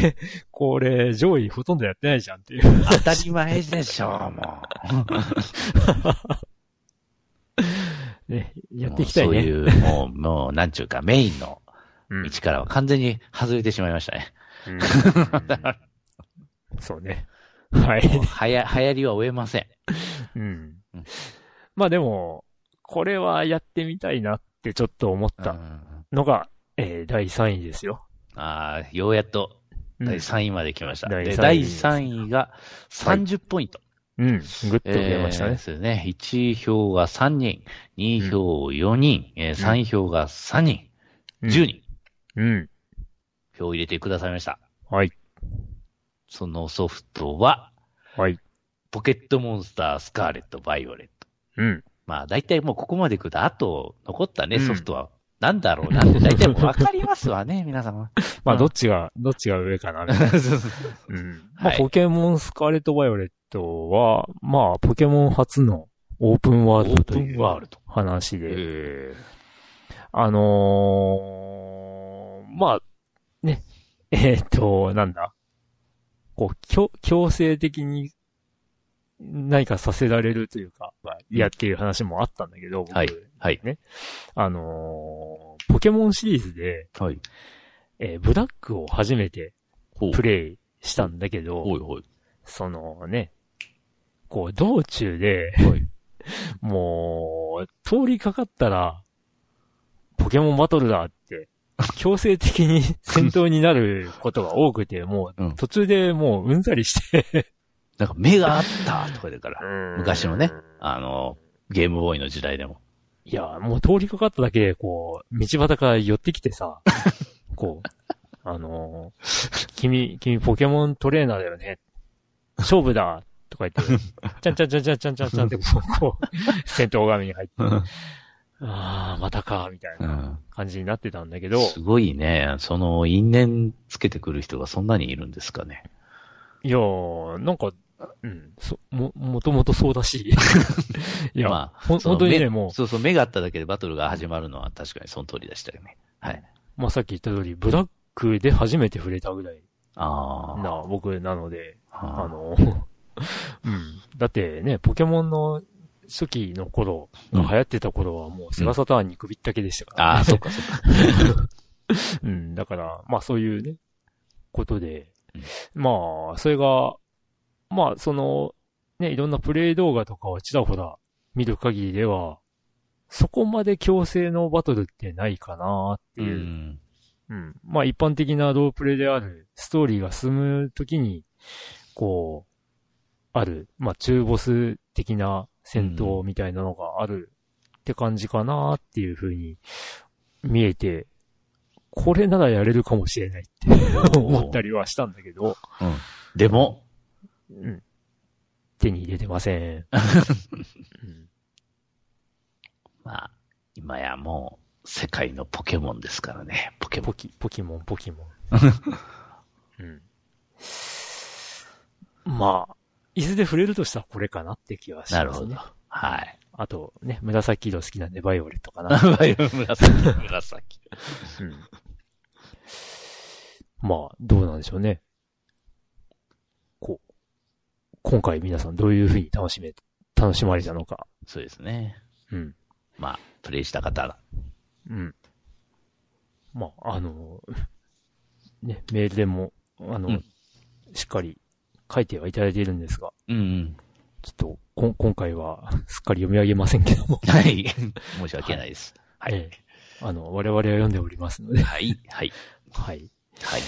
Speaker 1: これ、上位ほとんどやってないじゃんっていう。
Speaker 2: 当たり前でしょう、も
Speaker 1: ね、
Speaker 2: う。
Speaker 1: やっていきたいね。
Speaker 2: もうそういう、もう、もう、なんちゅうか、メインの
Speaker 1: うん
Speaker 2: 道からは完全に外れてしまいました ね。
Speaker 1: うん そうね。はい。
Speaker 2: もうはや、流行りは終えません。
Speaker 1: うん
Speaker 2: うん。
Speaker 1: まあでも、これはやってみたいなってちょっと思っ
Speaker 2: う
Speaker 1: た
Speaker 2: ん
Speaker 1: のが、えー第3位ですよ。
Speaker 2: ああ、ようやっと
Speaker 1: うん
Speaker 2: 第3位まで来ました。
Speaker 1: 第
Speaker 2: で
Speaker 1: 三位
Speaker 2: 第3位が30ポイント。
Speaker 1: うん。ぐっと増えました
Speaker 2: えー
Speaker 1: ね。
Speaker 2: そうですね。1票が3人、2票4人、えー3票が3人、
Speaker 1: うん
Speaker 2: 10人、
Speaker 1: うん。
Speaker 2: 票を入れてくださいました。
Speaker 1: はい。
Speaker 2: そのソフトは、
Speaker 1: はい。
Speaker 2: ポケットモンスター、スカーレット、バイオレット。
Speaker 1: うん。
Speaker 2: まあ、大体もうここまで来ると、あと残ったね、
Speaker 1: うん
Speaker 2: ソフトは、なんだろうなって、大体もうわかりますわね、皆様。
Speaker 1: まあ、
Speaker 2: うん
Speaker 1: どっちが、どっちが上か な、みたいな。
Speaker 2: そうそうそう
Speaker 1: うん。ま
Speaker 2: は
Speaker 1: あ、
Speaker 2: い
Speaker 1: ポケモンスカーレット・バイオレットは、まあ、ポケモン初のオープンワ
Speaker 2: オ
Speaker 1: ールド
Speaker 2: ー
Speaker 1: と
Speaker 2: プ
Speaker 1: い
Speaker 2: ン
Speaker 1: う
Speaker 2: ワールド。
Speaker 1: 話で、
Speaker 2: え
Speaker 1: あのー、まあ、ね、えーっ、と、なんだ。こう、強、強制的に何かさせられるというか、まあ嫌っていう話もあったんだけど、僕
Speaker 2: はいはい。
Speaker 1: あのー、ポケモンシリーズで、
Speaker 2: ーはい。
Speaker 1: えーブラックを初めて
Speaker 2: ほう。
Speaker 1: プレイしたんだけど、
Speaker 2: ほいほい。
Speaker 1: そのね、こう、道中で、
Speaker 2: はい
Speaker 1: もう、通りかかったら、ポケモンバトルだって、強制的に戦闘になることが多くて、も
Speaker 2: うん
Speaker 1: う、途中でもううんざりして、
Speaker 2: なんか目があったとかだから、昔のね、あの、ゲームボーイの時代でも。
Speaker 1: いや、もう通りかかっただけで、こう、道端から寄ってきて さ、こう、あのー君、君ポケモントレーナーだよね。勝負だとか言って、ちゃんちゃんちゃんちゃんちゃんちゃんちゃんって、こうこう、戦闘画面に入って、ああ、またか、みたいうなん感じになってたんだけど、
Speaker 2: すごいね、その因縁つけてくる人がそんなにいるんですかね。
Speaker 1: いやー、なんか、うん、そ、も、もともとそうだ し。いや、
Speaker 2: まあ、
Speaker 1: ほん、
Speaker 2: その
Speaker 1: 本当にね、
Speaker 2: 目
Speaker 1: も
Speaker 2: そうそう、目があっただけでバトルが始まるのは確かにその通りでしたよね。はい。
Speaker 1: う、まあさっき言った通り、ブラックで初めて触れたぐらい
Speaker 2: あー
Speaker 1: な、僕なので、
Speaker 2: あー。
Speaker 1: あの、うん。だってね、ポケモンの初期の頃、
Speaker 2: う
Speaker 1: 流
Speaker 2: ん
Speaker 1: 行ってた頃はもうセガサターンに首ったけでしたから、
Speaker 2: ああ、そっかそっか。
Speaker 1: うん、だから、まあそういうね、ことで
Speaker 2: うん、
Speaker 1: まあ、それが、まあその、ね、いろんなプレイ動画とかをちらほら見る限りでは、そこまで強制のバトルってないかなって
Speaker 2: う
Speaker 1: いう。
Speaker 2: ん。
Speaker 1: うん。まあ一般的なロープレである、ストーリーが進むときに、こう、ある、まあ中ボス的な戦闘みたいなのがあるって感じかなっていうふうに見えて、これならやれるかもしれないって 思ったりはしたんだけど、
Speaker 2: でも、
Speaker 1: うん。手に入れてません。 うん
Speaker 2: まあ、今やもう、世界のポケモンですからね。ポケモ
Speaker 1: ポ
Speaker 2: ン。
Speaker 1: キ、ポキモン、ポキモン。 うん。まあ、いずれ触れるとしたらこれかなって気はします
Speaker 2: な
Speaker 1: ね。
Speaker 2: るほど。はい。
Speaker 1: あとね、紫色好きなんでバイオレットかな。
Speaker 2: 紫、紫。
Speaker 1: うんまあ、どうなんでしょうね。こう。今回皆さんどういうふうに楽しめ、楽しまれたのか。
Speaker 2: そうですね。
Speaker 1: うん。
Speaker 2: まあ、プレイした方だ。
Speaker 1: うん。まあ、あの、 ね、メールでも、あの、
Speaker 2: うん
Speaker 1: しっかり書いてはいただいているんですが、
Speaker 2: うんうん。
Speaker 1: ちょっと、こん今回は すっかり読み上げませんけども、
Speaker 2: はい。申し訳ないです。は
Speaker 1: え
Speaker 2: い。
Speaker 1: あの、我々は読んでおりますので、
Speaker 2: はい。はい。
Speaker 1: はい。
Speaker 2: はい。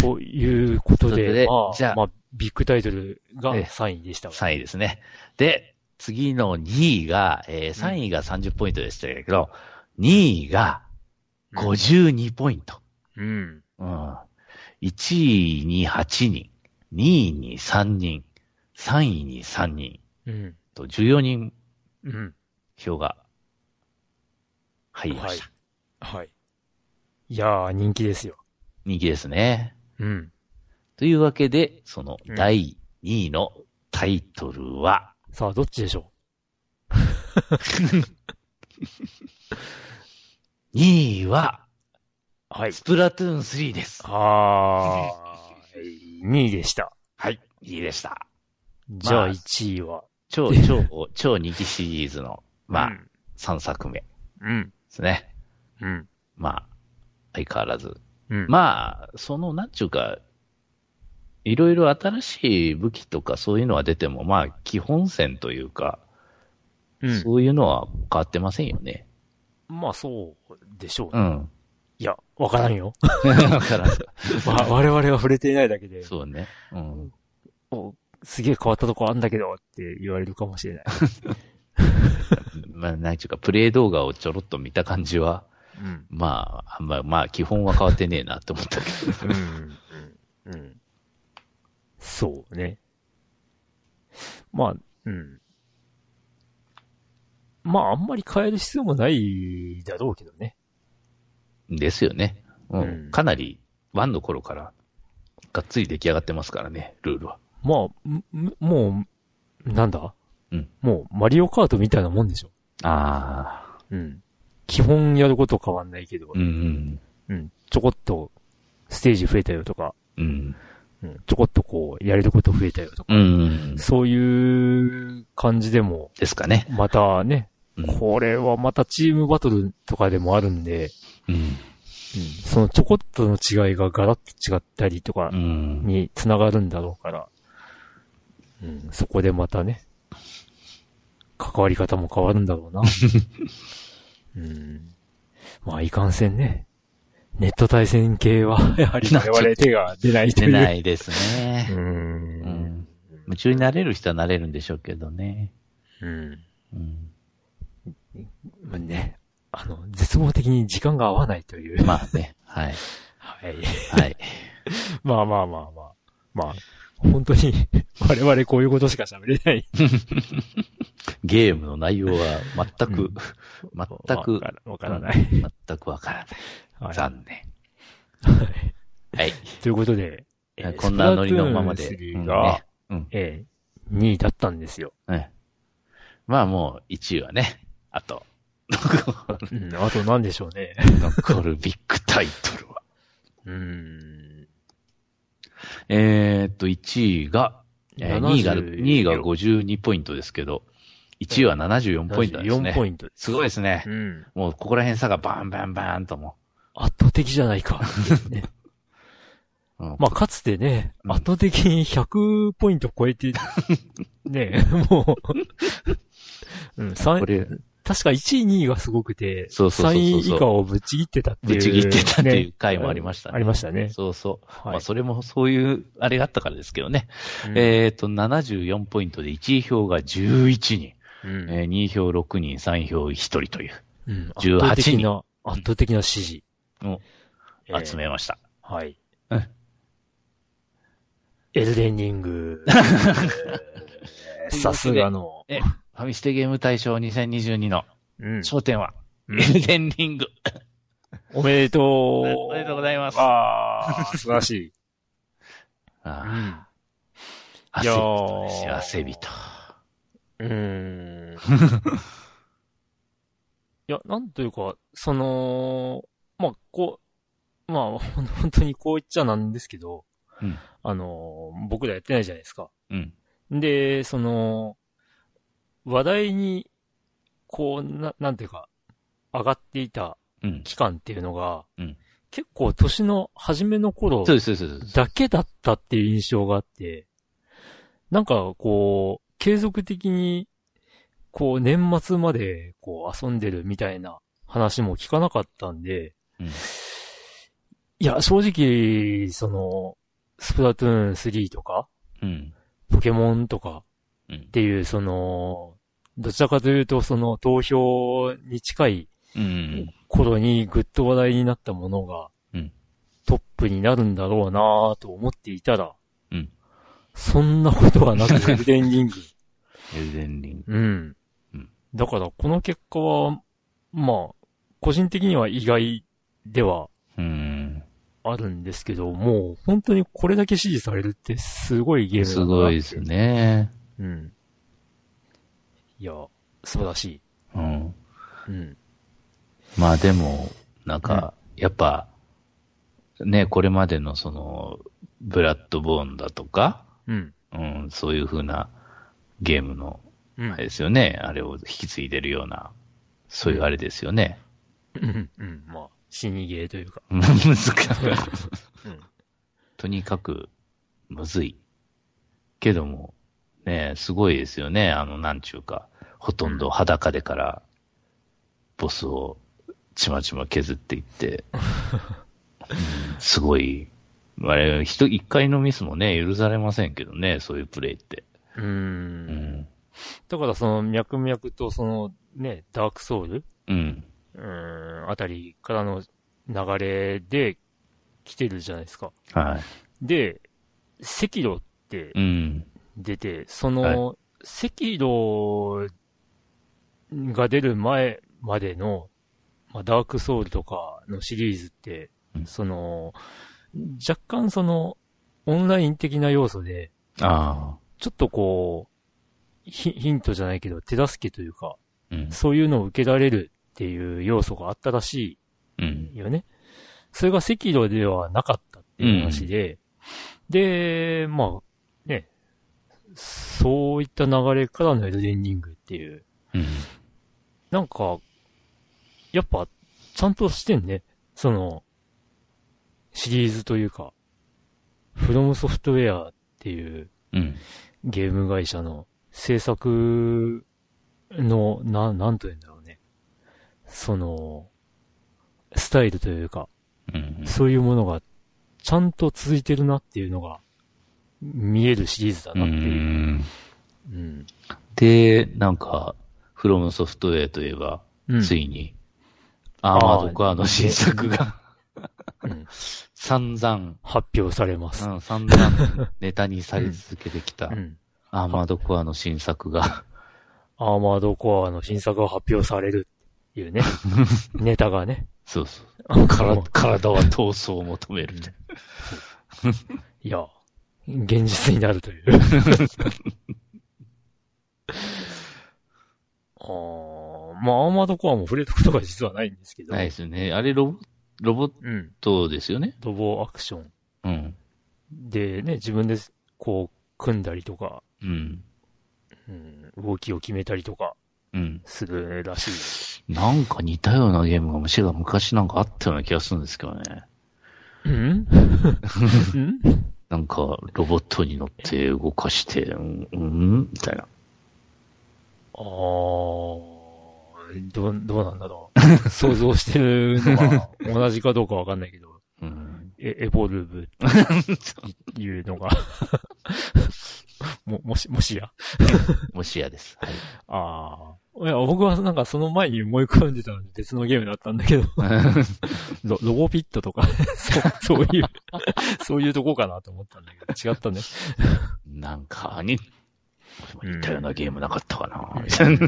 Speaker 1: ということ
Speaker 2: という
Speaker 1: で、
Speaker 2: ことで
Speaker 1: まあ、
Speaker 2: じゃあ
Speaker 1: まあ、ビッグタイトルが
Speaker 2: ええ
Speaker 1: 3位でしたが、
Speaker 2: 3位ですね。で、次の2位が、えー、3位が30ポイントでしたけど、2位が52ポイント。
Speaker 1: うん。
Speaker 2: うん。1位に8人、2位に3人、3位に3人、
Speaker 1: うん。
Speaker 2: と14人
Speaker 1: うん。
Speaker 2: 票が入りました。
Speaker 1: はい。いやー、人気ですよ。
Speaker 2: 人気ですね。
Speaker 1: うん。
Speaker 2: というわけで、その
Speaker 1: うん
Speaker 2: 第2位のタイトルは、
Speaker 1: さあ、どっちでしょ
Speaker 2: 2位は、
Speaker 1: うは
Speaker 2: スプラトゥーン3です。
Speaker 1: あー、2位でした。
Speaker 2: はい。いいでした。
Speaker 1: じゃあ1位は。
Speaker 2: 超、超、超人気シリーズの、ま
Speaker 1: う
Speaker 2: あ、
Speaker 1: ん
Speaker 2: 3作目で
Speaker 1: うん。
Speaker 2: すね。
Speaker 1: うん。
Speaker 2: まあ、相変わらず。
Speaker 1: うん。
Speaker 2: まあ、その、なんちゅうか、いろいろ新しい武器とかそういうのは出ても、まあ、基本線というか、
Speaker 1: うん
Speaker 2: そういうのは変わってませんよね。
Speaker 1: まあ、そうでしょう
Speaker 2: う
Speaker 1: ね。
Speaker 2: ん。
Speaker 1: いや、わからん よ。
Speaker 2: だから、
Speaker 1: わ我々が触れていないだけで、
Speaker 2: そうね。うん。
Speaker 1: おすげえ変わったとこあんだけどって言われるかもしれない。
Speaker 2: まあ、なんちゅうか、プレイ動画をちょろっと見た感じは、
Speaker 1: うん。
Speaker 2: まあ、あんま、まあ、基本は変わってねえなって思ったけど。
Speaker 1: うん。うん。そうね。まあ、うん。まあ、あんまり変える必要もないだろうけどね。
Speaker 2: ですよね。うん。
Speaker 1: うん
Speaker 2: かなり、1の頃から、がっつり出来上がってますからね、ルールは。
Speaker 1: まあ、むむもう、なんだ
Speaker 2: うん
Speaker 1: もう、マリオカートみたいなもんでしょ。
Speaker 2: ああ。
Speaker 1: うん。基本やること変わんないけど、
Speaker 2: うんうん。
Speaker 1: うん。ちょこっと、ステージ増えたよとか、
Speaker 2: うん。
Speaker 1: うん。ちょこっとこう、やれること増えたよとか、
Speaker 2: うんうん。
Speaker 1: そういう感じでも、
Speaker 2: ですかね。
Speaker 1: またね、
Speaker 2: うん
Speaker 1: これはまたチームバトルとかでもあるんで、
Speaker 2: うん。
Speaker 1: うん。そのちょこっとの違いがガラッと違ったりとか
Speaker 2: うん。
Speaker 1: に繋がるんだろうから、うん。そこでまたね、関わり方も変わるんだろう な。うん。まあ、いかんせんね。ネット対戦系 は、やはり我々手が出ないとい
Speaker 2: 出
Speaker 1: う。
Speaker 2: ないです
Speaker 1: う。
Speaker 2: ね。うんん。夢中になれる人はなれるんでしょうけどね。
Speaker 1: うん。
Speaker 2: うん。
Speaker 1: まあね、あの、絶望的に時間が合わないという。
Speaker 2: まあね。はい。
Speaker 1: はい。
Speaker 2: はい。
Speaker 1: まあまあまあまあ。まあ、本当に、 我々こういうことしか喋れない。
Speaker 2: ゲームの内容は全く、全く
Speaker 1: わか、らわからない。
Speaker 2: うん。全くわからない。
Speaker 1: はい
Speaker 2: 残念。
Speaker 1: はい
Speaker 2: はい。
Speaker 1: ということで、えー
Speaker 2: こんなノリのまま
Speaker 1: ス
Speaker 2: で
Speaker 1: プラトゥー。ン3
Speaker 2: うん
Speaker 1: が
Speaker 2: ね、うん
Speaker 1: えー、2位だったんですよ。
Speaker 2: うんまあもう1位はね、あと、
Speaker 1: うん、あと何でしょうね。
Speaker 2: 残るビッグタイトルは。
Speaker 1: うーん。
Speaker 2: えーっと、1位が、えー
Speaker 1: 74
Speaker 2: 2位が、2位が52ポイントですけど、1位は74ポイントですね。
Speaker 1: 4ポイントです。
Speaker 2: すごいですね
Speaker 1: う。ん。
Speaker 2: もうここら辺差がバンバンバンとも
Speaker 1: 圧倒的じゃない か。ね
Speaker 2: う。うん
Speaker 1: まあ、かつてね、
Speaker 2: うん
Speaker 1: 圧倒的に100ポイント超え て、ね、もう、うん、三
Speaker 2: これ、
Speaker 1: 確か1位、2位がすごくて、
Speaker 2: そうそうそうそう
Speaker 1: 3位以下をぶっちぎってたっていう。
Speaker 2: ぶち切ってたっていう回もありました
Speaker 1: ね。
Speaker 2: ね。
Speaker 1: ありましたね。
Speaker 2: そうそう。
Speaker 1: はい
Speaker 2: まあそれもそういう、あれがあったからですけどね。
Speaker 1: うん
Speaker 2: えーっと、74ポイントで1位票が11人。
Speaker 1: うん
Speaker 2: えー、2票6人、3票1人という。
Speaker 1: うん
Speaker 2: 18
Speaker 1: 圧倒的な、圧倒的な支持。
Speaker 2: うん
Speaker 1: ええ
Speaker 2: 集めました。
Speaker 1: はい
Speaker 2: うん。
Speaker 1: エルデンリング。え ーさすがの。
Speaker 2: ファミステゲーム大賞2022の
Speaker 1: うん。
Speaker 2: 焦点は、
Speaker 1: うん
Speaker 2: エルデンリング。
Speaker 1: おめでとう。
Speaker 2: おめでとうございます
Speaker 1: あ あ、素晴らしい。
Speaker 2: ああ
Speaker 1: い
Speaker 2: 汗
Speaker 1: やー
Speaker 2: 人ですよ、汗人。
Speaker 1: うん。うーん。 いや、なんというか、その、まあ、こう、まあ、ほん本当にこう言っちゃなんですけど、
Speaker 2: うん
Speaker 1: あのー、僕らやってないじゃないですか。
Speaker 2: うん。
Speaker 1: で、その、話題に、こう、な、なんていうか、上がっていた
Speaker 2: うん。
Speaker 1: 期間っていうのが、
Speaker 2: うん
Speaker 1: 結構年の初めの頃
Speaker 2: そうです、そうですそうです。
Speaker 1: だけだったっていう印象があって、なんかこう、継続的に、こう年末までこう遊んでるみたいな話も聞かなかったんで、
Speaker 2: うん
Speaker 1: いや、正直、その、スプラトゥーン3とか、
Speaker 2: うん。
Speaker 1: ポケモンとか
Speaker 2: う
Speaker 1: っ
Speaker 2: ん。
Speaker 1: ていう、その、どちらかというと、その、投票に近い
Speaker 2: うん。
Speaker 1: 頃にぐっと話題になったものが、
Speaker 2: うん
Speaker 1: トップになるんだろうなぁと思っていたら、
Speaker 2: うん
Speaker 1: そんなことはなく、エルデンリ ング。
Speaker 2: エルデンリング。
Speaker 1: うん。
Speaker 2: うん
Speaker 1: だから、この結果は、まあ、個人的には意外では
Speaker 2: うん。
Speaker 1: あるんですけど、もう本当にこれだけ支持されるってすごいゲームだ
Speaker 2: す
Speaker 1: なって
Speaker 2: ごいです。ね。
Speaker 1: うん。いや、素晴らしい。
Speaker 2: うん。
Speaker 1: うん。
Speaker 2: まあでも、なんか、やっぱ、ね、これまでのその、ブラッドボーンだとか、
Speaker 1: うん。
Speaker 2: うん、そういう風なゲームの、
Speaker 1: うん。
Speaker 2: あれですよね、あれを引き継いでるような、そういうあれですよね。
Speaker 1: うん。うん。まあ、死にゲーというか。
Speaker 2: むずか、
Speaker 1: うん。
Speaker 2: とにかく、むずい。けども、ね、すごいですよね、あの、なんちゅうか、ほとんど裸でから、ボスをちまちま削っていって、うんすごい、あれ、人、一回のミスもね、許されませんけどね、そういうプレイって。
Speaker 1: う。
Speaker 2: うんん。
Speaker 1: だからその脈々とそのね、ダークソウル
Speaker 2: うん。
Speaker 1: うーん、あたりからの流れで来てるじゃないですか。
Speaker 2: はい。
Speaker 1: で、赤炉って
Speaker 2: うん。
Speaker 1: 出て、その、赤炉が出る前までの、まあ、ダークソウルとかのシリーズって
Speaker 2: う、ん
Speaker 1: その、若干その、オンライン的な要素で、
Speaker 2: あ
Speaker 1: ちょっとこう、ヒヒントじゃないけど、手助けというか、
Speaker 2: あ。うん。
Speaker 1: そういうのを受けられるっていう要素があったらし
Speaker 2: うん。
Speaker 1: いよね。それが赤道ではなかったっていう話で、で、まあ、ね、そういった流れからのエルデンリングっていう、
Speaker 2: うん。
Speaker 1: なんか、やっぱ、ちゃんとしてんね。その、シリーズというか、フロムソフトウェアっていう
Speaker 2: うん。
Speaker 1: ゲーム会社の制作の、な、なんと言うんだろうね。その、スタイルというか、
Speaker 2: うん。
Speaker 1: そういうものがちゃんと続いてるなっていうのが見えるシリーズだ
Speaker 2: う
Speaker 1: なっていう。
Speaker 2: ん。
Speaker 1: うん。
Speaker 2: で、なんか、フロムソフトウェアといえば、
Speaker 1: うん。
Speaker 2: ついに、アーマードコアの新 作が、
Speaker 1: うん
Speaker 2: 散々、
Speaker 1: 発表されます。
Speaker 2: うん、散々ネタにされ続けてきた
Speaker 1: う、ん。
Speaker 2: アーマードコアの新作が、
Speaker 1: アーマードコアの新作が発表されるって いうね。ネタがね。
Speaker 2: そうそう。から
Speaker 1: 体
Speaker 2: 体は闘争を求めるみたい
Speaker 1: いや、現実になると いう。あーまあ、アーマードコアも触れたことが実はないんですけど。
Speaker 2: な。ないですよね。あれロボ、ロボッ
Speaker 1: うん。
Speaker 2: トですよね。
Speaker 1: ロボアクション
Speaker 2: うん。
Speaker 1: でね、自分でこう、組んだりとか、
Speaker 2: うん。
Speaker 1: うん、動きを決めたりとか
Speaker 2: うん。
Speaker 1: するらしい。
Speaker 2: なんか似たようなゲームがむしろ昔なんかあったような気がするんですけどね。
Speaker 1: うんうん
Speaker 2: なんか、ロボットに乗って動かして、うん、うんみたいな。
Speaker 1: あー、どう、どうなんだろう。想像してるのは同じかどうかわかんないけど、
Speaker 2: うん。
Speaker 1: エエボルブっていうのが、も、もし、もしや。
Speaker 2: もしやです。はい。
Speaker 1: ああ。いや、僕はなんかその前に思い浮かんでたので別のゲームだったんだけど、ロロボピットと か、そう、そういう、そういうとこかなと思ったんだけど、違ったね。
Speaker 2: なんかに、似たようなゲームなかったかな。
Speaker 1: うん受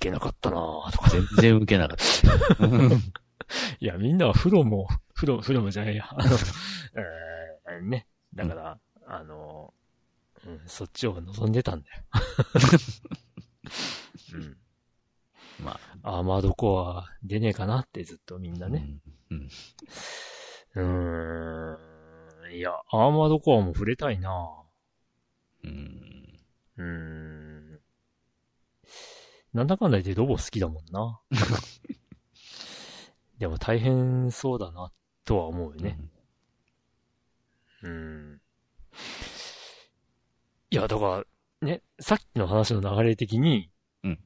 Speaker 1: けなかったなぁとか。
Speaker 2: 全然受けなかった。
Speaker 1: いや、みんなはフロも、フロ、フロもじゃないや。あの、えー、ね。だから、あの、うん、そっちを望んでたんだよ。うん。
Speaker 2: ま
Speaker 1: アーマードコア出ねえかなってずっとみんな
Speaker 2: あ
Speaker 1: ね。。
Speaker 2: うん。
Speaker 1: うーん。いや、アーマードコアも触れたいなぁ。
Speaker 2: うん。
Speaker 1: うーん。なんだかんだ言ってロボ好きだもん な。でも大変そうだな、とは思うよね。うん。いや、だから、ね、さっきの話の流れ的に、
Speaker 2: うん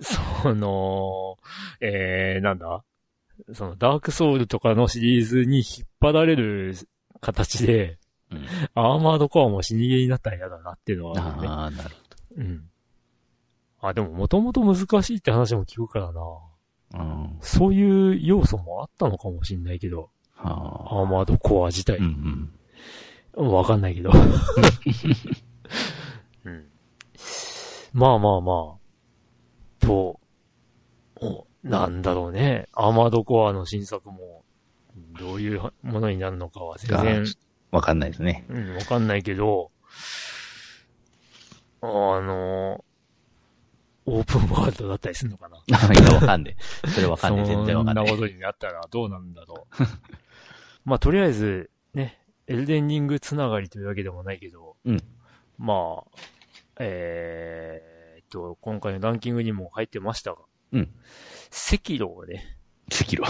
Speaker 1: その、えー、なんだその、ダークソウルとかのシリーズに引っ張られる形で、
Speaker 2: うん。
Speaker 1: アーマードコアも死にゲーになったら嫌だなっていうのはあるよね。
Speaker 2: ああ、なる
Speaker 1: うん。あ、でももともと難しいって話も聞くからな。
Speaker 2: ほど。うん。
Speaker 1: そういう要素もあったのかもしんないけど、
Speaker 2: はあ。
Speaker 1: アーマードコア自体
Speaker 2: うんう。ん。
Speaker 1: わ、かんないけど。うん。 まあまあまあ。と、おなんだろうね。アーマードコアの新作も、どういうものになるのかは全然
Speaker 2: が、わかんないです ね。
Speaker 1: うん、わかんないけど、あの、オープンワールドだったりするのかな。
Speaker 2: いや、わかんない。それわかんない。
Speaker 1: そ
Speaker 2: 全然わかんない。
Speaker 1: そんなことになったらどうなんだろう。 まあ、とりあえず、ね、エルデンリングつながりというわけでもないけど、
Speaker 2: うん
Speaker 1: まあ、えーっと、今回のランキングにも入ってましたが、
Speaker 2: うん。
Speaker 1: 赤炉をね、
Speaker 2: 1キロ。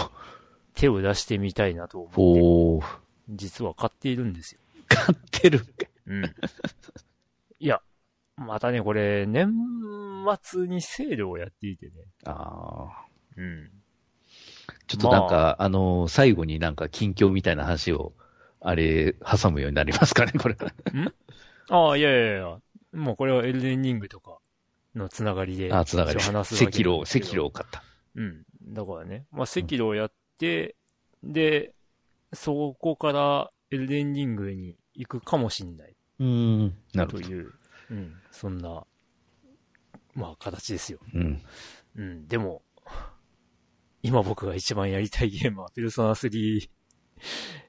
Speaker 1: 手を出してみたいなと思って、
Speaker 2: おー。
Speaker 1: 実は買っているんですよ。
Speaker 2: 買ってる。
Speaker 1: うん。 いや、またね、これ、年末にセールをやっていてね。
Speaker 2: ああ。
Speaker 1: うん。
Speaker 2: ちょっとなんか、あのー、最後になんか近況みたいな話を、あれ、挟むようになりますかね、これ。
Speaker 1: ああ、いやいやいや、もうこれはエルデンリングとかのつながりで、
Speaker 2: あ、つながり。
Speaker 1: 一応
Speaker 2: 赤
Speaker 1: 話すわけ
Speaker 2: 炉、
Speaker 1: なんです
Speaker 2: 赤
Speaker 1: けど
Speaker 2: 炉を買った。
Speaker 1: うん。だからね、まあ、赤道をやって、で、そこからエルデンリングに行くかもしんない
Speaker 2: うん。なるほ
Speaker 1: と
Speaker 2: ど。
Speaker 1: いう、うん、そんな、まあ、形ですよ。
Speaker 2: うん。
Speaker 1: うん、でも、今僕が一番やりたいゲームは、ペルソナ3、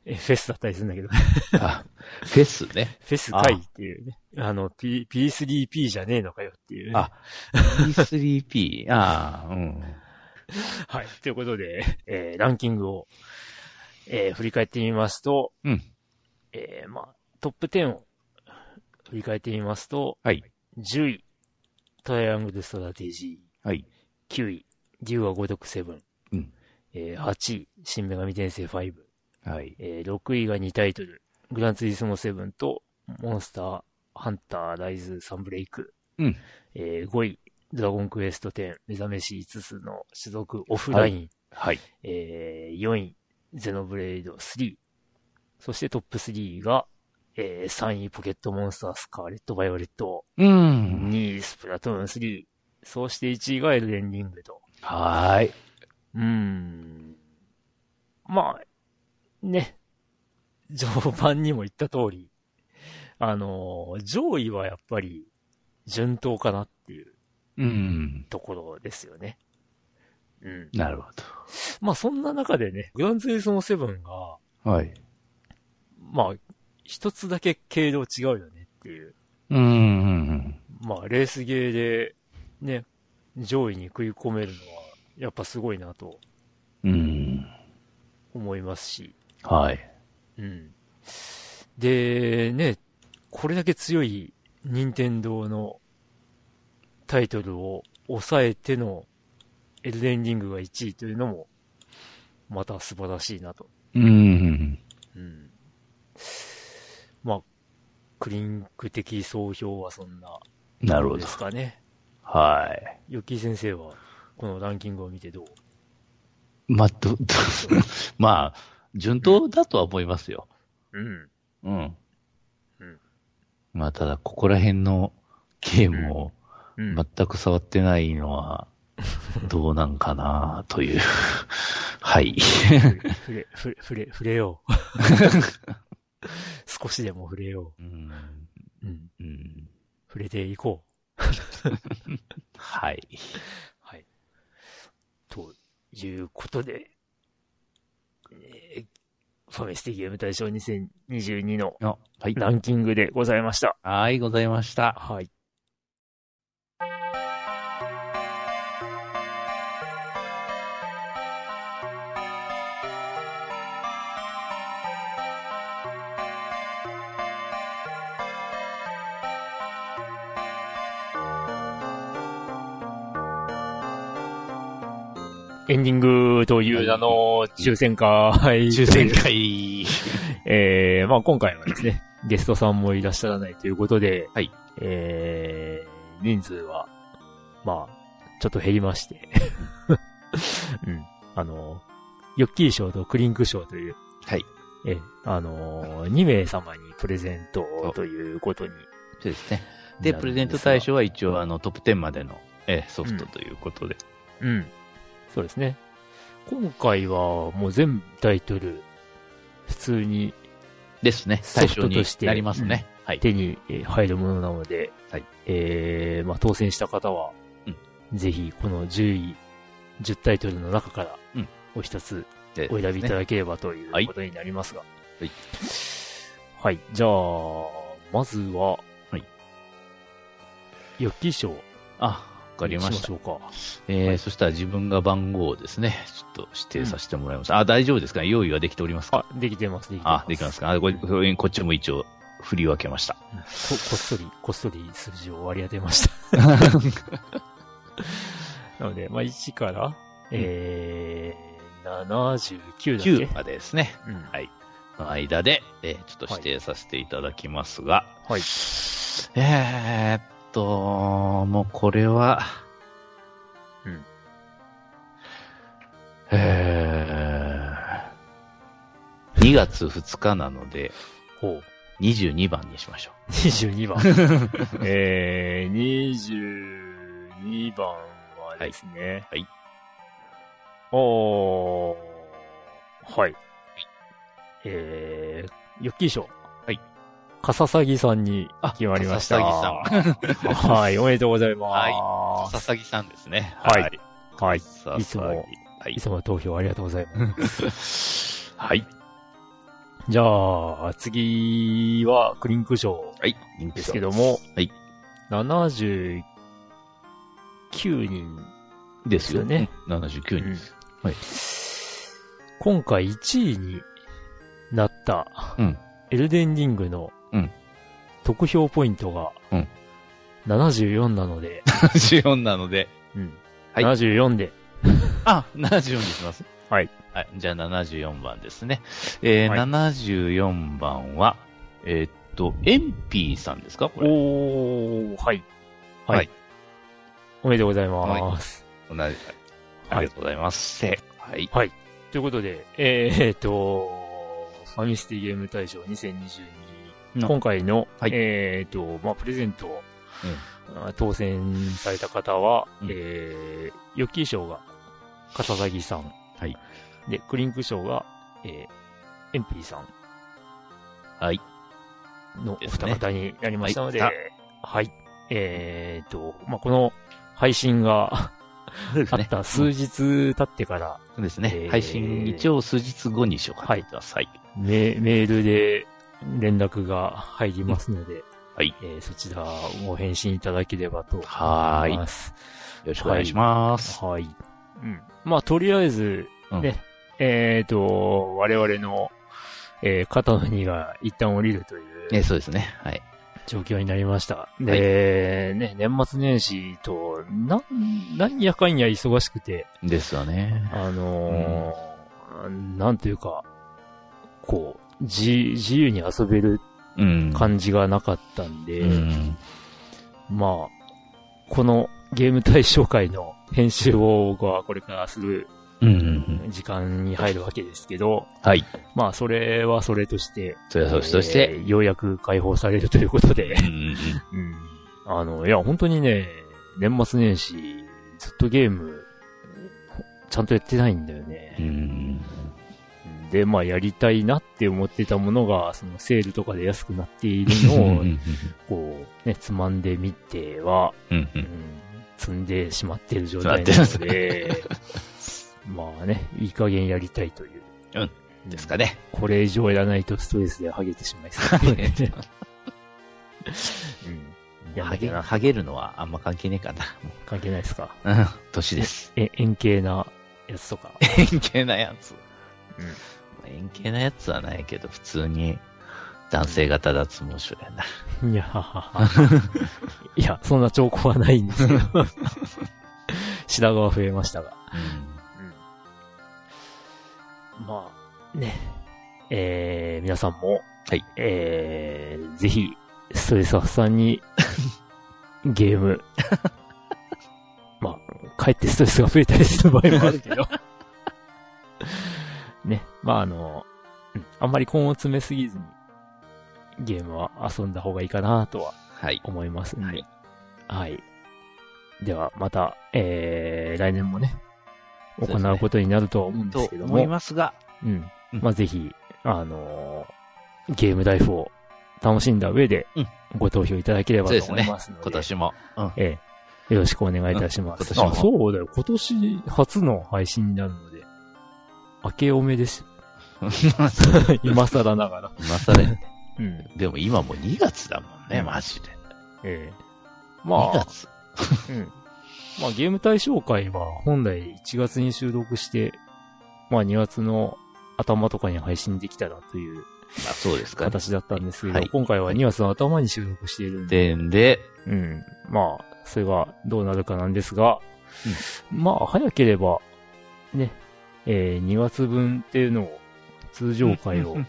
Speaker 1: え、 フェスだったりするんだけど、
Speaker 2: あ、フェスね。
Speaker 1: フェス会っていうね、あの、P、P3P じゃねえのかよっていうね、
Speaker 2: あ E3P。ああ、うん。
Speaker 1: はい。ということで、 えーランキングを、えー振り返ってみますと、
Speaker 2: うん
Speaker 1: えーまあ、トップ10を振り返ってみますと、
Speaker 2: はい。
Speaker 1: 10位、トライアングルストラテジ
Speaker 2: はい。
Speaker 1: ー、9位、竜は五徳セブン、
Speaker 2: うん
Speaker 1: えー8位、新女神転生5、
Speaker 2: はい。
Speaker 1: えー6位が2タイトル、グランツイスモ7と、モンスター、ハンター、ライズ、サンブレイク、
Speaker 2: うん
Speaker 1: え5位、ドラゴンクエスト10、目覚めし5つの種族オフライン、
Speaker 2: はい。
Speaker 1: えー4位、ゼノブレイド3。そしてトップ3が、えー3位、ポケットモンスター、スカーレット、バイオレット。
Speaker 2: うん。
Speaker 1: 2位、スプラトゥーン3。そして1位がエルデンリングと。
Speaker 2: はーい。
Speaker 1: うーん。まあ、ね。序盤にも言った通り、あのー上位はやっぱり、順当かなっていう
Speaker 2: うん。
Speaker 1: ところですよね。うん。
Speaker 2: なるほ
Speaker 1: まあそんな中でね、グランツーリスモ7が、
Speaker 2: ど。はい。
Speaker 1: まあ、一つだけ経路違うよねっていう。
Speaker 2: うんうん。うん
Speaker 1: まあ、レースゲーで、ね、上位に食い込めるのは、やっぱすごいなと
Speaker 2: うん。
Speaker 1: 思いますし。
Speaker 2: はい。
Speaker 1: うん。で、ね、これだけ強い任天堂のタイトルを抑えてのエルデンリングが1位というのも、また素晴らしいなと。
Speaker 2: うん。
Speaker 1: うん。まあ、クリンク的総評はそんな、
Speaker 2: なるほ
Speaker 1: で
Speaker 2: ど。
Speaker 1: すかね。
Speaker 2: はい。
Speaker 1: ヨッキー先生は、このランキングを見てどう
Speaker 2: まあ、ど、ど、 まあ、順当だとは思いますよ。
Speaker 1: うん。
Speaker 2: うん。
Speaker 1: うん
Speaker 2: まあ、ただ、ここら辺のゲームを、
Speaker 1: うん。
Speaker 2: 全く触ってないのは、どうなんかなという。 はい。
Speaker 1: 触れ、触れ、触れ、触れよう。 少しでも触れよ
Speaker 2: うん
Speaker 1: う。うん。
Speaker 2: うん
Speaker 1: 触れていこう。
Speaker 2: はい。
Speaker 1: はい。ということで、えーファミスティゲーム大賞2022の
Speaker 2: あはい。
Speaker 1: ランキングでございました。
Speaker 2: はい、ございました。
Speaker 1: はい。エンディングという名の抽選会。
Speaker 2: 抽選会。
Speaker 1: えー、まあ今回はですね、ゲストさんもいらっしゃらないということで、
Speaker 2: はい。
Speaker 1: えー、人数は、まあ、ちょっと減りまして。 うん。あの、ヨッキー賞とクリンク賞という、
Speaker 2: はい。
Speaker 1: えー、あのー、2名様にプレゼントをということに。
Speaker 2: そうですね。で、プレゼント対象は一応、あの、トップ10までの、えーソフトということで。
Speaker 1: うん。そうですね。今回はもう全タイトル、普通に
Speaker 2: ですね。
Speaker 1: ソ
Speaker 2: 対
Speaker 1: フ
Speaker 2: 象
Speaker 1: ト
Speaker 2: に
Speaker 1: として
Speaker 2: なりますね。はい。
Speaker 1: 手にえー入るものなので、
Speaker 2: はい
Speaker 1: えーまあ、当選した方は、
Speaker 2: うん
Speaker 1: ぜひこの10位、10タイトルの中から
Speaker 2: うん、
Speaker 1: お一つ
Speaker 2: で
Speaker 1: お選びいただければとい
Speaker 2: はいう
Speaker 1: ことになりますが。
Speaker 2: はい。
Speaker 1: はい、じゃあ、まずは、
Speaker 2: はい。
Speaker 1: ヨッキー賞。わ
Speaker 2: あ、わかりました。
Speaker 1: しょうか。
Speaker 2: えー、そしたら自分が番号をですね、ちょっと指定させてもらいます。あ、大丈夫ですかね用意はできておりますか
Speaker 1: あ、できてます、できてます。
Speaker 2: あ、できますかあこここっちも一応振り分けました。
Speaker 1: うんこ。こっそり、こっそり数字を割り当てました。 なので、まあ、1から、えー、79だっけ
Speaker 2: 9までですね。
Speaker 1: うん
Speaker 2: はいの間で、えーちょっと指定させていただきますが、
Speaker 1: はい。
Speaker 2: えーっと、もうこれは、
Speaker 1: うん。
Speaker 2: えー、2月2日なので、
Speaker 1: ほう。
Speaker 2: 22番にしましょ
Speaker 1: 22番。 えー、22番はですね。
Speaker 2: はいはい。
Speaker 1: おー、はい。えー、ヨッキー賞。
Speaker 2: はい。
Speaker 1: カササギさん に
Speaker 2: あ
Speaker 1: 決まりました。
Speaker 2: カ
Speaker 1: さん。 はい、おめでとうございま
Speaker 2: う。
Speaker 1: す。
Speaker 2: 笹木さんですね。
Speaker 1: はいはい。
Speaker 2: 笹木
Speaker 1: いつも
Speaker 2: はい
Speaker 1: いつもの投票ありがとうございます。
Speaker 2: はい。
Speaker 1: じゃあ、次はクリンク賞
Speaker 2: はい。人
Speaker 1: ですけども、
Speaker 2: はい。
Speaker 1: 79人
Speaker 2: ですよ
Speaker 1: です
Speaker 2: ね。79人。はい
Speaker 1: 今回1位になった、
Speaker 2: うん
Speaker 1: エルデンリングの
Speaker 2: うん
Speaker 1: 得票ポイントが、
Speaker 2: うん
Speaker 1: 74なの で、
Speaker 2: 74なので、
Speaker 1: うん
Speaker 2: はい
Speaker 1: 74で、
Speaker 2: あ、74にします。
Speaker 1: はい。
Speaker 2: はい、じゃあ74番ですね。えー
Speaker 1: はい
Speaker 2: 74番は、えーっと、エンピーさんですかこれ。
Speaker 1: おー、はい。はい。
Speaker 2: はい
Speaker 1: おめでとうございます。
Speaker 2: 同じ。ありがとうございます。はい。はい。
Speaker 1: ということで、えー、えーっと、ファミスティゲーム大賞2022、
Speaker 2: の
Speaker 1: 今回の、
Speaker 2: はい
Speaker 1: えーっと、まあ、プレゼントを、あ当選された方は、
Speaker 2: うん
Speaker 1: えー、ヨッキー賞が、笠崎さん。
Speaker 2: はい。
Speaker 1: で、クリンク賞が、えー、エンピーさ
Speaker 2: はい。
Speaker 1: んのお
Speaker 2: です
Speaker 1: 二
Speaker 2: ね
Speaker 1: 方になりましたので、
Speaker 2: は
Speaker 1: はいい。えーっと、まあ、この配信が
Speaker 2: そうです
Speaker 1: あ
Speaker 2: ね
Speaker 1: っ。た数日経ってから、
Speaker 2: そうですね。
Speaker 1: えー
Speaker 2: 配信、一応数日後にしようかと思ってます。はい。
Speaker 1: メメールで連絡が入りますので、
Speaker 2: はい。
Speaker 1: えーそちらを返信いただければと思い
Speaker 2: はーい。よ
Speaker 1: ます。
Speaker 2: ろしくお願いします。
Speaker 1: はい。うん。まあ、とりあえず、
Speaker 2: うん
Speaker 1: ね、えっ、と、我々の、えー肩の荷が一旦降りるとい
Speaker 2: えー
Speaker 1: う
Speaker 2: そうですね。はい。
Speaker 1: 状況になりました。で、ね、年末年始と、な、何やかんや忙しくて、
Speaker 2: ですよね。
Speaker 1: あのーなんというか、こう、自、自由に遊べる
Speaker 2: うん。
Speaker 1: 感じがなかったんで、
Speaker 2: うん。
Speaker 1: まあ、このゲーム対象会の編集を僕はこれからする
Speaker 2: うんうんうん。
Speaker 1: 時間に入るわけですけど、
Speaker 2: はい。
Speaker 1: まあ、それはそれとして、
Speaker 2: それはそうですそして
Speaker 1: え、ーようやく解放されるということで
Speaker 2: う、んうんうん。
Speaker 1: うんあの、いや、本当にね、年末年始、ずっとゲーム、ちゃんとやってないんだよね
Speaker 2: う。ん。
Speaker 1: で、まあ、やりたいなって思ってたものが、そのセールとかで安くなっているのを
Speaker 2: う、ん
Speaker 1: こう、ね、つまんでみては、
Speaker 2: うんう
Speaker 1: うん
Speaker 2: ん、
Speaker 1: 積んでしまってる状態なので、まあね、いい加減やりたいという。
Speaker 2: うんですかね。
Speaker 1: これ以上やらないとストレスでハゲてしまいそうなので。うん。やん
Speaker 2: ハ
Speaker 1: なき
Speaker 2: ゲ、
Speaker 1: ゃな。
Speaker 2: ハゲるのはあんま関係ねえか
Speaker 1: 関係ないですか。
Speaker 2: な。うん。年です。
Speaker 1: え、円形なやつとか。
Speaker 2: 円形なやつ。
Speaker 1: うん
Speaker 2: まあ円形なやつはないけど、普通に男性型脱毛症やな。
Speaker 1: いや、はははいや、そんな兆候はないんですけど。 白髪は増えましたが。まあ、ね。えー、皆さんも、
Speaker 2: はい
Speaker 1: えー、ぜひ、ストレス発散 に、ゲーム。まあ、帰ってストレスが増えたりする場合もある けど。ね。まあ、あの、うんあんまり根を詰めすぎずに、ゲームは遊んだ方がいいかなとは
Speaker 2: はい。
Speaker 1: 思いますんで。
Speaker 2: は
Speaker 1: はいい。では、また、えー、来年もね、
Speaker 2: そうですね
Speaker 1: 行うことになるとは思うんで
Speaker 2: と
Speaker 1: すけども、
Speaker 2: 思いますが、
Speaker 1: うん
Speaker 2: うん。
Speaker 1: まあ、ぜひ、あのーゲームライフを楽しんだ上で
Speaker 2: うん、
Speaker 1: ご投票いただければ
Speaker 2: そう
Speaker 1: と
Speaker 2: です
Speaker 1: 思
Speaker 2: ね
Speaker 1: いますので、
Speaker 2: 今年も。うん。
Speaker 1: ええよろしくお願いいたします。
Speaker 2: うん今年も
Speaker 1: あ、そうだよ。今年初の配信になるので、明けおめです。
Speaker 2: 今
Speaker 1: 今更ながら。
Speaker 2: 更やね。
Speaker 1: うん。
Speaker 2: でも今もう2月だもんね、マジで。
Speaker 1: ええま
Speaker 2: 2
Speaker 1: あ、
Speaker 2: 月。
Speaker 1: うん。まあゲーム対象会は本来1月に収録して、まあ2月の頭とかに配信できたらという
Speaker 2: まあそうですかね。
Speaker 1: 形だったんですけど、
Speaker 2: はい
Speaker 1: 今回は2月の頭に収録しているんで、
Speaker 2: で、で、
Speaker 1: うん。まあ、それがどうなるかなんですが、まあ早ければ、ね、え2月分っていうのを、通常会を、
Speaker 2: うん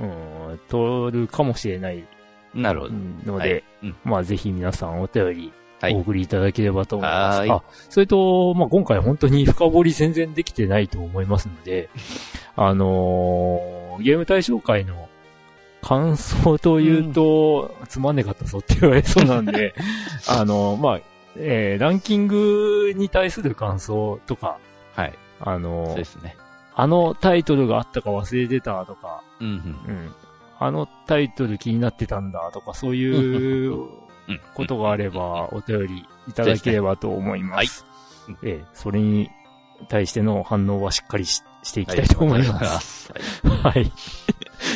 Speaker 1: うん、取るかもしれない
Speaker 2: なるほ
Speaker 1: う
Speaker 2: ど。
Speaker 1: んの
Speaker 2: はい
Speaker 1: で、
Speaker 2: うん
Speaker 1: まあぜひ皆さんお便り
Speaker 2: はい
Speaker 1: お送りいただければと思います。
Speaker 2: はい
Speaker 1: あ、それと、まあ今回本当に深掘り全然できてないと思いますの で、あのーゲーム対象会の感想というと、つまんねかったぞって言われそうなん で、あのーまあ、えーランキングに対する感想とか、
Speaker 2: はい。
Speaker 1: あ
Speaker 2: そう
Speaker 1: のー
Speaker 2: ですね。
Speaker 1: あのタイトルがあったか忘れてたとか、
Speaker 2: うんうん。
Speaker 1: うん。あのタイトル気になってたんだとか、そういう
Speaker 2: うん
Speaker 1: ことがあれば、お便りいただければと思います。
Speaker 2: そうです
Speaker 1: ええ、それに対しての反応はしっかりししていきたいと思います。
Speaker 2: す。
Speaker 1: はい。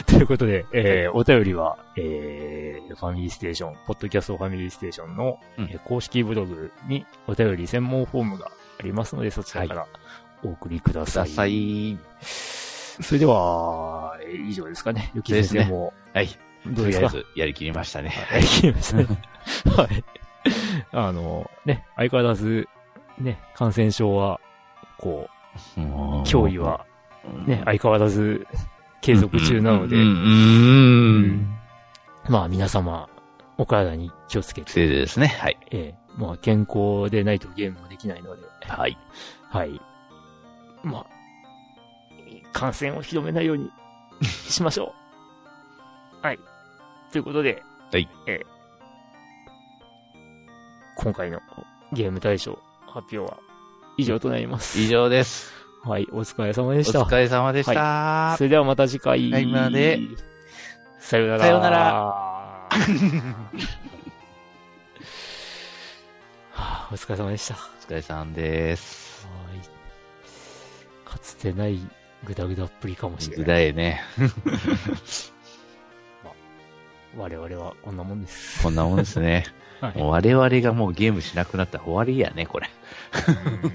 Speaker 1: ということで、えーお便りは、えーファミリーステーション、ポッドキャストファミリーステーションの、
Speaker 2: うん
Speaker 1: えー公式ブログにお便り専門フォームがありますので、そちらからお送りくだ
Speaker 2: く
Speaker 1: さ
Speaker 2: だ
Speaker 1: い。
Speaker 2: さい。
Speaker 1: それでは、えー以上ですかね。ゆき先生も、
Speaker 2: はい。
Speaker 1: ど
Speaker 2: と
Speaker 1: うで
Speaker 2: り
Speaker 1: す
Speaker 2: あえ
Speaker 1: か
Speaker 2: ず、やりきりましたね。
Speaker 1: はい、決めましたね。 はい。あの、ね、相変わらず、ね、感染症は、こう、脅威は、
Speaker 2: うん、
Speaker 1: ね、相変わらず、継続中なので、
Speaker 2: うんうんうん。
Speaker 1: まあ皆様、お体に気をつけて、
Speaker 2: せいぜいですね。はい。
Speaker 1: ええまあ健康でないとゲームもできないので、
Speaker 2: はい。
Speaker 1: はい。まあ、感染を広めない ようにしましょう。はい。ということで、
Speaker 2: はい
Speaker 1: えー今回のゲーム大賞発表は以上となります。
Speaker 2: 以上です。
Speaker 1: はい、お疲れ様で
Speaker 2: お
Speaker 1: した。
Speaker 2: 疲れ様でした。
Speaker 1: それではまた次回。
Speaker 2: はいまで
Speaker 1: さようなら。
Speaker 2: さようなら
Speaker 1: はあ、お疲れ様でした。
Speaker 2: お疲れさんです。
Speaker 1: はい。かつてないグダグダっぷりかもしれ
Speaker 2: ぐ
Speaker 1: ない。
Speaker 2: らいね。
Speaker 1: 我々はこんなもんです。
Speaker 2: こんなもんですね。
Speaker 1: はい
Speaker 2: もう我々がもうゲームしなくなったら終わりやね、これ。
Speaker 1: うん